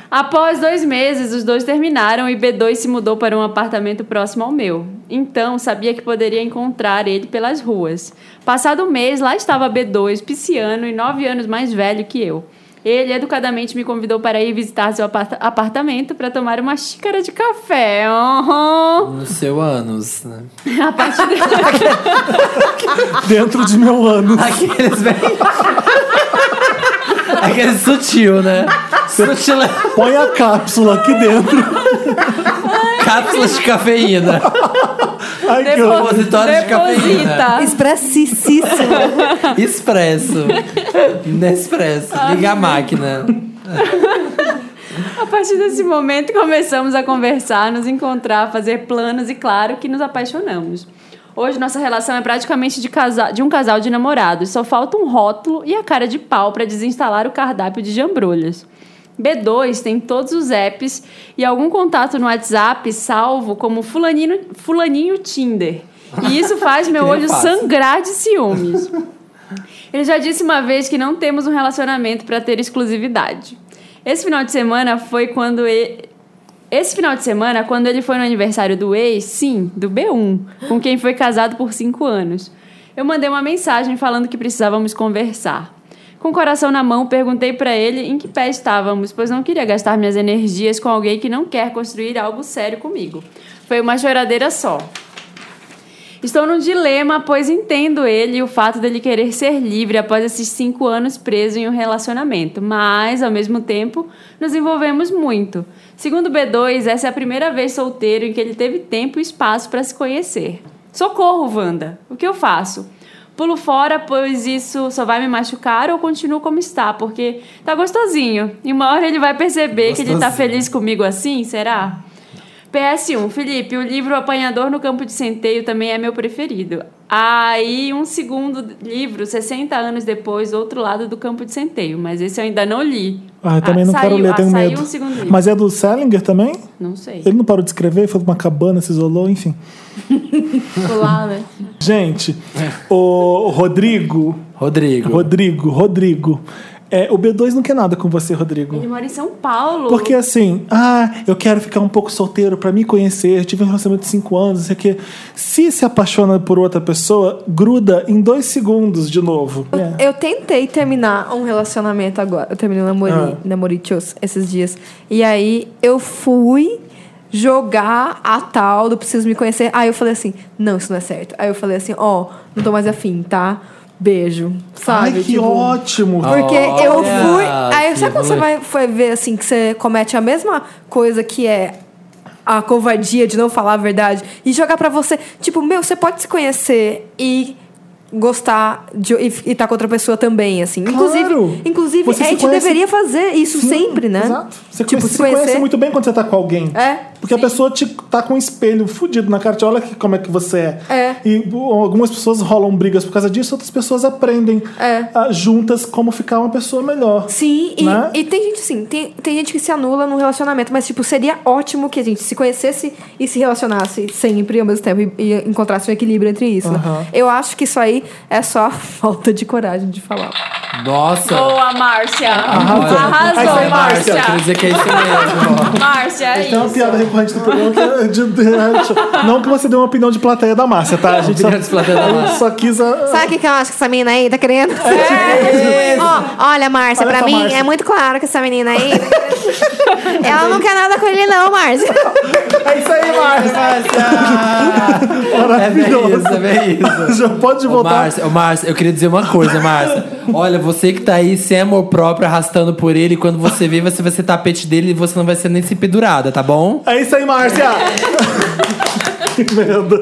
Após dois meses, os dois terminaram e B2 se mudou para um apartamento próximo ao meu. Então, sabia que poderia encontrar ele pelas ruas. Passado um mês, lá estava B2, pisciano e nove anos mais velho que eu. Ele educadamente me convidou para ir visitar seu aparta- apartamento para tomar uma xícara de café. Uhum. No seu ânus, né? A partir de... Dentro de meu ano. Aqueles bem... Aqueles sutil, né? Sutil... Põe a cápsula aqui dentro. Cápsulas de cafeína. Ai, que Depo- horror. Repositório de Deposita. Expressíssimo. Expresso. Nespresso. Liga a máquina. A partir desse momento começamos a conversar, nos encontrar, fazer planos e claro que nos apaixonamos. Hoje nossa relação é praticamente de, casa- de um casal de namorados. Só falta um rótulo e a cara de pau para desinstalar o cardápio de jambrolhas. B2 tem todos os apps e algum contato no WhatsApp salvo como fulaninho, fulaninho Tinder. E isso faz meu Que nem eu olho faço. sangrar de ciúmes. Ele já disse uma vez que não temos um relacionamento para ter exclusividade. Esse final de semana foi quando ele. Esse final de semana, quando ele foi no aniversário do ex, sim, do B1, com quem foi casado por cinco anos. Eu mandei uma mensagem falando que precisávamos conversar. Com o coração na mão, perguntei para ele em que pé estávamos, pois não queria gastar minhas energias com alguém que não quer construir algo sério comigo. Foi uma choradeira só. Estou num dilema, pois entendo ele e o fato dele querer ser livre após esses cinco anos preso em um relacionamento, mas, ao mesmo tempo, nos envolvemos muito. Segundo o B2, essa é a primeira vez solteiro em que ele teve tempo e espaço para se conhecer. Socorro, Wanda! O que eu faço? Pulo fora, pois isso só vai me machucar ou continuo como está, porque tá gostosinho. E uma hora ele vai perceber que ele tá Gostosinho. feliz comigo assim, será? PS1, Felipe, o livro Apanhador no Campo de Centeio também é meu preferido. Aí, um segundo livro, 60 anos depois, Outro Lado do Campo de Centeio, mas esse eu ainda não li. Ah, eu também não saiu, quero ler, ah, tenho saiu medo. um segundo livro. Mas é do Salinger também? Não sei. Ele não parou de escrever, foi pra uma cabana, se isolou, enfim. Pular, né? Gente, o Rodrigo, Rodrigo. Rodrigo, Rodrigo, é, o B2 não quer nada com você, Rodrigo. Ele mora em São Paulo. Porque assim, ah, eu quero ficar um pouco solteiro pra me conhecer, tive um relacionamento de 5 anos, não sei o quê. Se se apaixona por outra pessoa, gruda em dois segundos de novo. É. Eu tentei terminar um relacionamento agora. Eu terminei um namori, Ah. namorichos esses dias. E aí eu fui jogar a tal do preciso me conhecer. Aí eu falei assim, não, isso não é certo. Aí eu falei assim, ó, não tô mais afim, tá? Beijo. Sabe? Ai, que Tipo, ótimo! Porque Olha, eu fui. Aí que sabe quando você rolê. vai foi ver assim que você comete a mesma coisa que é a covardia de não falar a verdade e jogar pra você, tipo, meu, você pode se conhecer e gostar de, e, e tá com outra pessoa também, assim. Claro. Inclusive, inclusive Você a se gente conhece- deveria fazer isso Sim, sempre, né? Exato. Você conhece, se conhece muito bem quando você tá com alguém. É. Porque a pessoa te tá com um espelho fudido na cara, te olha que, como é que você é. É. E bom, algumas pessoas rolam brigas por causa disso, outras pessoas aprendem É. ah, juntas como ficar uma pessoa melhor. Sim, e, Né? e tem gente assim, tem, tem gente que se anula num relacionamento, mas tipo, seria ótimo que a gente se conhecesse e se relacionasse sempre ao mesmo tempo e, e encontrasse um equilíbrio entre isso. né? Aham. Eu acho que isso aí é só a falta de coragem de falar. Nossa. Boa, Márcia! Ah, é. Arrasou. Aí Arrasou, sai Márcia! Quer dizer que é isso mesmo. Márcia, é Tem uma isso. piada recorrente do programa que é de, de- Não que você dê uma opinião de plateia da Márcia, tá? A gente só, Opinião de plateia da a gente Márcia. só quis a- Sabe o que, que eu acho que essa menina aí tá querendo? Ó, olha, Márcia, É, tipo Olha pra essa mim Márcia. é muito claro que essa menina aí. ela não quer nada com ele, não, Márcia. É isso aí, Márcia! É bem Maravilhoso! isso, é bem isso. Já pode Ô, voltar. Márcia, ô, Márcia, eu queria dizer uma coisa, Márcia. Olha, você que tá aí sem amor próprio, arrastando por ele, quando você vê, você vai ser tapete dele e você não vai ser nem se pendurada, tá bom? É isso aí, Márcia! que merda.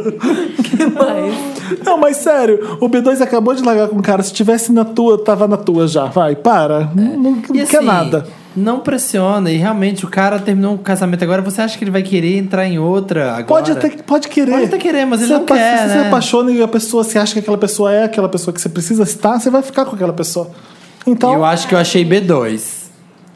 Não, mas sério, o B2 acabou de largar com o cara. Se tivesse na tua, tava na tua já. Vai, para. Não, não, não É. E, quer assim, nada. Não pressiona, e realmente o cara terminou um casamento agora, você acha que ele vai querer entrar em outra agora? Pode até pode querer. Pode até querer, mas ele Você não quer, Se né? você apaixona e a pessoa se acha que aquela pessoa é aquela pessoa que você precisa estar, você vai ficar com aquela pessoa. Então, Eu acho que eu achei B2.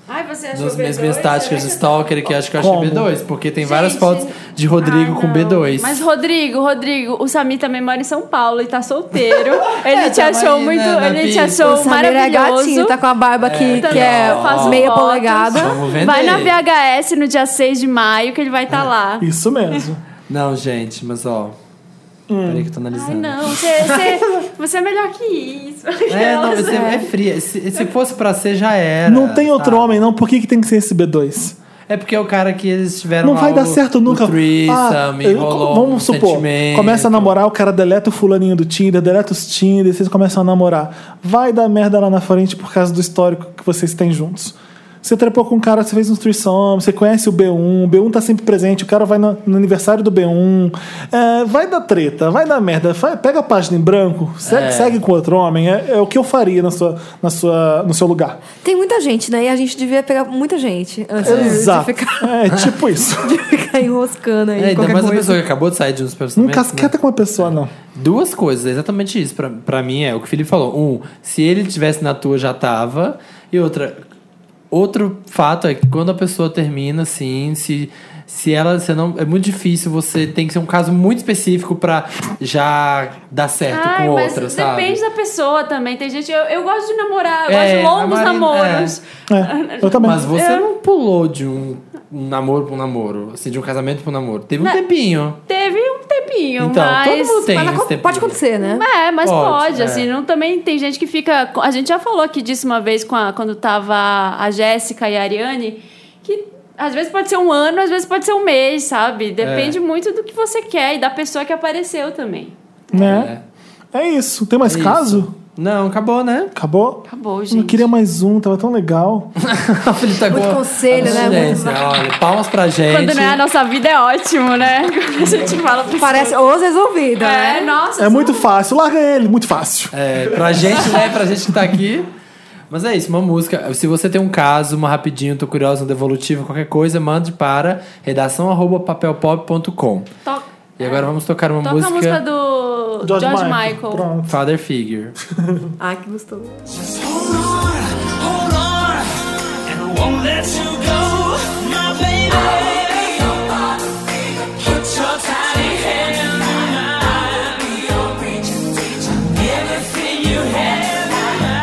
Ai, você achou Nas B2? mesmas táticas de stalker é que eu acho que eu achei Como? B2, porque tem é várias Gente, fotos de Rodrigo Ah, com não. B2. Mas, Rodrigo, Rodrigo, o Samir também mora em São Paulo e tá solteiro. Ele te tamo achou aí, muito. né, na ele te pista. O achou Samir é maravilhoso. gatinho, tá com a barba que, que é Eu então. faço meia fotos. polegada. Vamos vender. Vai na VHS no dia 6 de maio que ele vai estar lá. isso mesmo. Não, gente, mas ó. Peraí que eu tô analisando. Hum. Ai, não, você, você, você é melhor que isso. É, não, você é fria. Se, se fosse pra ser, já era. não tem outro É, sabe? homem, não. Por que, que tem que ser esse B2? É porque é o cara que eles tiveram. Não lá vai dar o- certo o nunca. Ah, threesome, eu- rolou um vamos supor, sentimento. começa a namorar, o cara deleta o fulaninho do Tinder, deleta os Tinder, vocês começam a namorar. Vai dar merda lá na frente por causa do histórico que vocês têm juntos. Você trepou com um cara, você fez um threesome, você conhece o B1, o B1 tá sempre presente, o cara vai no, no aniversário do B1. É, vai dar treta, vai dar merda, vai- pega a página em branco, segue, É. segue com outro homem, é, é o que eu faria na sua, na sua, no seu lugar. Tem muita gente, né? E a gente devia pegar muita gente antes de- Exato. de ficar, É tipo isso. de ficar Tá enroscando aí. É, ainda qualquer mais a coisa. pessoa que acabou de sair de uns né? Não personagens. casqueta com a pessoa, não. Duas coisas, é exatamente isso. Pra, pra mim é o que o Felipe falou. Um, se ele tivesse na tua, já tava. E outra, Outro fato é que quando a pessoa termina, assim, se. Se ela, se não, é muito difícil, você tem que ser um caso muito específico pra já dar certo Ai, com mas outra, sabe? depende da pessoa também. Tem gente. Eu, eu gosto de namorar, eu É, gosto de longos a Marina- namoros. É, eu também. Mas você Eu- não pulou de um, um namoro pra um namoro, assim, de um casamento pra um namoro. Teve um tempinho. Teve um tempinho, Então, mas. todo mundo tem Mas esse acon- tempinho. pode acontecer, né? É, mas Pode, pode, é. assim, não também tem gente que fica. A gente já falou aqui disso uma vez com a- quando tava a Jéssica e a Ariane, que às vezes pode ser um ano, às vezes pode ser um mês, sabe? Depende muito do que você quer e da pessoa que apareceu também. Né? É. isso. Tem mais É isso. caso? Não, acabou, né? Acabou? Acabou, Não gente. queria mais um, tava tão legal. A Felipe tá Muito com conselho, né? abstinência. Muito- Olha, palmas pra gente. Quando não é a nossa vida é ótimo, né? Quando a gente fala pra Parece os resolvida, É, né? nossa. É muito fácil, larga ele, muito fácil. É, pra gente, né? Pra gente que tá aqui. Mas é isso, uma música. Se você tem um caso, uma rapidinho, tô curiosa, um devolutivo, qualquer coisa, mande para redação arroba papelpop.com. To- E agora vamos tocar uma toca a música do George, Michael. Pronto. Father Figure. Ai, que gostoso. Hold on, hold on, and I won't let you go, my baby. Put your tiny hand in mine. Everything you have,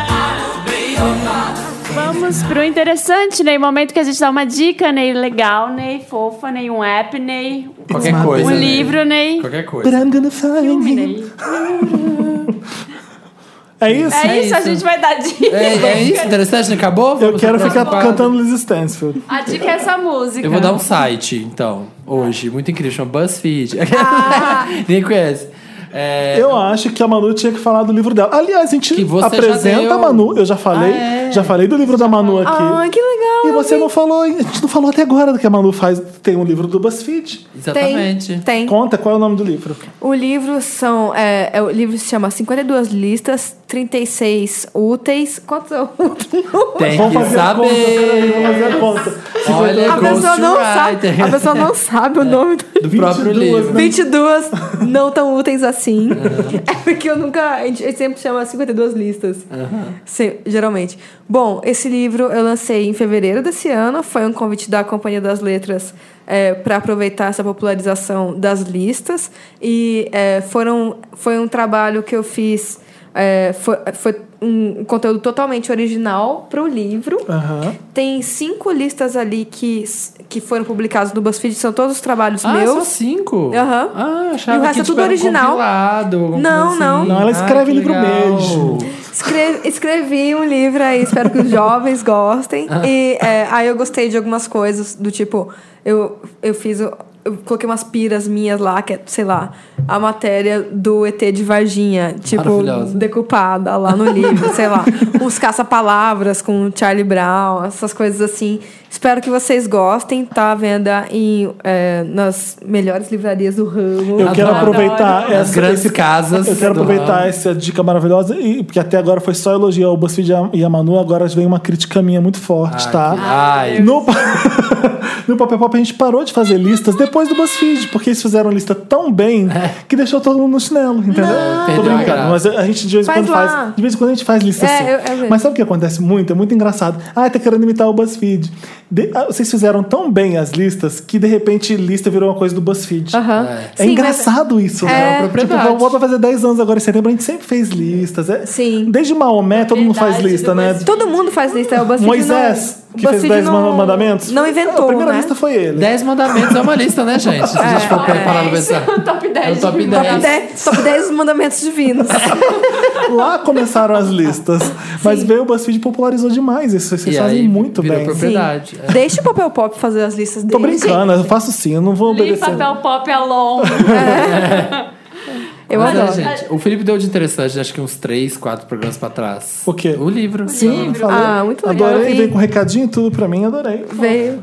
I'll be your father. Vamos pro interessante, Ney. Momento que a gente dá uma dica, Ney. Legal, Ney. Fofa, Ney. Um app, Ney. Qualquer my coisa. Um baby. né? livro, Ney. Qualquer um, But coisa. I'm gonna find Filme, né? you. Ney. É isso? É isso, a isso. gente vai dar dica. É, é isso? Interessante? Não acabou? Eu Vamos quero pro ficar próximo quadro. cantando Liz Stansfield. A dica é essa música. Eu vou dar um site, então, hoje. Muito incrível, chama BuzzFeed. Ah. Nem conhece. É, Eu acho que a Manu tinha que falar do livro dela. Aliás, a gente Que você já apresenta deu. a Manu. Eu já falei, Ah, é? já falei do livro da Manu aqui. Ai, que legal. e você não falou, hein? a gente não falou até agora do que a Manu faz. Tem um livro do BuzzFeed. Exatamente. Tem. Conta qual é o nome do livro. O livro são. É, é, o livro se chama 52 listas, 36 úteis. Quantos são? Tem Vamos que fazer a conta, peraí, saber. É. vamos fazer a conta. Olha, A pessoa, não sabe, Ghostwriter. a pessoa não sabe o nome do do próprio 22, livro. né? 22 não tão úteis assim. É porque eu nunca. A gente sempre chama 52 listas. Se- geralmente. Bom, esse livro eu lancei em fevereiro desse ano. Foi um convite da Companhia das Letras para aproveitar essa popularização das listas. E é, foram, foi um trabalho que eu fiz. é, foi, foi um conteúdo totalmente original para o livro. Aham. Tem cinco listas ali que, que foram publicadas no BuzzFeed, são todos os trabalhos Ah, só meus. cinco? Aham. Ah, achava E o resto que, é tipo, tudo era um original. compilado, alguma Não, coisa não. assim. Não, ela Ai, escreve que livro legal. mesmo. Escre- escrevi um livro aí, espero que os jovens gostem. E é, aí eu gostei de algumas coisas, do tipo, eu, eu fiz. o- Eu coloquei umas piras minhas lá, que é, sei lá, a matéria do ET de Varginha, tipo, Maravilhosa. decupada lá no livro, sei lá. Uns caça-palavras com o Charlie Brown, essas coisas assim. Espero que vocês gostem, tá à venda em, é, nas melhores livrarias do ramo. Eu quero Adoro. aproveitar As essa, grandes casas. Eu quero do aproveitar ramo. essa dica maravilhosa, e, porque até agora foi só elogiar o BuzzFeed e a- e a Manu, agora vem uma crítica minha muito forte, Ai, tá? que- Ai, No, pa- no Papel Pop a gente parou de fazer listas depois do BuzzFeed, porque eles fizeram lista tão bem que deixou todo mundo no chinelo, entendeu? Tô É. Perdeu a brincando, graça. mas a gente de vez em Faz quando lá. faz. De vez em quando a gente faz lista É, assim. eu- eu vejo. mas sabe o que acontece muito? É muito engraçado. Ah, tá querendo imitar o BuzzFeed. De- ah, vocês fizeram tão bem as listas que de repente lista virou uma coisa do BuzzFeed. Aham. É Sim, engraçado isso, né? É. propriedade. Tipo, o vai fazer 10 anos agora em setembro, a gente sempre fez listas. É- Sim. Desde Maomé, todo mundo faz Verdade, lista, do né? mas Todo mundo faz lista. O BuzzFeed Moisés, não, que fez BuzzFeed 10 não- mandamentos. É, Não inventou, A primeira né? lista foi ele. Dez mandamentos é uma lista, né, gente? Se a É, gente for parar pra pensar. top 10. É o top de 10. Top 10, top 10 mandamentos divinos. Lá começaram as listas. Mas veio o BuzzFeed e popularizou demais isso. Vocês E fazem aí, muito virou bem. propria- Verdade, é. Deixa o papel pop fazer as listas dele. Tô brincando, eu faço sim, eu não vou Li obedecer. papel pop é alone. Eu Mas é, adoro. gente, o Felipe deu de interessante, acho que uns três, quatro programas pra trás. O quê? O livro. Sim, eu falei. Ah, muito legal, eu Adorei, vi. veio com recadinho e tudo pra mim, adorei. Veio.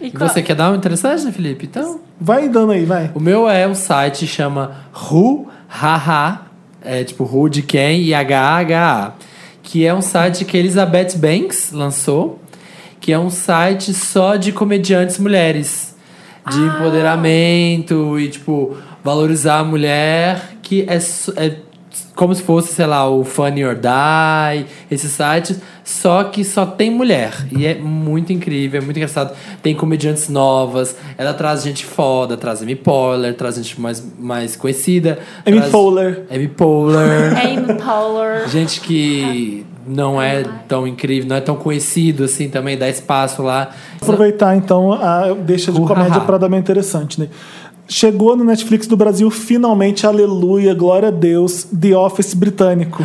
E E qual- Você quer dar um interessante, né, Felipe? Então. Vai dando aí, vai. O meu é um site chama Ru Haha, é tipo Ru de quem e HHA, que é um site que a Elizabeth Banks lançou, que é um site só de comediantes mulheres, de empoderamento e tipo valorizar a mulher, que é, so- é como se fosse, sei lá, o Funny or Die, esses sites, só que só tem mulher. E é muito incrível, é muito engraçado. Tem comediantes novas, ela traz gente foda, traz Amy Poehler, traz gente mais, mais conhecida. Amy traz- Poehler. Amy Poehler. Amy Poehler. Gente que não é tão incrível, não é tão conhecido assim também, dá espaço lá. Aproveitar então a deixa de Uhá. comédia para dar meio interessante, né? Chegou no Netflix do Brasil finalmente, aleluia, glória a Deus, The Office britânico.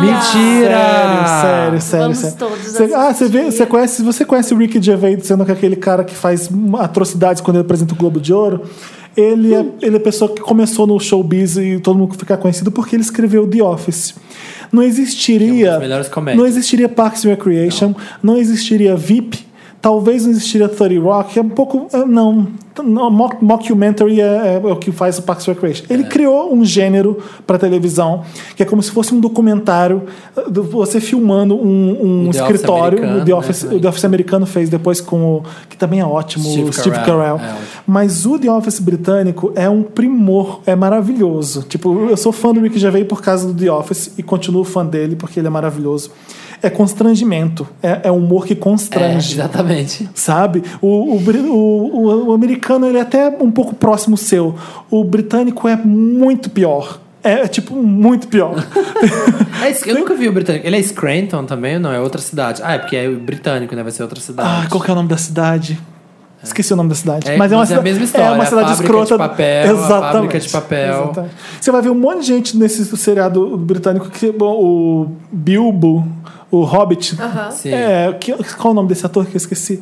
Mentira! É, Sério, sério, sério. Vamos sério. todos Cê- ah, você vê, assistir. você conhece, você conhece o Ricky Gervais sendo que aquele cara que faz atrocidades quando ele apresenta o Globo de Ouro? Ele é, ele é a pessoa que começou no showbiz e todo mundo ficar conhecido porque ele escreveu The Office. Não é uma existiria. das melhores comédias. Não existiria Parks and Recreation, não, existiria VIP, talvez não existiria 30 Rock, é um pouco. é, Não. não, mock- mockumentary é, é o que faz o Parks and Recreation. Ele É. criou um gênero para televisão que é como se fosse um documentário, eh, do- você filmando um, um O The Office escritório. O The, americano, Office, né, também. o The Office americano fez depois com o. que também é ótimo, Steve o Steve Carell. Carell. É, ótimo. Mas o The Office britânico é um primor, é maravilhoso. Tipo, eu sou fã do Rick Gervais por causa do The Office e continuo fã dele porque ele é maravilhoso. É constrangimento, é, é humor que É, constrange. exatamente. Sabe? O, o, bri- o, o- o americano ele é até um pouco próximo seu. O britânico é muito pior. É, é, tipo muito pior. É isso, eu nunca vi o britânico. Ele é Scranton também ou não? É outra cidade. Ah, é porque é o britânico, né? Vai ser outra cidade. ah, qual que é o nome da cidade? Esqueci o nome da cidade. É, mas é uma, mas é a cida- mesma história, É uma a cidade fábrica escrota. de papel, a Exatamente. fábrica de papel. Exatamente. Você vai ver um monte de gente nesse seriado britânico que bom, o Bilbo, o Hobbit. Sim. É, que- qual o nome desse ator que eu esqueci?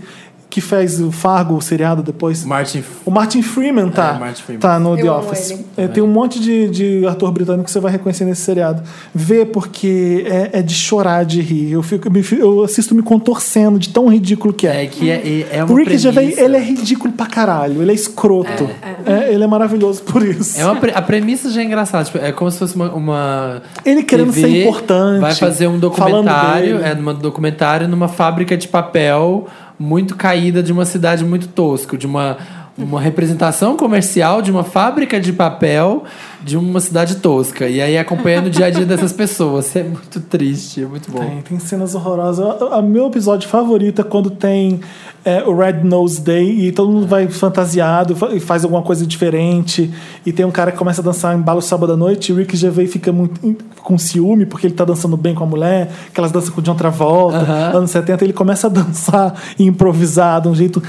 Que fez o Fargo, o seriado depois? Martin. O Martin Freeman tá, É, Martin Freeman. tá no The Eu amo Office. ele. É, tem um monte de, de ator britânico que você vai reconhecer nesse seriado. Vê porque é, é de chorar de rir. Eu, fico, me fi- eu assisto me contorcendo de tão ridículo que é. É que é, é uma o Ricky premissa. Gervais, ele é ridículo pra caralho. Ele é escroto. É, ele é maravilhoso por isso. É uma pre- A premissa já é engraçada. Tipo, é como se fosse uma. uma Ele querendo TV, ser importante, Vai fazer falando um documentário. dele. É numa documentário numa fábrica de papel muito caída de uma cidade muito tosco, de uma. Uma representação comercial de uma fábrica de papel de uma cidade tosca. E aí acompanhando o dia a dia dessas pessoas. É muito triste, é muito bom. Tem, tem cenas horrorosas. O meu episódio favorito é quando tem é, o Red Nose Day e todo mundo vai fantasiado fa- e faz alguma coisa diferente. E tem um cara que começa a dançar em balo sábado à noite e o Rick Gervais fica muito in- com ciúme porque ele tá dançando bem com a mulher, que elas dançam com o John Travolta, anos 70. Ele começa a dançar e improvisar de um jeito.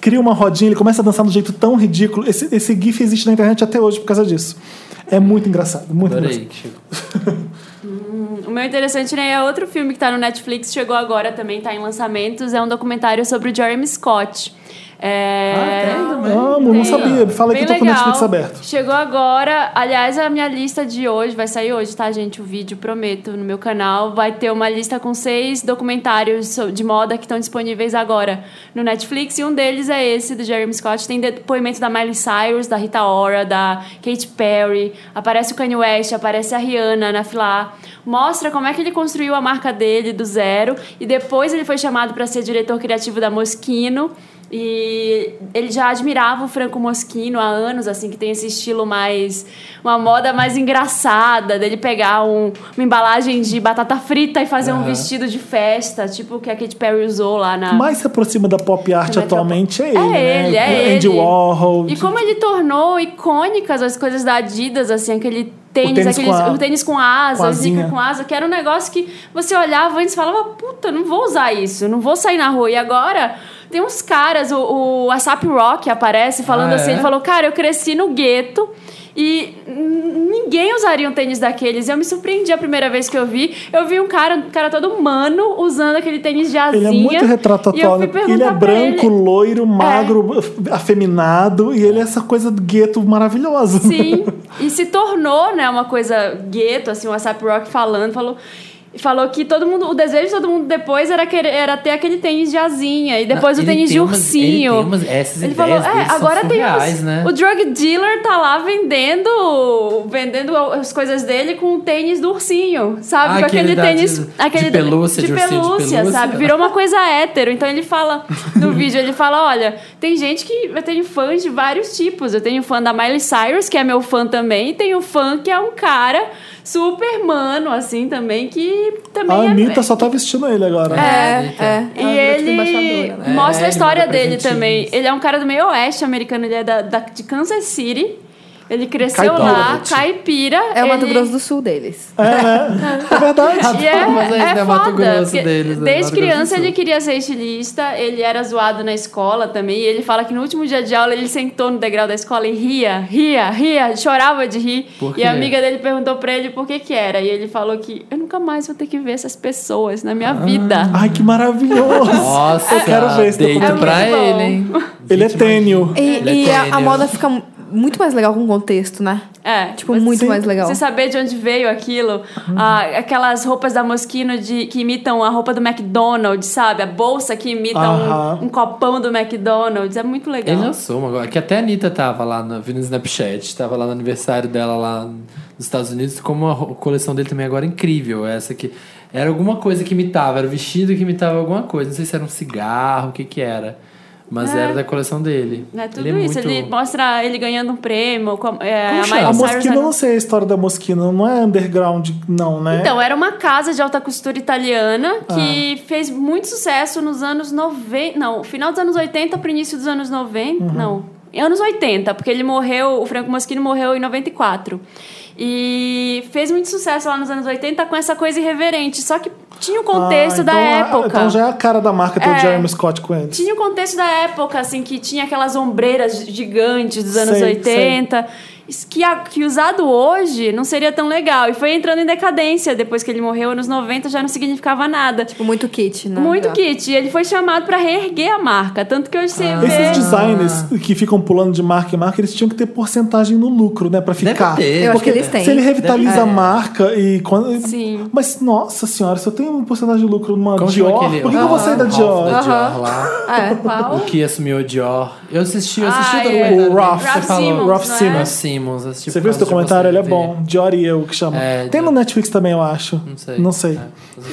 Cria uma rodinha, ele começa a dançar de um jeito tão ridículo. Esse, esse GIF existe na internet até hoje por causa disso. É muito engraçado, muito engraçado. Adorei, Chico. O meu interessante, né, é outro filme que tá no Netflix, chegou agora também, tá em lançamentos, é um documentário sobre o Jeremy Scott. É... Ah, Amo, não sabia. Fala aí que eu tô Bem com o legal. Netflix aberto. Chegou agora. Aliás, a minha lista de hoje vai sair hoje, tá, gente? O vídeo, prometo, no meu canal. Vai ter uma lista com seis documentários so- de moda que estão disponíveis agora no Netflix. E um deles é esse, do Jeremy Scott. Tem depoimento da Miley Cyrus, da Rita Ora, da Katy Perry. Aparece o Kanye West, aparece a Rihanna na fila A. Mostra como é que ele construiu a marca dele do zero. E depois ele foi chamado para ser diretor criativo da Moschino. E ele já admirava o Franco Moschino há anos, assim, que tem esse estilo mais. uma moda mais engraçada, dele pegar um- uma embalagem de batata frita e fazer um vestido de festa, tipo o que a Katy Perry usou lá na. que mais se aproxima da pop art Metropo- atualmente é ele, É ele, né? é Andy ele. Warhol. E como ele tornou icônicas as coisas da Adidas, assim, aquele tênis, tênis aqueles- com a- o tênis com asa, com o sneaker asinha. com asa, que era um negócio que você olhava antes e falava, puta, não vou usar isso, não vou sair na rua. E agora tem uns caras, o, o ASAP Rock aparece falando Ah, assim, é? ele falou, cara, eu cresci no gueto. E n- ninguém usaria um tênis daqueles. Eu me surpreendi a primeira vez que eu vi. Eu vi um cara, um cara todo humano, usando aquele tênis de Ele asinha. é muito E eu fui retratatório. Ele é perguntar pra branco, ele- É. loiro, magro, afeminado. E ele é essa coisa do gueto maravilhosa. um Sim, e se tornou, né, uma coisa gueto, assim, o WhatsApp Rock falando, falou. E falou que todo mundo, o desejo de todo mundo depois era, querer, era ter aquele tênis de asinha e depois Não, o ele tênis tem de umas- ursinho. ele tem umas- essas ideias é, dele são agora tem os- surreais, né?" O drug dealer tá lá vendendo, vendendo as coisas dele com o tênis do ursinho, sabe? Ah, com aquele aquele da- tênis, de- de aquele pelúcia, de ursinho de pelúcia. sabe? Virou É uma coisa hétero. Então ele fala no vídeo, ele fala: olha, tem gente que. Eu tenho fãs de vários tipos. Eu tenho fã da Miley Cyrus, que é meu fã também, e tenho fã que é um cara super mano, assim, também, que também A é. Anitta só tá vestindo ele agora. né? É, é. E Ela virou, tipo, ele embaixadora, né? né? mostra É, a ele história manda dele presentinhos. também. Ele é um cara do meio oeste americano, ele é da, da- de Kansas City. Ele cresceu Caipira, lá, né, tio? caipira. É o Mato ele- Grosso do Sul deles. É verdade. E é, Mas aí, é né, Mato foda. Grosso porque deles, né, desde Mato Grosso criança do Sul. ele queria ser estilista, ele era zoado na escola também. E ele fala que no último dia de aula ele sentou no degrau da escola e ria, ria, ria, chorava de rir. Por E a quê? amiga dele perguntou pra ele por que que era. E ele falou que eu nunca mais vou ter que ver essas pessoas na Ah. minha vida. Ai, que maravilhoso. Nossa, Eu quero ver esse deito documentário. pra É muito bom. ele, hein? Ele é tênio. Ele é E, e a, a gênio. moda fica mu- muito mais legal com contexto, né? É. Tipo, muito sim, mais legal. Você saber de onde veio aquilo. Uhum. Ah, aquelas roupas da Moschino de, que imitam a roupa do McDonald's, sabe? A bolsa que imita Aham. um, um copão do McDonald's. É muito legal. Ele lançou uma agora, que até a Anitta tava lá no, vi no Snapchat, tava lá no aniversário dela lá nos Estados Unidos, como a ro- coleção dele também agora é incrível, essa que era alguma coisa que imitava, era o vestido que imitava alguma coisa, não sei se era um cigarro, o que que era, mas era da coleção dele. Né? É. Tudo é isso. muito- Ele mostra ele ganhando um prêmio. Com, é, Como a chama? A Miley Cyrus Moschino, era- eu não sei a história da Moschino. Não é underground, não, né? Então, era uma casa de alta costura italiana que Ah. fez muito sucesso nos anos 90. Não, final dos anos 80 pro início dos anos 90. Uhum. Não. Em Anos 80, porque ele morreu, o Franco Moschino morreu em 94. E fez muito sucesso lá nos anos 80 com essa coisa irreverente. Só que tinha o contexto Ah, da então é- época. então já é a cara da marca ter É. o Jeremy Scott com ele. Tinha o contexto da época, assim, que tinha aquelas ombreiras gigantes dos anos Sei, 80. Isso Que, a- que usado hoje não seria tão legal. E foi entrando em decadência depois que ele morreu, anos 90 já não significava nada. Tipo, muito kit, né? Muito Já. kit. E ele foi chamado pra reerguer a marca. Tanto que hoje você vê. Esses designers que ficam pulando de marca em marca, eles tinham que ter porcentagem no lucro, né? Pra Deve ficar. ter. Eu acho que Porque eles têm. Se ele revitaliza Deve- a marca e quando. Sim. Mas, nossa senhora, se eu tenho um porcentagem de lucro numa Como chama Dior, aquele- por que, que eu vou sair da Ralph né? Dior? Da Dior Aham. lá. É. Qual? O que assumiu o Dior. Eu assisti, eu assisti Ah, o é. documentário. O Ralph, Você Ralph falou. Simmons, Ralph não é? Simmons. Simmons. assisti Você por viu esse causa de documentário? Ele é ver. bom. Dior e eu que chama. É, Tem no Dior. Netflix também, eu acho. Não sei. É. Não sei.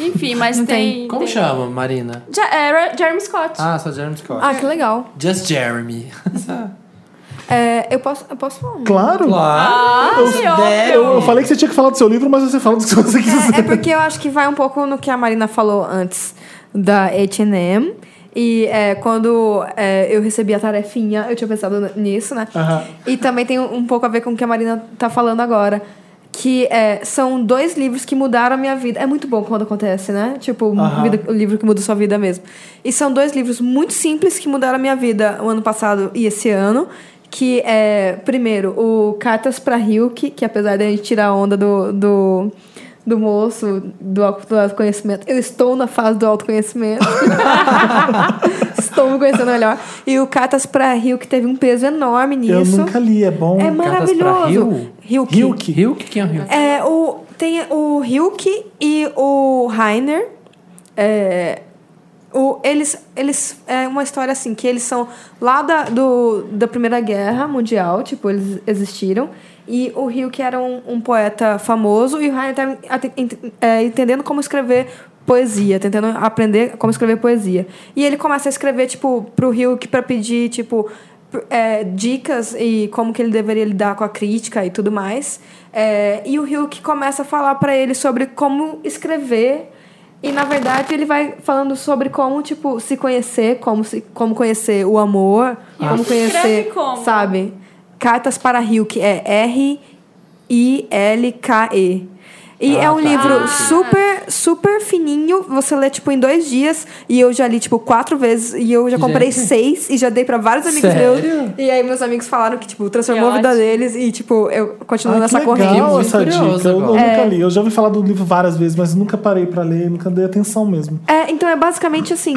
Enfim, mas tem. Como tem- chama, Marina? Ja- Era Jeremy Scott. Ah, só Jeremy Scott. Ah, que legal. Just Jeremy. É, eu, posso, eu posso falar um? Claro. Ah, Claro. que óbvio. Eu, eu falei que você tinha que falar do seu livro, mas você fala do que você quiser. É, é porque eu acho que vai um pouco no que a Marina falou antes da H&M. E é, quando é, eu recebi a tarefinha, eu tinha pensado n- nisso, né? Aham. E também tem um um pouco a ver com o que a Marina tá falando agora. Que é, são dois livros que mudaram a minha vida. É muito bom quando acontece, né? Tipo, Aham. vida- o livro que muda sua vida mesmo. E são dois livros muito simples que mudaram a minha vida o ano passado e esse ano. Que é, primeiro, o Cartas pra Hilke, que apesar de a gente tirar a onda do, do, do moço, do, au- do autoconhecimento, eu estou na fase do autoconhecimento. estou me conhecendo melhor. E o Cartas pra Hilke teve um peso enorme nisso. Eu nunca li, é bom. É pra maravilhoso. Hill? Hilke. Hilke. Hill? Quem é o Hill? É, o, tem o Hilke e o Rainer. É, o, eles, eles. É uma história assim, que eles são lá da, do, da Primeira Guerra Mundial, tipo, eles existiram. E o Hilke era um, um poeta famoso e o Rainer estava é, entendendo como escrever poesia, tentando aprender como escrever poesia. E ele começa a escrever, tipo, pro Hilke para pedir, tipo, é, dicas e como que ele deveria lidar com a crítica e tudo mais. É, e o Hulk começa a falar para ele sobre como escrever. E na verdade ele vai falando sobre como tipo se conhecer, como se, como conhecer o amor, como Escreve conhecer, como? sabe? Cartas para Hulk é R I L K E. E Ah, é um tá. livro Ah. super, super fininho. Você lê, tipo, em dois dias. E eu já li, tipo, quatro vezes. E eu já comprei Gente. seis. E já dei para vários amigos Sério? meus. E aí meus amigos falaram que, tipo, transformou Que a vida ótimo. deles e, tipo, eu continuo Ai, nessa que corrente. legal Muito essa curioso dica. Eu, eu agora. nunca li. Eu já ouvi falar do livro várias vezes, mas nunca parei pra ler, nunca dei atenção mesmo. É, então é basicamente assim.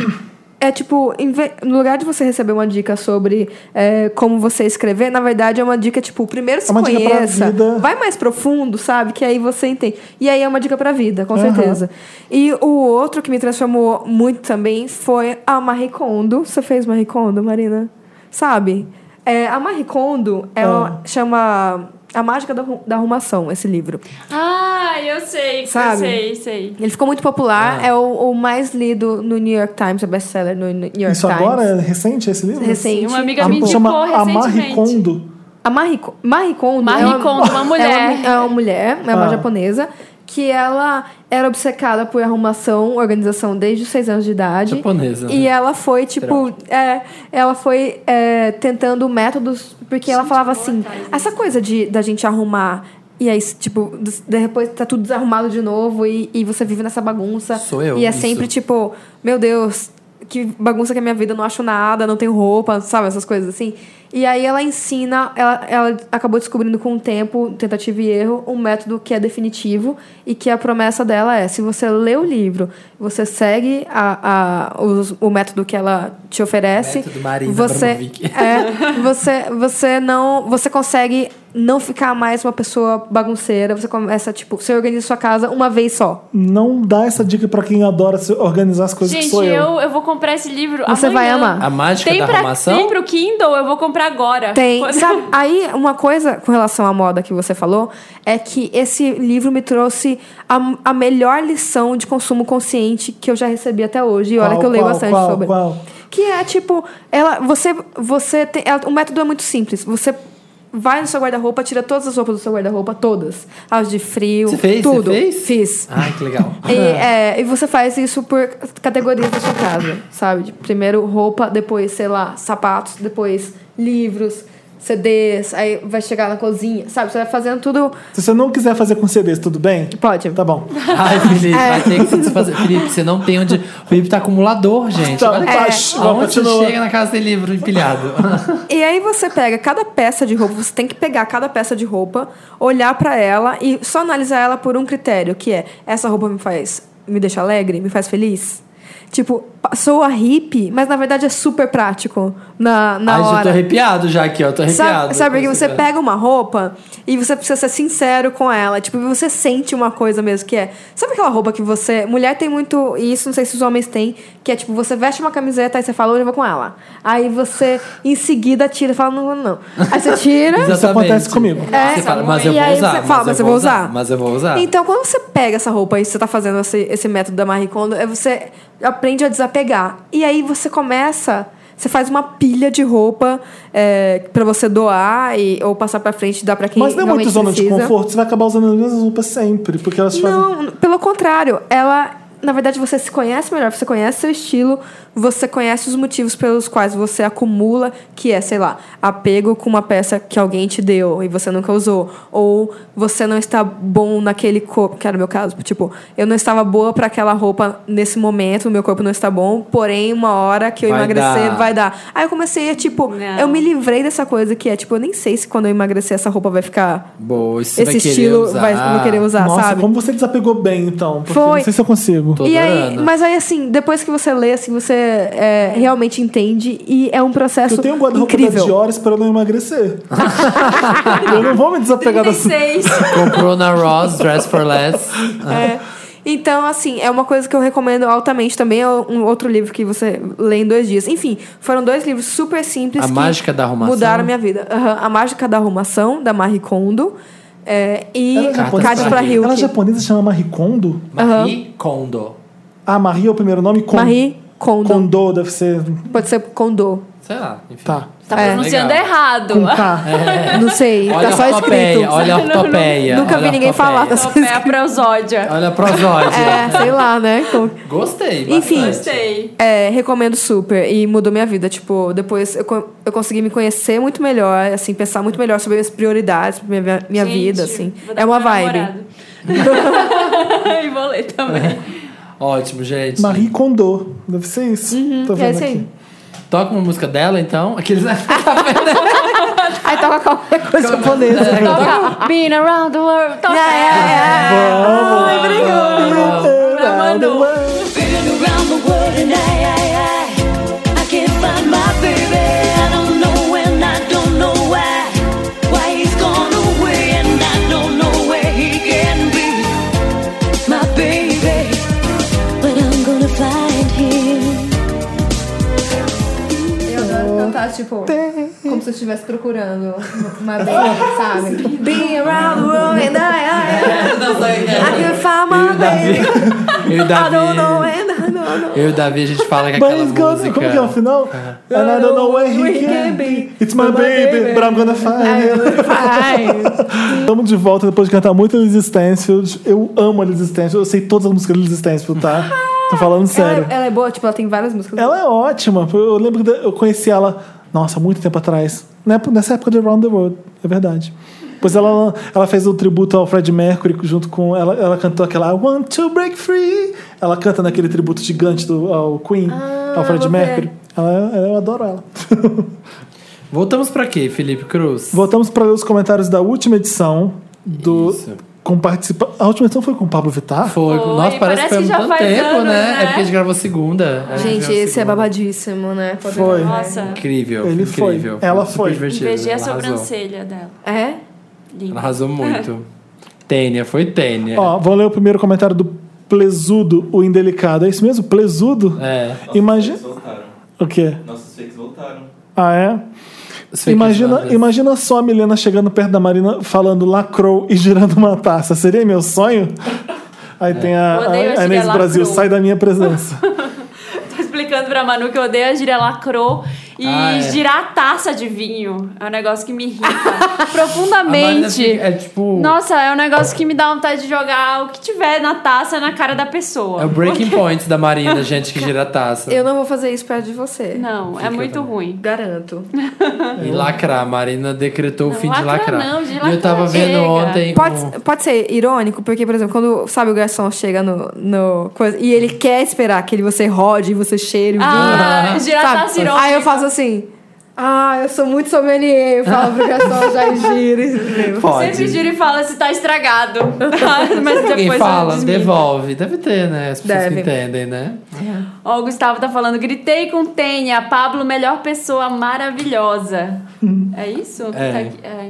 É tipo, em ve- no lugar de você receber uma dica sobre é, como você escrever, na verdade é uma dica, tipo, primeiro se É uma dica pra conheça, vida. vai mais profundo, sabe? Que aí você entende. E aí é uma dica pra vida, com Aham. certeza. E o outro que me transformou muito também foi a Marie Kondo. Você fez Marie Kondo, Marina? Sabe? É, a Marie Kondo, ela Ah. chama A Mágica da Arru- da Arrumação, esse livro. Ah, eu sei, Sabe? eu sei, sei. Ele ficou muito popular, Ah. é o, o mais lido no New York Times, é best-seller no New York Times. Isso agora é recente esse livro? Recente. Sim, uma amiga A- me indicou chama Amari recentemente. Kondo. A Marie, Ko- Marie Kondo, Marie é uma, Kondo, uma mulher. É uma, é uma mulher, é uma Ah. japonesa, que ela era obcecada por arrumação, organização desde os seis anos de idade. Japonesa, E é. né? ela foi, tipo, é, ela foi é, tentando métodos, porque ela falava assim, essa coisa de da gente arrumar. E aí, tipo, des- depois tá tudo desarrumado de novo e, e você vive nessa bagunça. Sou eu, E é isso. sempre, tipo, meu Deus, que bagunça que é minha vida, eu não acho nada, não tenho roupa, sabe? Essas coisas assim. E aí ela ensina, ela, ela acabou descobrindo com o tempo, tentativa e erro, um método que é definitivo e que a promessa dela é: se você lê o livro, você segue a, a, os- o método que ela te oferece, Método Marina você, Abramovic. é, você, você não. Você consegue não ficar mais uma pessoa bagunceira, você começa, tipo, você organiza sua casa uma vez só. Não dá essa dica pra quem adora se organizar as coisas que Gente, sou eu. eu, eu vou comprar esse livro Você amanhã. vai amar. A mágica tem da pra, arrumação? Tem pro Kindle, eu vou comprar agora. Tem. Quando- Sabe, aí, uma coisa com relação à moda que você falou é que esse livro me trouxe a, a melhor lição de consumo consciente que eu já recebi até hoje. E olha Qual, que eu leio qual, bastante qual, sobre. qual? Que é tipo, ela, você, você tem, ela- o método é muito simples. Você vai no seu guarda-roupa, tira todas as roupas do seu guarda-roupa, todas, as de frio, Você fez? Você tudo. fez? Fiz. Ai, que legal. E, é, e você faz isso por categorias da sua casa, sabe? De Primeiro roupa, depois, sei lá, sapatos, depois livros, CDs, aí vai chegar na cozinha, sabe? Você vai fazendo tudo. Se você não quiser fazer com CDs, tudo bem? Pode. Tá bom. Ai, Felipe, é. vai ter que se desfazer. Felipe, você não tem onde. O Felipe tá acumulador, gente. Tá, É, Olha que- tá, shh, vamos Aonde continuar. chega na casa tem livro empilhado? E aí você pega cada peça de roupa, você tem que pegar cada peça de roupa, olhar pra ela e só analisar ela por um critério, que é essa roupa me faz, me deixa alegre, me faz feliz. Tipo, pa- soa hippie, mas na verdade é super prático na, na Ai, já tô hora. arrepiado já aqui, ó. Tô arrepiado. é. Sabe, sabe porque você pega uma roupa e você precisa ser sincero com ela. Tipo, você sente uma coisa mesmo que é. Sabe aquela roupa que você. Mulher tem muito isso, não sei se os homens têm, que é tipo, você veste uma camiseta e você fala, hoje eu vou com ela. Aí você em seguida tira e fala, não, não, não. Aí você tira. Exatamente. Isso acontece comigo. É, Você fala, mas eu e vou aí usar. Você fala, mas eu vou usar. Mas eu vou usar. Então, quando você pega essa roupa e você tá fazendo esse, esse método da Marie Kondo, é você aprende a desapegar. E aí você começa. Você faz uma pilha de roupa é, para você doar e, ou passar pra frente e dar pra quem Mas não é realmente muito zona precisa. de conforto, você vai acabar usando as mesmas roupas sempre, porque elas te fazem. Não, pelo contrário, ela. Na verdade, você se conhece melhor, você conhece seu estilo, você conhece os motivos pelos quais você acumula, que é, sei lá, apego com uma peça que alguém te deu e você nunca usou. Ou você não está bom naquele corpo, que era o meu caso, tipo, eu não estava boa para aquela roupa nesse momento, meu corpo não está bom, porém, uma hora que eu Vai emagrecer, dar. vai dar. Aí eu comecei a, tipo, Não. eu me livrei dessa coisa que é, tipo, eu nem sei se quando eu emagrecer essa roupa vai ficar. Boa, isso você Esse vai querer estilo usar. vai, eu vou querer usar, Nossa, sabe? como você desapegou bem, então. Porque Foi. não sei se eu consigo. Tô E aí, adorando. mas aí assim, depois que você lê, assim, você é, realmente entende e é um processo Eu tenho um guarda-roupa da incrível. Dior esperando eu emagrecer. eu não vou me desapegar das. 36. Comprou na Ross, Dress for Less. É. Então, assim, é uma coisa que eu recomendo altamente também. É um outro livro que você lê em dois dias. Enfim, foram dois livros super simples. A que Mágica da Arrumação. Mudaram a minha vida. Aham, A Mágica da Arrumação, da Marie Kondo. é, e Ela é japonesa? Cartas pra Rio. Ela é japonesa, chama Marie Kondo? Marie Kondo. Ah, Marie é o primeiro nome? Kondo. Marie Kondo. Kondo deve ser. Pode ser Kondo. Sei lá, enfim. Tá. Tá É. pronunciando Legal. errado. Com K. Não sei. É. tá Olha a só escrito. ortopeia, olha a ortopeia. Nunca olha vi a ninguém falar ortopeia. dessa Topé a prosódia. Olha a prosódia. É, sei lá, né? Como- Gostei. Enfim. bastante. Gostei. É, recomendo super. E mudou minha vida. Tipo, depois eu, co- eu consegui me conhecer muito melhor, assim, pensar muito melhor sobre as prioridades, minha, vi- minha Gente, vida, assim. vou dar É uma pro meu vibe. namorado. e vou ler também. É. Ótimo, gente. Marie Kondo. Deve ser Uhum, isso. Tô é vendo isso aí. aqui. Toca uma música dela, então. Aqueles. Aí toca qualquer coisa japonesa. Toca Been Around the World. Toca. Vamos. Pra Manu. Vamos. Been around the world and I, I, I tipo, como se eu estivesse procurando uma vez, sabe? Be around the world and I, I, I can find my way. Eu e o I don't know Davi. and I don't know. Eu e o Davi, a gente fala que é But aquela it's gonna, música. como que é o final? And I don't know where he can be. It's my baby, but I'm gonna find you. Estamos de volta depois de cantar muito Liz Stansfield. Eu amo a Liz Stansfield. Eu sei todas as músicas da Liz Stansfield, tá? Tô falando sério. Ela, ela é boa, tipo, ela tem várias músicas. Ela é ótima. Eu lembro que eu conheci ela, nossa, muito tempo atrás. Né, Nessa época de Around the World, é verdade. Pois ela, ela fez o tributo ao Fred Mercury junto com. Ela, ela cantou aquela I Want to Break Free. Ela canta naquele tributo gigante do, ao Queen, ao Fred Ah, vou ver. Mercury. Ela, eu adoro ela. Voltamos pra quê, Felipe Cruz? Voltamos para ler os comentários da última edição do. Isso. Com participa... A última edição foi com o Pablo Vittar? Foi. Foi, Nossa, parece que parece foi que muito já tanto faz tempo, anos, né? né? É porque a gente gravou segunda. A gente Gente, gravou esse é segunda. babadíssimo, né? Poder- Foi. Nossa, Incrível. Ele foi. incrível. Ela super foi. divertido, invejei a ela arrasou. sobrancelha dela. É? Linda. Ela arrasou muito. Tênia, foi Tênia. Ó, vou ler o primeiro comentário do Plesudo, o Indelicado. É isso mesmo? Plesudo? É. Imagina. Nossos fakes voltaram. O quê? Nossos fakes voltaram. Ah, é? os fake Imagina, brothers. imagina só a Milena chegando perto da Marina falando lacrou e girando uma taça. Seria meu sonho? Aí É. tem a, Eu odeio a, esse a Inês que é Brasil, lacrou. sai da minha presença. Tô explicando pra Manu que eu odeio a gíria lacrou e Ah, é. girar a taça de vinho. É um negócio que me irrita A Marina profundamente. fica- É tipo. Nossa, é um negócio que me dá vontade de jogar o que tiver na taça na cara da pessoa. É o breaking point da Marina, gente, que gira a taça. Eu não vou fazer isso perto de você. Não, é muito ruim. Garanto. E lacrar. A Marina decretou o Não, fim de lacrar lacrar. não, de e eu tava lacrar, vendo chega. ontem. um- Pode, pode ser irônico, porque, por exemplo, quando, sabe, o garçom chega no, no coisa, e ele quer esperar que ele, você rode, você cheire o Ah, vinho. girar sabe? taça irônica. Aí eu faço assim, ah, eu sou muito sommelier, eu falo pro garçom, já gira. entendeu? Pode. Sempre gira e fala se tá estragado. Mas Alguém depois fala, eu desminto. É. devolve. Deve ter, né? As pessoas Deve. que entendem, né? Ó, o Gustavo tá falando, gritei com Tênia, Pablo, melhor pessoa maravilhosa. é isso? É. Tá aqui- é.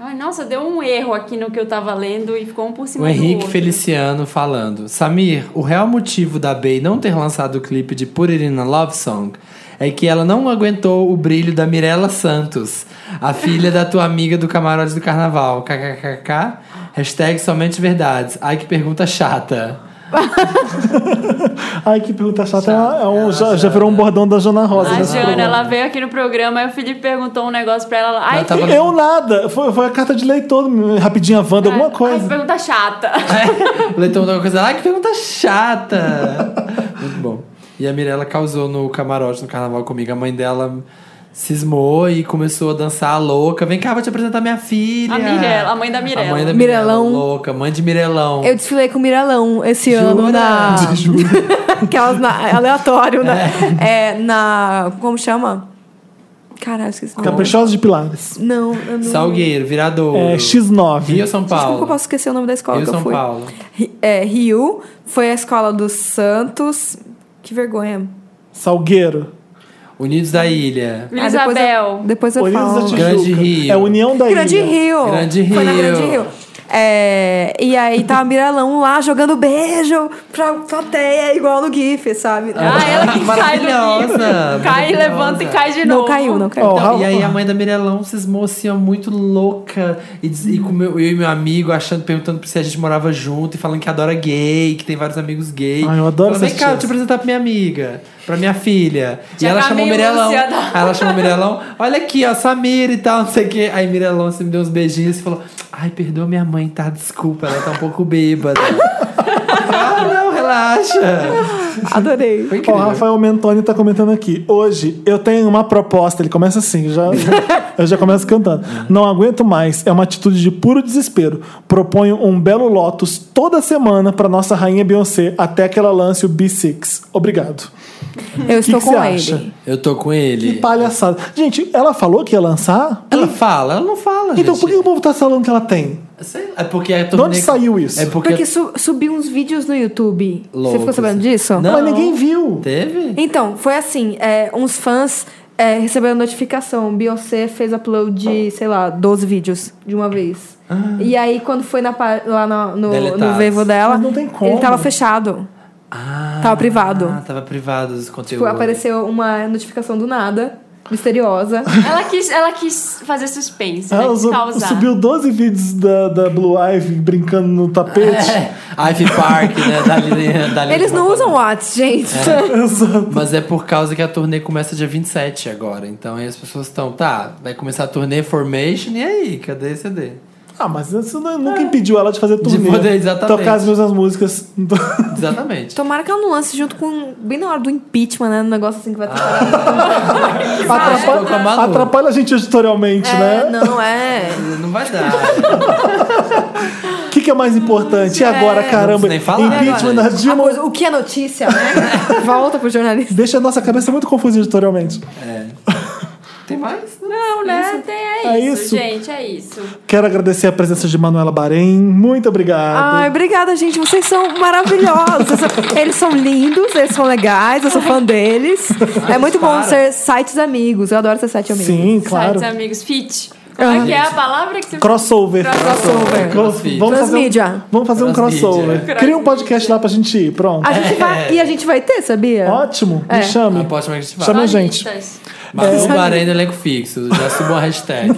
Ai, nossa, deu um erro aqui no que eu tava lendo e ficou um por cima O do Henrique outro. Feliciano falando. Samir, o real motivo da Bey não ter lançado o clipe de Put It In A Love Song é que ela não aguentou o brilho da Mirella Santos, a filha da tua amiga do camarote do carnaval. KKKK. Hashtag somente verdades. Ai, que pergunta chata. Ai, que pergunta chata. É um- já, já virou um bordão da Jana Rosa. A nesse Jana, programa. ela veio aqui no programa e o Felipe perguntou um negócio pra ela. é Ai, Ela tava- Eu nada. Foi, foi a carta de leitor, rapidinho a Wanda, alguma É. Ai, que coisa. pergunta chata. O Leitão dá uma coisa, ai, que pergunta chata. Muito bom. E a Mirella causou no camarote no carnaval comigo. A mãe dela cismou e começou a dançar a louca. Vem cá, vou te apresentar minha filha. A Mirella, a mãe da Mirella. A mãe da Mirellão. Mirella, louca, mãe de Mirellão. Eu desfilei com o Miralão esse Jura? ano na. Aquelas na- aleatório, né? É. na. Como chama? Caralho, esqueci. o nome. Caprichosa de Pilares. Não, eu não. Salgueiro, virador. É, X9. Rio São Gente, como Paulo. que eu posso esquecer o nome da escola Rio que eu São fui? Paulo. Ri- É, Rio foi a escola dos Santos. Que vergonha. Salgueiro. Unidos da Ilha. Ah, depois Isabel. eu- Depois eu, Olhinhos da falo. Tijuca. Grande Rio. É União da Grande Ilha. Rio. Grande Foi na Rio. Grande Rio. É, e aí tava Miralão lá jogando beijo pra plateia, igual no GIF, sabe? Ah, ela que cai do Maravilhosa, bico. Cai, maravilhosa. levanta e cai de não novo. caiu, não caiu. Ó, Então, Raul- e aí a mãe da Mirellão cismou assim, ó, muito louca. E, diz- e com meu, eu e meu amigo achando, perguntando se a gente morava junto e falando que adora gay, que tem vários amigos gay. Ai, Ah, eu adoro Falando, Vem essas cá, eu tias." te apresentar pra minha amiga, pra minha filha. E Já ela tá chamou meio Mirellão. Lúcia da- Aí ela chamou Mirellão, olha aqui, ó, Samira e tal, não sei o quê. Aí Mirellão assim, me deu uns beijinhos e falou: Ai, perdoa minha mãe, tá? Desculpa, ela tá um pouco bêbada. ah, não, relaxa. Adorei. Ó, O Foi incrível. Rafael Mentoni tá comentando aqui. Hoje eu tenho uma proposta. Ele começa assim, já, eu já começo cantando. Não aguento mais. É uma atitude de puro desespero. Proponho um belo Lotus toda semana pra nossa rainha Beyoncé até que ela lance o B6. Obrigado. Eu estou que com você ele. acha? Eu tô com Que ele. palhaçada. Gente, ela falou que ia lançar? Ela fala, ela não fala. Então gente. por que o povo tá falando que ela tem? Sei lá, É porque a De onde saiu isso? É porque. Porque su- subiu uns vídeos no YouTube. Você ficou Loucos. sabendo disso? Não. Mas ninguém viu. Teve? Então, foi assim, é, uns fãs é, receberam notificação, Beyoncé fez upload de, sei lá, 12 vídeos de uma vez. Ah. E aí, quando foi na pa- lá no, no, Deletados. no Vevo dela, Mas não tem como. ele tava fechado. Ah, Tava privado. Ah, tava privado dos conteúdos. Tipo, apareceu uma notificação do nada. misteriosa. Ela quis, ela quis fazer suspense, né? Ah, Ela Quis usou- causar. subiu 12 vídeos da, da Blue Ivy brincando no tapete. É, Ivy Park, né? Dali, dali Eles não usam Whats, gente. É. Exato. Mas é por causa que a turnê começa dia 27 agora. Então aí as pessoas estão, tá, vai começar a turnê Formation, e aí? Cadê esse CD? Ah, mas isso não- nunca impediu ela de fazer turnê. É. poder, exatamente. Tocar as mesmas músicas. Exatamente. Tomara que ela não lance junto com. Bem na hora do impeachment, né? No negócio assim que Ah, vai ter. Ficou com a Manu. Atrapalha, atrapalha a gente editorialmente, É, né? não, é. Não vai dar. O que, que é mais importante? E agora, Não caramba? precisa nem falar, Impeachment né? da A Dilma. coisa- o que é notícia, né? Volta pro jornalista. Deixa a nossa cabeça muito confusa editorialmente. Tem mais? Né? Não, né? Tem, é, É isso, isso. gente, é isso. Quero agradecer a presença de Manuela Bahrein. Muito obrigado. Ai, obrigada, gente. Vocês são maravilhosos. Eles são lindos, eles são legais, eu sou fã deles. é muito bom para. ser sites amigos. Eu adoro ser site amigo. Sim, claro. Sites, amigos, fit. Como Ah, é que é a palavra que você Crossover. Crossover. Crossfit. Vamos Transmídia. Fazer um, vamos fazer um Transmídia. crossover. Cria um podcast lá pra gente ir. Pronto. A gente vai, e a gente vai ter, sabia? Ótimo. É. Me chame. Não Ah, pode mais que a Chama- gente fala. né, gente. Jornalistas. Mas o Bahrein é do elenco fixo. Já subiu a hashtag.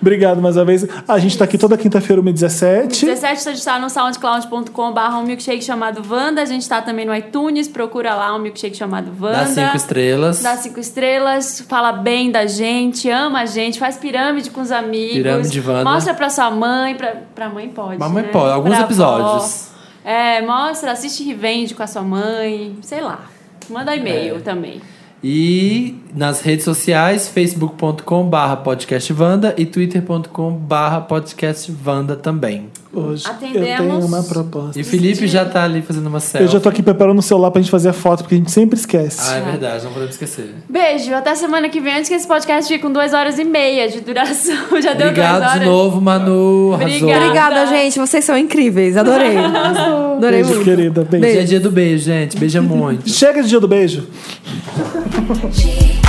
Obrigado mais uma vez. A gente tá aqui toda quinta-feira, 1h17. 17 a gente tá no soundcloud.com/barra um milkshake chamado Vanda. A gente tá também no iTunes, procura lá um milkshake chamado Vanda. Dá cinco estrelas. Dá cinco estrelas, fala bem da gente, ama a gente, faz pirâmide com os amigos. Pirâmide Wanda. Mostra pra sua mãe, pra, pra mãe pode. Mamãe né? pode, alguns Pra episódios. avó. É, mostra, assiste Revenge com a sua mãe, sei lá. Manda É. e-mail também. E nas redes sociais, facebook.com barra podcastvanda e twitter.com barra podcastvanda também. Hoje eu Atendemos. tenho uma proposta. E o Felipe já tá ali fazendo uma selfie. Eu já tô aqui preparando o celular pra gente fazer a foto, porque a gente sempre esquece. Ah, é verdade, não podemos esquecer. Beijo, até semana que vem, antes que esse podcast fique com duas horas e meia de duração. Já deu duas Obrigado horas. de novo, Manu. Arrasou. Obrigada. Obrigada, gente. Vocês são incríveis. Adorei. Adorei beijo, muito. querida. Beijo. Hoje é dia do beijo, gente. Beija muito. Chega de dia do beijo. Cheek